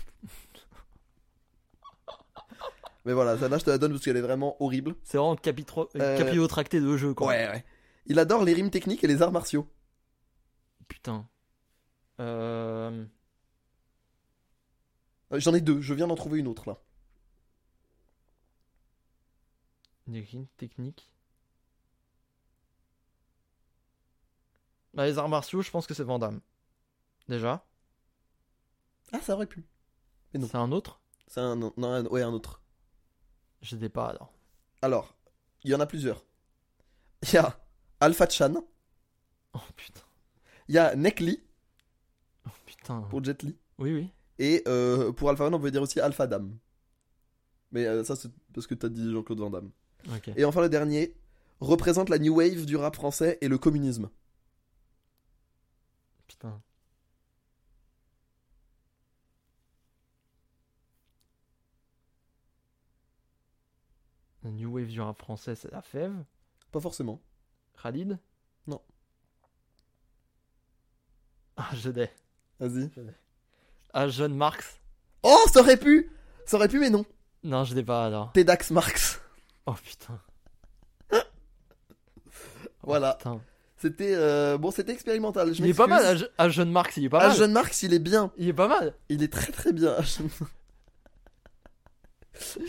A: mais voilà, celle-là, je te la donne parce qu'elle est vraiment horrible.
B: C'est vraiment capitro...
A: Euh,
B: capillotracté de jeu, quoi.
A: ouais. Il adore les rimes techniques et les arts martiaux.
B: Putain. Euh...
A: Euh, J'en ai deux, je viens d'en trouver une autre là.
B: Des rimes techniques. Bah, les arts martiaux, je pense que c'est Vandame. Déjà.
A: Ah, ça aurait pu. Et non.
B: C'est un autre
A: C'est un, non, un- ouais, un autre.
B: Je sais pas alors.
A: Alors, il y en a plusieurs. Il y a Alpha Chan,
B: Oh putain. Oh,
A: il y a Nekli,
B: Putain.
A: pour Jet Li.
B: Oui, oui.
A: Et euh, pour Alpha Man, on pouvait dire aussi Alpha Dame. Mais euh, ça, c'est parce que t'as dit Jean-Claude Van Damme.
B: Ok.
A: Et enfin, le dernier représente la new wave du rap français et le communisme.
B: Putain. La New Wave du rap français, c'est la fève.
A: Pas forcément.
B: Khalid
A: Non.
B: Ah, je l'ai.
A: Vas-y.
B: Ah, John Marx
A: Oh, ça aurait pu Ça aurait pu, mais non.
B: Non, je l'ai pas alors.
A: T'es Dax Marx.
B: Oh putain. Oh,
A: Voilà.
B: putain.
A: C'était euh, bon, c'était expérimental. Je
B: Il est pas mal,
A: m'excuse.
B: Aje- Ah, John Marx, il est pas
A: Ah,
B: mal.
A: Jeune Marx, il est bien.
B: Il est pas mal.
A: Il est très très bien.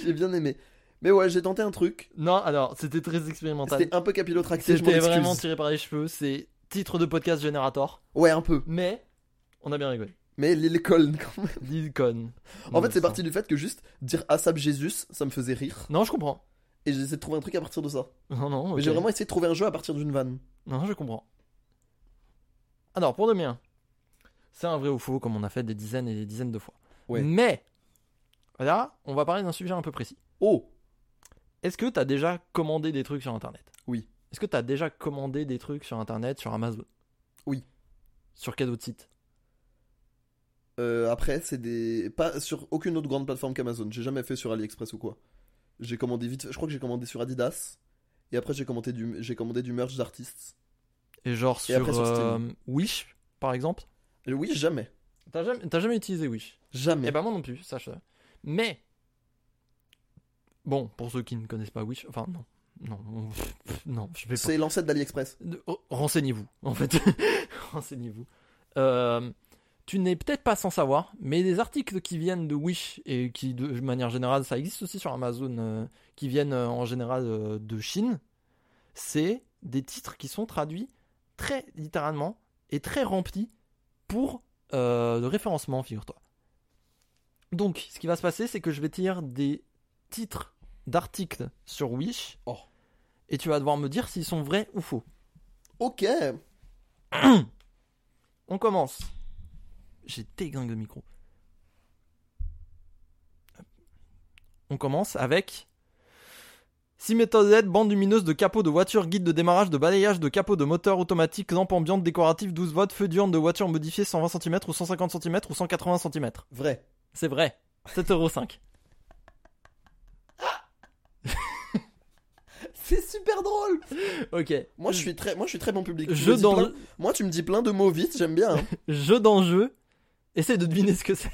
A: j'ai bien aimé. Mais ouais, j'ai tenté un truc.
B: Non, alors, c'était très expérimental.
A: C'était un peu capillotracté, je m'en
B: C'était
A: excuse.
B: vraiment tiré par les cheveux. C'est titre de podcast Generator.
A: Ouais, un peu.
B: Mais, on a bien rigolé.
A: Mais l'école, quand même.
B: Lincoln.
A: En fait, c'est parti du fait que juste dire Asap Jésus, ça me faisait rire.
B: Non, je comprends.
A: Et j'ai essayé de trouver un truc à partir de ça.
B: Non, non. ok.
A: Mais j'ai vraiment essayé de trouver un jeu à partir d'une vanne.
B: Non, je comprends. Alors, pour le mien, c'est un vrai ou faux, comme on a fait des dizaines et des dizaines de fois.
A: Ouais.
B: Mais, là, on va parler d'un sujet un peu précis.
A: Oh
B: Est-ce que t'as déjà commandé des trucs sur Internet
A: Oui.
B: Est-ce que t'as déjà commandé des trucs sur Internet, sur Amazon
A: Oui.
B: Sur quel autre site
A: Euh, Après, c'est des. Pas sur aucune autre grande plateforme qu'Amazon. J'ai jamais fait sur AliExpress ou quoi. J'ai commandé vite. Je crois que j'ai commandé sur Adidas. Et après, j'ai commandé du, j'ai commandé du merch d'artistes.
B: Et genre
A: Et
B: sur,
A: après, sur Steam.
B: euh, Wish, par exemple
A: Et oui, jamais.
B: T'as jamais, t'as jamais utilisé Wish
A: Jamais.
B: Eh ben moi non plus, sache ça. Mais bon, pour ceux qui ne connaissent pas Wish, enfin non, non, on- pff, non, je vais pas.
A: C'est l'ancêtre d'AliExpress.
B: De- oh, Renseignez-vous, en fait, renseignez-vous. Euh, tu n'es peut-être pas sans savoir, mais les articles qui viennent de Wish et qui de manière générale, ça existe aussi sur Amazon, euh, qui viennent euh, en général euh, de Chine, c'est des titres qui sont traduits très littéralement et très remplis pour euh, le référencement, figure-toi. Donc, ce qui va se passer, c'est que je vais tirer des titres d'articles sur Wish.
A: Oh.
B: Et tu vas devoir me dire s'ils sont vrais ou faux.
A: Ok.
B: On commence. J'ai déglingue le micro. On commence avec 6 méthodes LED, bande lumineuse de capot de voiture, guide de démarrage, de balayage, de capot de moteur automatique, lampe ambiante décorative 12 volts, feu diurne de voiture modifiée 120 cm ou 150 cm ou 180 cm.
A: Vrai.
B: C'est vrai. 7,5€.
A: C'est super drôle.
B: ok.
A: Moi, je suis très, moi, je suis très bon public. Tu
B: Jeu
A: me dis
B: d'en-
A: plein- Moi, tu me dis plein de mots vite, j'aime bien. hein.
B: Jeu d'enjeu. Essaye de deviner ce que c'est.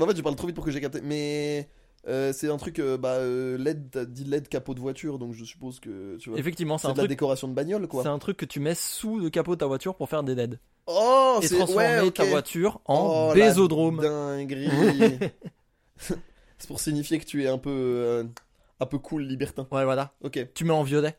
A: en fait, je parle trop vite pour que j'ai capté. Mais euh, c'est un truc, euh, bah, euh, LED, t'as dit LED capot de voiture, donc je suppose que tu vois.
B: Effectivement, c'est
A: C'est de la
B: un, truc,
A: décoration de bagnole,
B: c'est
A: quoi.
B: un truc que tu mets sous le capot de ta voiture pour faire des LED.
A: Oh,
B: et
A: c'est ouais,
B: transformer
A: ok.
B: ta voiture
A: Oh,
B: en
A: la
B: bésodrome.
A: Dinguerie. c'est pour signifier que tu es un peu, euh, un peu cool, libertin.
B: Ouais, voilà.
A: Ok.
B: Tu mets en violet.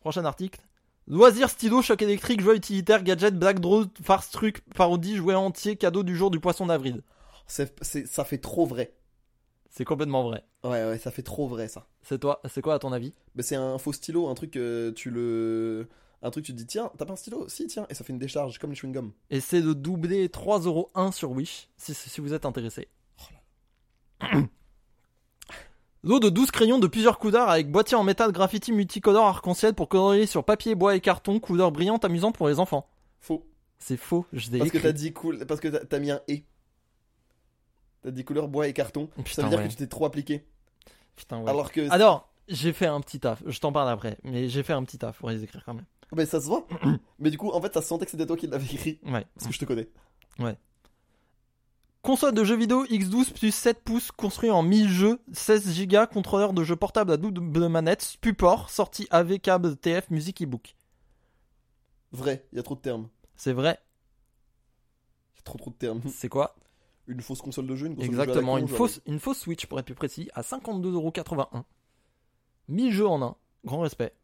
B: Prochain article. Loisirs, stylo, choc électrique, jeux utilitaires, gadgets, black drôle, farce, truc, parodie, jouet entier, cadeau du jour du poisson d'avril.
A: C'est, c'est- ça fait trop vrai.
B: C'est complètement vrai.
A: Ouais, ouais, ça fait trop vrai, ça.
B: C'est toi, c'est quoi à ton avis
A: Mais c'est un faux stylo, un truc euh, tu le un truc tu te dis tiens, t'as pas un stylo Si tiens, et ça fait une décharge comme les chewing-gums.
B: Essayez de doubler 3,01€ sur Wish si, si vous êtes intéressé.
A: Oh
B: L'eau de 12 crayons de plusieurs couleurs avec boîtier en métal, graffiti multicolore, arc-en-ciel pour colorier sur papier, bois et carton, couleurs brillantes, amusantes pour les enfants.
A: Faux.
B: C'est faux, je l'ai
A: Parce que
B: écrit.
A: t'as dit cool parce que t'as- t'as mis un et. T'as dit couleur bois et carton. ça
B: Putain,
A: veut dire
B: ouais.
A: que tu t'es trop appliqué.
B: Putain, ouais. Alors,
A: Alors que
B: j'ai fait un petit taf, je t'en parle après, mais j'ai fait un petit taf pour les écrire quand même.
A: mais ça se voit. mais du coup, en fait, ça se sentait que c'était toi qui l'avais écrit
B: Ouais.
A: parce que je te connais.
B: Console de jeux vidéo X12 plus 7 pouces construit en 1000 jeux, 16 Go, contrôleur de jeux portable à double manette, support, sortie AV, câble, TF, musique, e-book.
A: Vrai, il y a trop de termes.
B: C'est vrai,
A: Il y a trop trop de termes.
B: c'est quoi
A: Une fausse console de jeu, une console de jeu à la
B: Exactement,
A: con,
B: une
A: genre.
B: fausse, une fausse Switch pour être plus précis, à 52,81€. 1000 jeux en un, grand respect.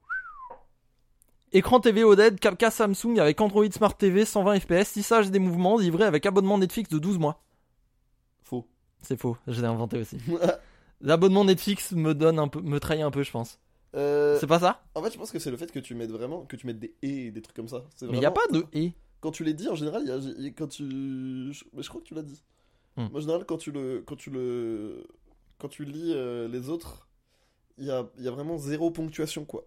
B: Écran TV OLED, Capca E Samsung avec Android Smart TV, 120 FPS, lissage des mouvements, livré avec abonnement Netflix de 12 mois.
A: Faux.
B: C'est faux, je l'ai inventé aussi. L'abonnement Netflix me donne un peu, me trahit un peu, je pense.
A: Euh,
B: C'est pas ça
A: en fait, je pense que c'est le fait que tu mettes vraiment, que tu mettes des E et des trucs comme ça. C'est
B: Mais il y a
A: vraiment-
B: pas de et.
A: Quand tu les dis, en général, il y a- il- quand tu, je, mais je crois que tu l'as dit.
B: Hmm.
A: Moi, en général, quand tu le, quand tu le, quand tu lis euh, les autres, il y a, il y a vraiment zéro ponctuation quoi.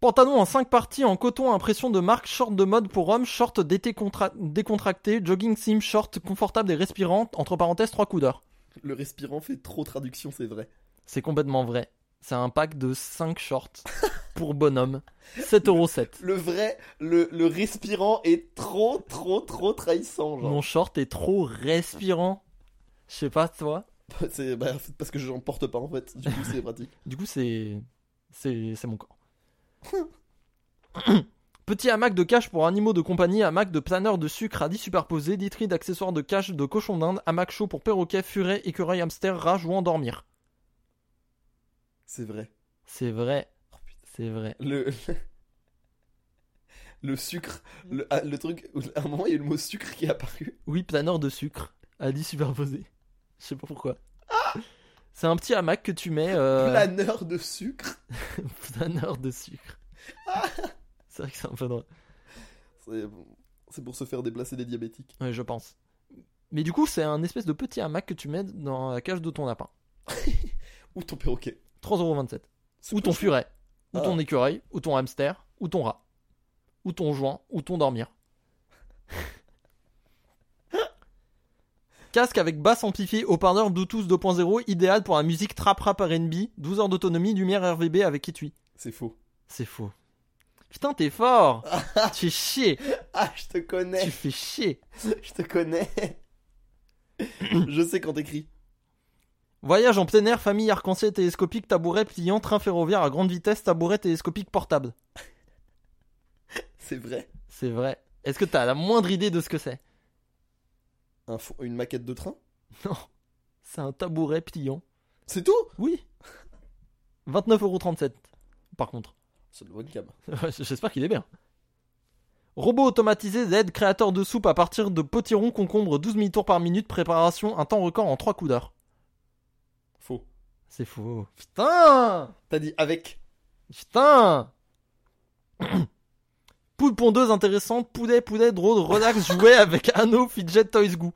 B: Pantalon en 5 parties en coton impression de marque, short de mode pour homme, short d'été contra- décontracté, jogging sim, short confortable et respirante, entre parenthèses 3 coudeurs.
A: Le respirant fait trop traduction, c'est vrai.
B: C'est complètement vrai. C'est un pack de 5 shorts pour bonhomme. 7,7€.
A: Le vrai, le, le respirant est trop, trop, trop trahissant. Genre.
B: Mon short est trop respirant. Je sais pas, toi.
A: C'est bah, c'est parce que j'en porte pas en fait. Du coup, c'est pratique.
B: Du coup, c'est. C'est c'est mon corps. Petit hamac de cache pour animaux de compagnie, hamac de planeur de sucre à 10 superposés, literie d'accessoires de cache de cochon d'Inde, hamac chaud pour perroquets, furets, écureuils, hamsters, rage ou endormir.
A: C'est vrai.
B: C'est vrai. C'est vrai.
A: Le. Le sucre, le, ah, le truc, à un moment il y a eu le mot sucre qui est apparu.
B: Oui, planeur de sucre à 10 superposés. Je sais pas pourquoi. C'est un petit hamac que tu mets. euh,
A: Planeur de sucre.
B: planeur de sucre. C'est vrai que c'est un peu drôle.
A: C'est c'est pour se faire déplacer des diabétiques.
B: Ouais, je pense. Mais du coup, c'est un espèce de petit hamac que tu mets dans la cage de ton lapin.
A: Ou ton perroquet.
B: 3,27€.
A: C'est
B: Ou ton
A: pas-
B: furet, ou
A: Ah.
B: ton écureuil, ou ton hamster, ou ton rat, ou ton joint, ou ton dormir. Casque avec basse amplifiée, haut-parleur Bluetooth 2.0, idéal pour la musique trap-rap R&B, 12 heures d'autonomie, lumière RVB avec étui.
A: C'est faux.
B: C'est faux. Putain, t'es fort Tu es chier
A: Ah, je te
B: Tu
A: connais,
B: fais chier
A: je te connais. je sais quand t'écris.
B: Voyage en plein air, famille arc-en-ciel télescopique, tabouret pliant, train ferroviaire à grande vitesse, tabouret télescopique portable.
A: C'est vrai.
B: C'est vrai. Est-ce que t'as la moindre idée de ce que c'est
A: Un fo- une maquette de train
B: Non. C'est un tabouret pliant.
A: C'est tout
B: Oui. 29,37€. Par contre.
A: C'est le bonne cam.
B: Ouais, J'espère qu'il est bien. Robot automatisé d'aide créateur de soupe à partir de potirons concombre 12 000 tours par minute, préparation, un temps record en 3 coups d'heure.
A: Faux.
B: C'est faux. Putain
A: T'as dit avec.
B: Putain Poule pondeuse intéressante, poulet, poulet, drôle, relax, jouet avec anneau, fidget, toys, goût.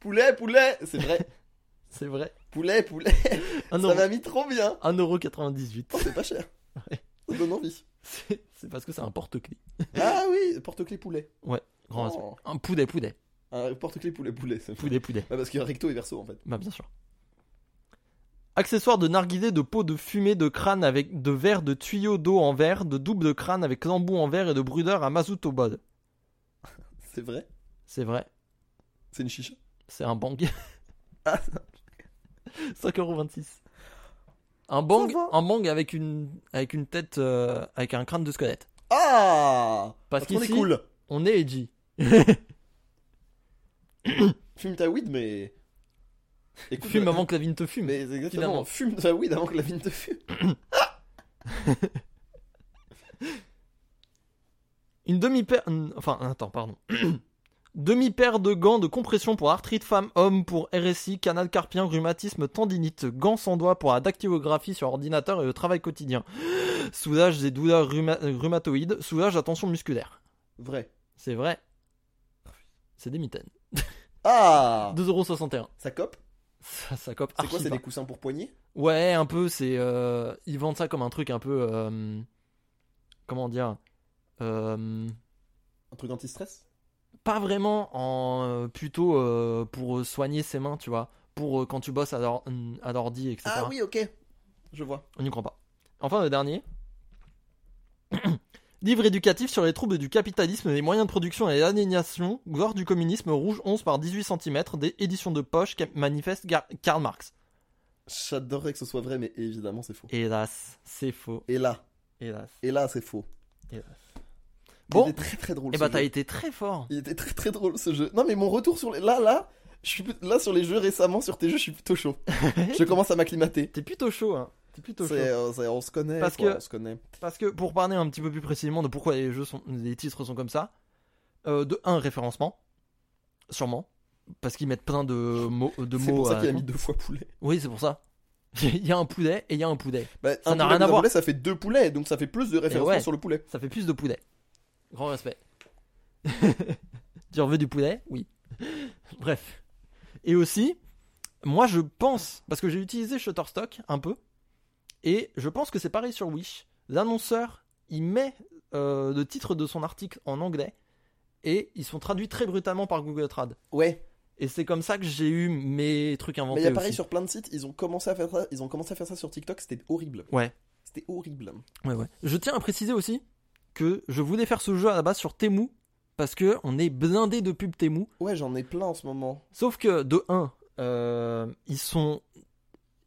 A: Poulet, poulet C'est vrai.
B: C'est vrai.
A: poulet, poulet. Ça
B: 1,98€.
A: m'a mis trop bien. Oh, c'est pas cher.
B: Ouais.
A: Ça donne envie.
B: C'est c'est parce que c'est un porte-clés.
A: Ah oui, porte-clés poulet.
B: Grand respect.
A: Oh.
B: Un poulet, poulet.
A: Un porte-clés poulet, poulet. c'est fou.
B: Poulet, poulet.
A: Ouais, parce qu'il y a recto et verso en fait.
B: Bah, bien sûr. Accessoires de narguilé, de peau de fumée, de crâne avec de verre, de tuyaux d'eau en verre, de double de crâne avec lambeau en verre et de brûleur à mazout au bol.
A: C'est vrai.
B: C'est vrai,
A: C'est une chicha.
B: c'est un bang. 5,26€. Un bang,
A: Ça va.
B: un bang avec une, avec une tête, euh, avec un crâne de squelette.
A: Ah
B: Parce
A: qu'on est
B: qu'ici-
A: cool.
B: On est edgy.
A: Fume ta weed, mais. Écoute,
B: Fume
A: la-
B: avant que la vigne te fume.
A: Mais exactement,
B: finalement.
A: fume ta weed avant que la vigne te fume.
B: Une demi-paire. hum, Enfin, attends, pardon. Demi-paire de gants de compression pour arthrite femme-homme, pour RSI, canal carpien, rhumatisme, tendinite, gants sans doigts pour la dactylographie sur ordinateur et le travail quotidien. Soulage des douleurs rhuma- euh, rhumatoïdes, soulage la tension musculaire.
A: Vrai.
B: C'est vrai. C'est des mitaines.
A: Ah
B: 2,61€.
A: Ça cope
B: Ça, ça cope.
A: C'est quoi
B: archi
A: C'est
B: bas.
A: des coussins pour poignets
B: Ouais, un peu, c'est. euh, Ils vendent ça comme un truc un peu. euh, Comment dire euh,
A: Un truc anti-stress
B: pas vraiment en euh, plutôt euh, pour soigner ses mains, tu vois, pour euh, quand tu bosses à l'or- mm, à l'ordi, etc.
A: Ah oui, ok. Je vois.
B: On n'y croit pas. Enfin, le dernier. Livre éducatif sur les troubles du capitalisme, les moyens de production et l'alignation, gloire du communisme, rouge 11 par 18 cm, des éditions de poche, Cap- manifeste Gar- Karl Marx.
A: J'adorerais que ce soit vrai, mais évidemment, c'est faux.
B: Hélas, c'est faux.
A: Et là,
B: Hélas.
A: et là, c'est faux. Il
B: Bon,
A: était très très drôle.
B: et
A: ce
B: bah
A: jeu.
B: t'as été très fort.
A: Il était très très drôle ce jeu. Non, mais mon retour sur les. Là, là, je suis plut- là sur les jeux récemment, sur tes jeux, je suis plutôt chaud. je commence à m'acclimater.
B: T'es plutôt chaud, hein. T'es plutôt chaud.
A: C'est, euh, c'est- on se connaît.
B: Parce
A: quoi,
B: que-
A: On se connaît.
B: Parce que pour parler un petit peu plus précisément de pourquoi les jeux sont, les titres sont comme ça, euh, de un référencement, sûrement, parce qu'ils mettent plein de mots, de
A: C'est
B: mots. hein.
A: pour ça
B: à-
A: qu'il a mis deux fois poulet.
B: Oui, c'est pour ça. Il y a un poulet et il y a un poulet.
A: Bah,
B: Ça
A: un
B: n'a
A: poulet
B: rien à
A: dans un
B: voir. Eh
A: poulet, ça fait deux poulets, donc ça fait plus de références
B: ouais.
A: sur le poulet.
B: Ça fait plus de poulet. Grand respect. tu en veux du poulet Oui. Bref. Et aussi, moi je pense, parce que j'ai utilisé Shutterstock un peu, et je pense que c'est pareil sur Wish. L'annonceur, il met euh, le titre de son article en anglais, et ils sont traduits très brutalement par Google Trad.
A: Ouais.
B: Et c'est comme ça que j'ai eu mes trucs
A: Mais
B: inventés.
A: il y a pareil
B: aussi.
A: sur plein de sites, ils ont commencé à faire ça, ils ont commencé à faire ça sur TikTok, c'était horrible.
B: Ouais.
A: C'était horrible.
B: Ouais, ouais. Je tiens à préciser aussi que je voulais faire ce jeu à la base sur Temu parce que on est blindé de pubs Temu.
A: Ouais, j'en ai plein en ce moment.
B: Sauf que de 1, ils sont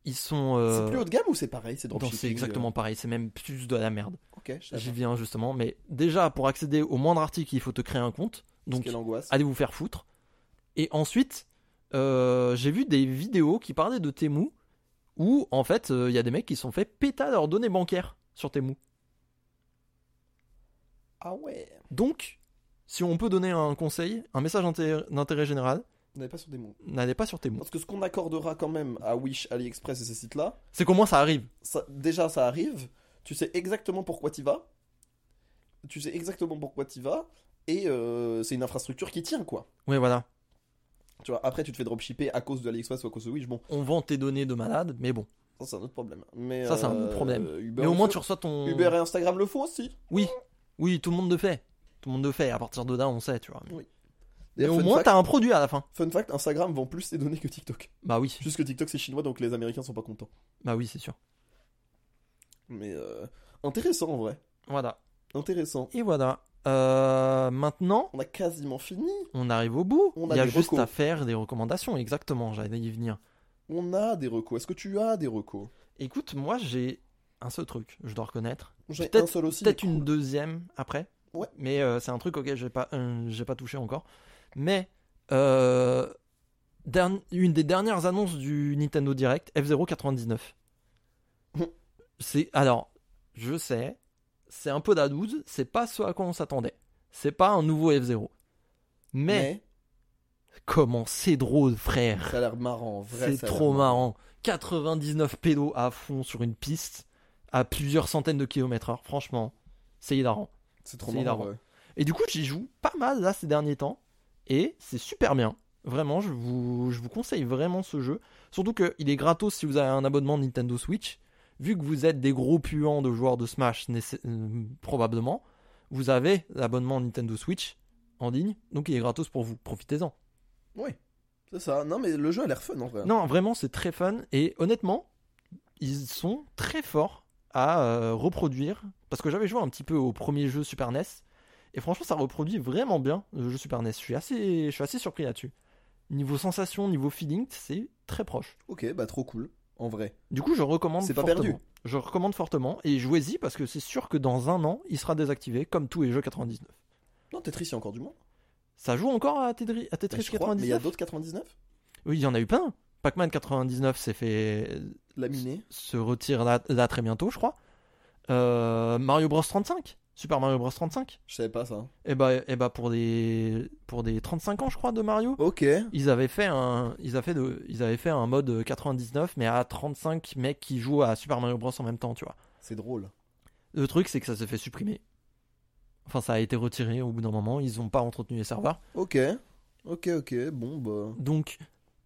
B: ils sont euh,
A: C'est plus haut de gamme ou c'est pareil C'est
B: non,
A: dropshipping
B: c'est exactement pareil, c'est même plus de la merde.
A: euh, Ok, je sais
B: J'y
A: pas.
B: viens justement, mais déjà pour accéder au moindre article, il faut te créer un compte. Donc Ah.
A: Quelle angoisse.
B: allez vous faire foutre. Et ensuite, euh, j'ai vu des vidéos qui parlaient de Temu où en fait euh, il y a des mecs qui se sont fait péter leurs données bancaires sur Temu.
A: Ah ouais.
B: Donc, si on peut donner un conseil, un message d'inté- d'intérêt général,
A: On n'avait pas sur des mots.
B: n'allez pas sur Temu.
A: Parce que ce qu'on accordera quand même à Wish, AliExpress et ces sites-là,
B: C'est qu'au moins ça arrive.
A: ça- déjà ça arrive, tu sais exactement pourquoi tu vas, tu sais exactement pourquoi tu vas, et euh, c'est une infrastructure qui tient quoi.
B: Oui, voilà.
A: Tu vois, après tu te fais dropshipper à cause de AliExpress ou à cause de Wish, bon,
B: On vend tes données de malade, mais bon.
A: ça c'est un autre problème. Mais,
B: Ça, c'est un
A: euh,
B: autre problème.
A: Uber
B: Mais au
A: le
B: moins
A: fait.
B: tu reçois ton.
A: Uber et Instagram le font aussi.
B: Oui, oui, tout le monde le fait. Tout le monde le fait. À partir de là, on sait, tu vois. Mais,
A: Et
B: au
A: fun,
B: moins
A: fact,
B: t'as un produit à la fin.
A: fun fact, Instagram vend plus ses données que TikTok.
B: Bah oui,
A: Juste que TikTok c'est chinois donc les Américains sont pas contents.
B: bah oui, c'est sûr.
A: Mais euh, intéressant en vrai.
B: Voilà.
A: Intéressant.
B: Et voilà. Euh, maintenant,
A: On a quasiment fini.
B: on arrive au bout.
A: On a
B: Il y a
A: des
B: juste
A: recos.
B: à faire des recommandations, exactement. J'allais y venir.
A: On a des recos. Est-ce que tu as des recos
B: Écoute, moi j'ai un seul truc, je dois reconnaître.
A: J'ai
B: Peut-être-
A: un seul aussi.
B: peut-être
A: mais
B: une deuxième après.
A: Ouais.
B: Mais euh, c'est un truc auquel j'ai pas, euh, j'ai pas touché encore. Mais euh, dern- une des dernières annonces du Nintendo Direct, F099. c'est alors, je sais, c'est un peu la douze, c'est pas ce à quoi on s'attendait. C'est pas un nouveau F0. Mais,
A: mais
B: comment c'est drôle, frère.
A: ça a l'air marrant. en vrai,
B: C'est
A: ça a l'air
B: trop marrant. 99 pédos à fond sur une piste à plusieurs centaines de kilomètres heure. Franchement, c'est hilarant.
A: C'est trop
B: C'est
A: marrant.
B: hilarant.
A: ouais.
B: Et du coup, j'y joue pas mal là ces derniers temps. Et c'est super bien. Vraiment, je vous, je vous conseille vraiment ce jeu. Surtout qu'il est gratos si vous avez un abonnement Nintendo Switch. Vu que vous êtes des gros puants de joueurs de Smash, nécess- euh, probablement, vous avez l'abonnement Nintendo Switch en ligne. Donc il est gratos pour vous. Profitez-en.
A: Ouais. C'est ça. Non mais le jeu a l'air fun en vrai.
B: Non, vraiment, c'est très fun. Et honnêtement, ils sont très forts à euh, reproduire. Parce que j'avais joué un petit peu au premier jeu Super NES. Et franchement, ça reproduit vraiment bien le jeu Super NES. Je suis assez, je suis assez surpris là-dessus. Niveau sensation, niveau feeling, c'est très proche.
A: Ok, bah trop cool. En vrai.
B: Du coup, je recommande
A: C'est pas
B: fortement.
A: perdu.
B: Je recommande fortement. Et jouez-y parce que c'est sûr que dans un an, il sera désactivé, comme tous les jeux 99.
A: Non, Tetris, il y a encore du monde.
B: Ça joue encore à, Tetri- à
A: Bah,
B: Tetris
A: je crois, Mais il y a
B: 99
A: d'autres 99
B: Oui, il y en a eu plein. Pac-Man 99 s'est fait
A: Laminé.
B: se retire là, là très bientôt, je crois. Euh, Mario Bros 35, Super Mario Bros 35.
A: Je savais pas ça.
B: Et bah, et bah pour des pour des 35 ans, je crois, de Mario,
A: Ok.
B: ils avaient fait un ils avaient fait de, ils avaient fait un mode 99, mais à 35 mecs qui jouent à Super Mario Bros en même temps, tu vois.
A: C'est drôle.
B: Le truc, c'est que ça s'est fait supprimer. Enfin, ça a été retiré au bout d'un moment. Ils n'ont pas entretenu les serveurs.
A: Ok. Ok, ok. Bon, bah.
B: Donc,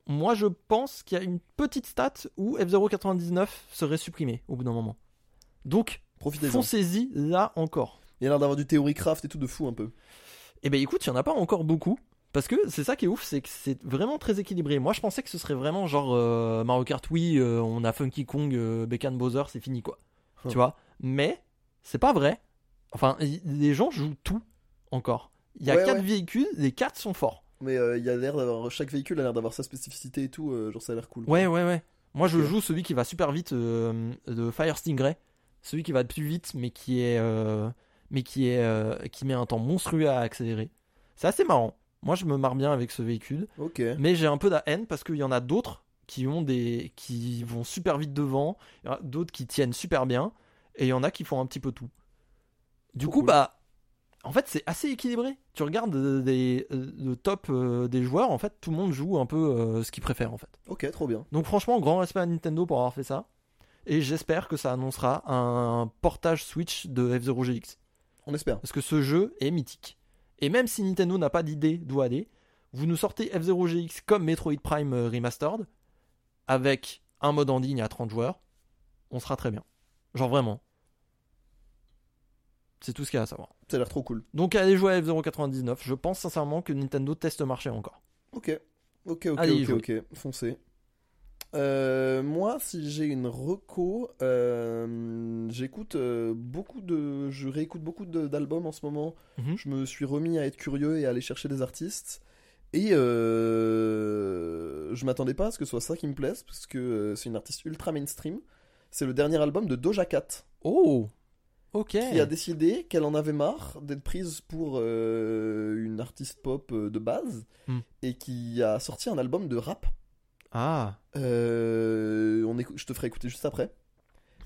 B: moi, je pense qu'il y a une petite stat où F099 serait supprimé au bout d'un moment. Donc,
A: Profitez-en.
B: foncez-y là encore.
A: Il y a l'air d'avoir du théorie craft et tout de fou un peu.
B: Eh ben écoute, il y en a pas encore beaucoup. Parce que c'est ça qui est ouf, c'est que c'est vraiment très équilibré. Moi je pensais que ce serait vraiment genre euh, Mario Kart Wii, euh, on a Funky Kong, euh, Beckham Bowser, c'est fini quoi.
A: Huh.
B: Tu vois Mais c'est pas vrai. Enfin, y- les gens jouent tout encore. Il y a
A: Ouais,
B: quatre
A: ouais.
B: véhicules, les quatre sont forts.
A: Mais euh, il y a l'air d'avoir. Chaque véhicule a l'air d'avoir sa spécificité et tout. euh, genre, ça a l'air cool.
B: Ouais, ouais, ouais. Moi je
A: Ok.
B: joue celui qui va super vite, euh, de Fire Stingray. Celui qui va le plus vite, mais qui est. euh, mais qui est. euh, qui met un temps monstrueux à accélérer. C'est assez marrant. Moi je me marre bien avec ce véhicule.
A: Ok.
B: Mais j'ai un peu de la haine parce qu'il y en a d'autres qui ont des qui vont super vite devant, il y en a d'autres qui tiennent super bien, et il y en a qui font un petit peu tout. Du
A: Trop
B: coup,
A: cool.
B: bah, en fait, c'est assez équilibré. Tu regardes euh, des, euh, le top euh, des joueurs, en fait, tout le monde joue un peu euh, ce qu'il préfère, en fait.
A: Ok, trop bien.
B: Donc franchement, grand respect à Nintendo pour avoir fait ça. Et j'espère que ça annoncera un portage Switch de F-Zero GX.
A: On espère.
B: Parce que ce jeu est mythique. Et même si Nintendo n'a pas d'idée d'où aller, vous nous sortez F-Zero GX comme Metroid Prime euh, Remastered, avec un mode en ligne à 30 joueurs, on sera très bien. Genre vraiment. C'est tout ce qu'il y a à savoir.
A: Ça a l'air trop cool.
B: Donc allez jouer à F-099, je pense sincèrement que Nintendo teste le marché encore.
A: Ok, ok, ok,
B: Allez, y
A: ok, ok, foncez. Euh, moi, si j'ai une reco, euh, j'écoute euh, beaucoup de, je réécoute beaucoup de- d'albums en ce moment.
B: Mhm.
A: Je me suis remis à être curieux et à aller chercher des artistes. Et euh, je m'attendais pas à ce que ce soit ça qui me plaise, parce que euh, c'est une artiste ultra mainstream. C'est le dernier album de Doja Cat.
B: Oh Ok
A: qui a décidé qu'elle en avait marre d'être prise pour euh, une artiste pop euh, de base
B: Hmm.
A: et qui a sorti un album de rap.
B: Ah
A: Euh, on écou- je te ferai écouter juste après.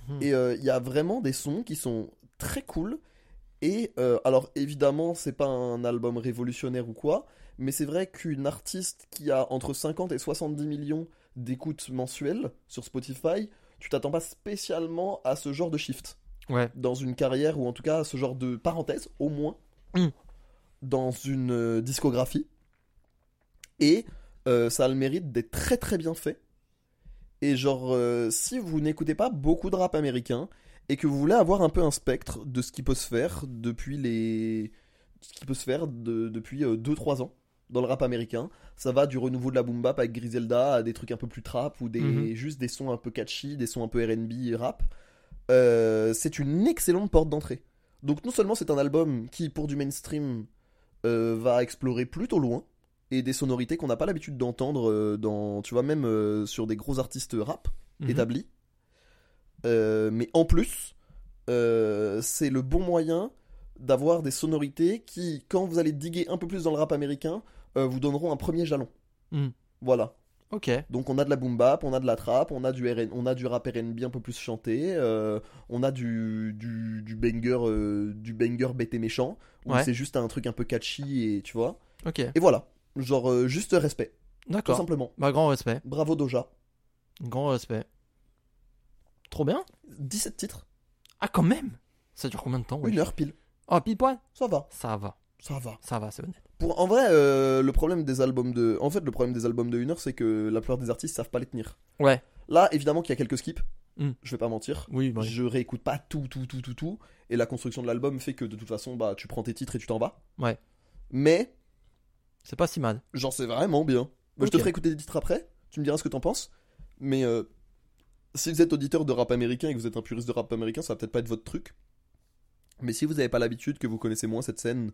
B: Hmm.
A: Et euh, il y a vraiment des sons qui sont très cool. Et euh, alors évidemment, c'est pas un album révolutionnaire ou quoi, mais c'est vrai qu'une artiste qui a entre 50 et 70 millions d'écoutes mensuelles sur Spotify, tu t'attends pas spécialement à ce genre de shift
B: Ouais.
A: dans une carrière ou en tout cas ce genre de parenthèse au moins
B: Mm.
A: dans une euh, discographie et euh, ça a le mérite d'être très très bien fait et genre euh, si vous n'écoutez pas beaucoup de rap américain et que vous voulez avoir un peu un spectre de ce qui peut se faire depuis les ce qui peut se faire de- depuis 2-3 ans dans le rap américain ça va du renouveau de la boom bap avec Griselda à des trucs un peu plus trap ou des
B: Mhm.
A: juste des sons un peu catchy des sons un peu R&B rap euh, c'est une excellente porte d'entrée. Donc non seulement c'est un album qui, pour du mainstream, euh, va explorer plutôt loin, et des sonorités qu'on n'a pas l'habitude d'entendre euh, dans, tu vois, même euh, sur des gros artistes rap
B: Mhm.
A: établi. Euh, mais en plus, euh, c'est le bon moyen d'avoir des sonorités qui, quand vous allez diguer un peu plus dans le rap américain, euh, vous donneront un premier jalon.
B: Mm.
A: Voilà.
B: Ok.
A: Donc on a de la boom bap, on a de la trap, on a du RN, on a du rap R&B un peu plus chanté, euh, on a du du, du banger euh, du banger bête et méchant où
B: Ouais.
A: c'est juste un truc un peu catchy et tu vois.
B: Ok.
A: Et voilà, genre euh, juste respect, tout
B: D'accord.
A: simplement.
B: Bah grand respect.
A: Bravo Doja.
B: Grand respect. Trop bien.
A: 17 titres,
B: Ah quand même Ça dure combien de temps ouais
A: une heure pile.
B: Oh pile poil
A: Ça va,
B: Ça va.
A: ça va.
B: Ça va, c'est honnête.
A: Pour en vrai euh, le problème des albums de en fait le problème des albums de une heure c'est que la plupart des artistes savent pas les tenir.
B: Ouais.
A: Là évidemment qu'il y a quelques skips.
B: Mm.
A: Je vais pas mentir.
B: Oui, bah,
A: Je réécoute pas tout, tout, tout, tout, tout. Et la construction de l'album fait que de toute façon, bah, tu prends tes titres et tu t'en vas.
B: Ouais.
A: Mais,
B: c'est pas si mal.
A: j'en sais vraiment bien. Bah, Je te
B: Ok.
A: ferai écouter des titres après, tu me diras ce que t'en penses. Mais euh, si vous êtes auditeur de rap américain et que vous êtes un puriste de rap américain, ça va peut-être pas être votre truc. Mais si vous n'avez pas l'habitude, que vous connaissez moins cette scène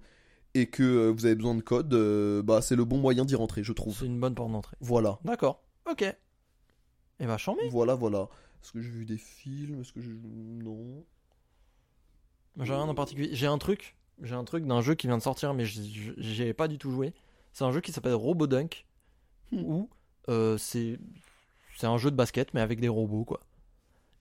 A: et que euh, vous avez besoin de code, euh, bah, c'est le bon moyen d'y rentrer, je trouve.
B: C'est une bonne porte d'entrée.
A: Voilà.
B: D'accord. Ok. Et bah chambé.
A: Voilà, voilà. Est-ce que j'ai vu des films Est-ce que j'ai. Non.
B: J'ai rien en particulier. J'ai un truc. J'ai un truc d'un jeu qui vient de sortir, mais j'y j'y avais pas du tout joué. C'est un jeu qui s'appelle Robodunk.
A: Hmm.
B: Où euh, c'est c'est un jeu de basket, mais avec des robots, quoi.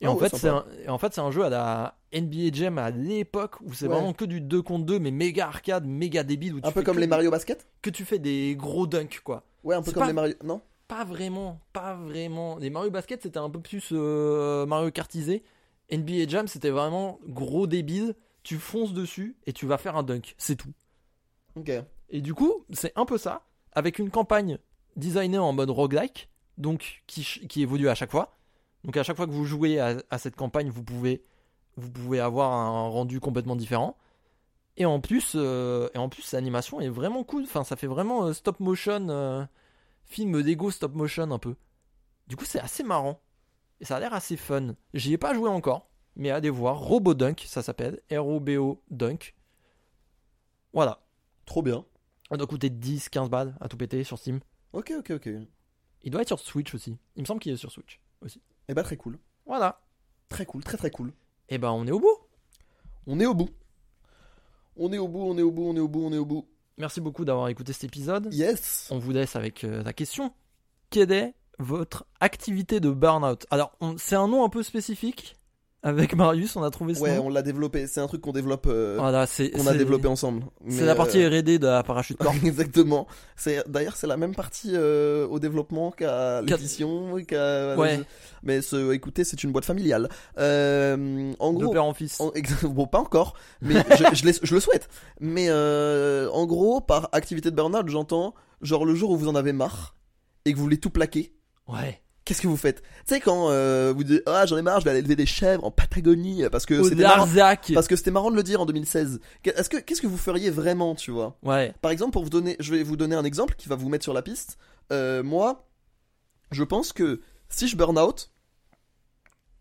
B: Et,
A: Ah
B: en,
A: ouais,
B: fait, c'est
A: sympa.
B: un, et en fait, c'est un jeu à la NBA Jam à l'époque où c'est
A: Ouais.
B: vraiment que du 2 contre 2, mais méga arcade, méga débile. Où tu
A: Un peu
B: fais
A: comme
B: que-
A: les Mario Basket
B: Que tu fais des gros dunks, quoi.
A: Ouais, un peu
B: C'est
A: comme
B: pas-
A: les Mario. Non
B: Pas vraiment, pas vraiment. Les Mario Basket, c'était un peu plus euh, Mario Kartisé. NBA Jam, c'était vraiment gros débile. Tu fonces dessus et tu vas faire un dunk, c'est tout.
A: Ok.
B: Et du coup, c'est un peu ça, avec une campagne designée en mode roguelike, donc qui, ch- qui évolue à chaque fois. Donc à chaque fois que vous jouez à, à cette campagne, vous pouvez, vous pouvez avoir un rendu complètement différent. Et en plus, euh, et en plus, l'animation est vraiment cool. Enfin, ça fait vraiment euh, stop motion, euh, film d'ego stop motion un peu. Du coup, c'est assez marrant et ça a l'air assez fun. J'y ai pas joué encore, mais allez voir Robodunk, ça s'appelle R-O-B-O Dunk. Voilà.
A: Trop bien.
B: On doit coûter 10, 15 balles à tout péter sur Steam.
A: Ok, ok, ok.
B: Il doit être sur Switch aussi. Il me semble qu'il est sur Switch.
A: Eh bah très cool.
B: Voilà.
A: Très cool, très très cool.
B: Et ben on est au bout.
A: On est au bout. On est au bout, on est au bout, on est au bout, on est au bout.
B: Merci beaucoup d'avoir écouté cet épisode.
A: Yes
B: On vous laisse avec euh, la question. Quelle est votre activité de burn-out Alors, on- c'est un nom un peu spécifique. Avec Marius, on a trouvé ce
A: Ouais,
B: nom.
A: on l'a développé. C'est un truc qu'on développe, euh,
B: Voilà, c'est
A: qu'on a
B: c'est-
A: développé ensemble. Mais,
B: C'est la partie euh,
A: euh,
B: R&D de la Parachute Corp.
A: Exactement. C'est d'ailleurs c'est la même partie euh, au développement qu'à
B: Qu'à-
A: l'édition, qu'à
B: Ouais.
A: Mais ce, écoutez, c'est une boîte familiale. Euh, en
B: de
A: gros,
B: père en fils.
A: en- ex- bon, pas encore, mais je, je l'ai- je le souhaite. Mais euh, en gros, par activité de burn-out, j'entends genre le jour où vous en avez marre et que vous voulez tout plaquer,
B: Ouais.
A: qu'est-ce que vous faites Tu sais, quand euh, vous dites Ah, j'en ai marre, je vais aller élever des chèvres en Patagonie euh, parce que
B: Au
A: c'était marrant,
B: Larzac.
A: parce que c'était marrant de le dire en 2016. Qu'est-ce que, qu'est-ce que vous feriez vraiment, tu vois
B: Ouais.
A: Par exemple, pour vous donner, je vais vous donner un exemple qui va vous mettre sur la piste. Euh, moi, je pense que si je burn out,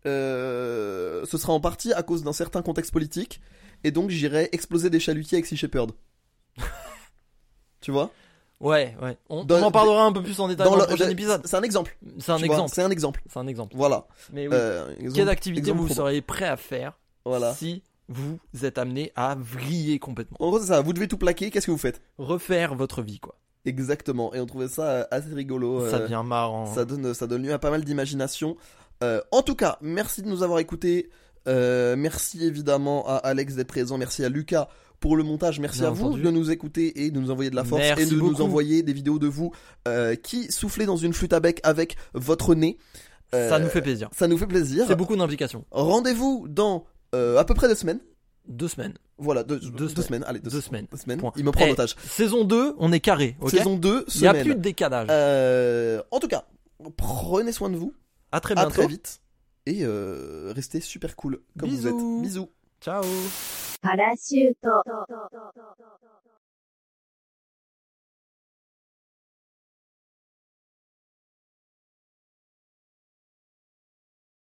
A: euh, ce sera en partie à cause d'un certain contexte politique, et donc j'irai exploser des chalutiers avec Sea Shepherd. tu vois
B: Ouais, ouais. On,
A: Dans-
B: on en parlera un peu plus en détail dans,
A: Dans
B: le
A: le-
B: prochain
A: de-
B: épisode.
A: C'est un exemple.
B: C'est un
A: tu vois,
B: exemple.
A: C'est un exemple.
B: C'est un exemple.
A: Voilà.
B: Mais oui.
A: Euh, exemple-
B: Quelle activité
A: exemple
B: vous
A: probant.
B: seriez prêt à faire
A: Voilà.
B: si vous êtes amené à vriller complètement
A: En gros, c'est ça. Vous devez tout plaquer. Qu'est-ce que vous faites
B: Refaire votre vie, quoi.
A: Exactement. Et on trouvait ça euh, assez rigolo.
B: Ça
A: euh,
B: devient marrant.
A: Ça donne, ça donne lieu à pas mal d'imagination. Euh, en tout cas, merci de nous avoir écoutés. Euh, merci évidemment à Alex d'être présent. Merci à Lucas pour le montage. Merci
B: Bien
A: à vous
B: entendu.
A: de nous écouter et de nous envoyer de la force
B: Merci
A: et de nous
B: beaucoup.
A: envoyer des vidéos de vous euh, qui soufflez dans une flûte à bec avec votre nez. Euh,
B: Ça nous fait plaisir.
A: ça nous fait plaisir.
B: C'est beaucoup d'implications.
A: Rendez-vous dans euh, à peu près deux semaines.
B: Deux semaines.
A: Voilà, deux,
B: Deux
A: deux
B: semaines.
A: semaines. Allez, deux,
B: Deux semaines.
A: deux semaines.
B: Point.
A: Il me prend en
B: Eh,
A: otage.
B: Saison 2, on est carré. ok
A: Saison 2,
B: Il n'y a
A: semaine.
B: plus de décalage.
A: Euh, en tout cas, prenez soin de vous.
B: à très
A: à
B: bientôt.
A: très vite et euh, restez super cool comme vous
B: Bisous.
A: êtes. Bisous.
B: Ciao.
C: パラシュート。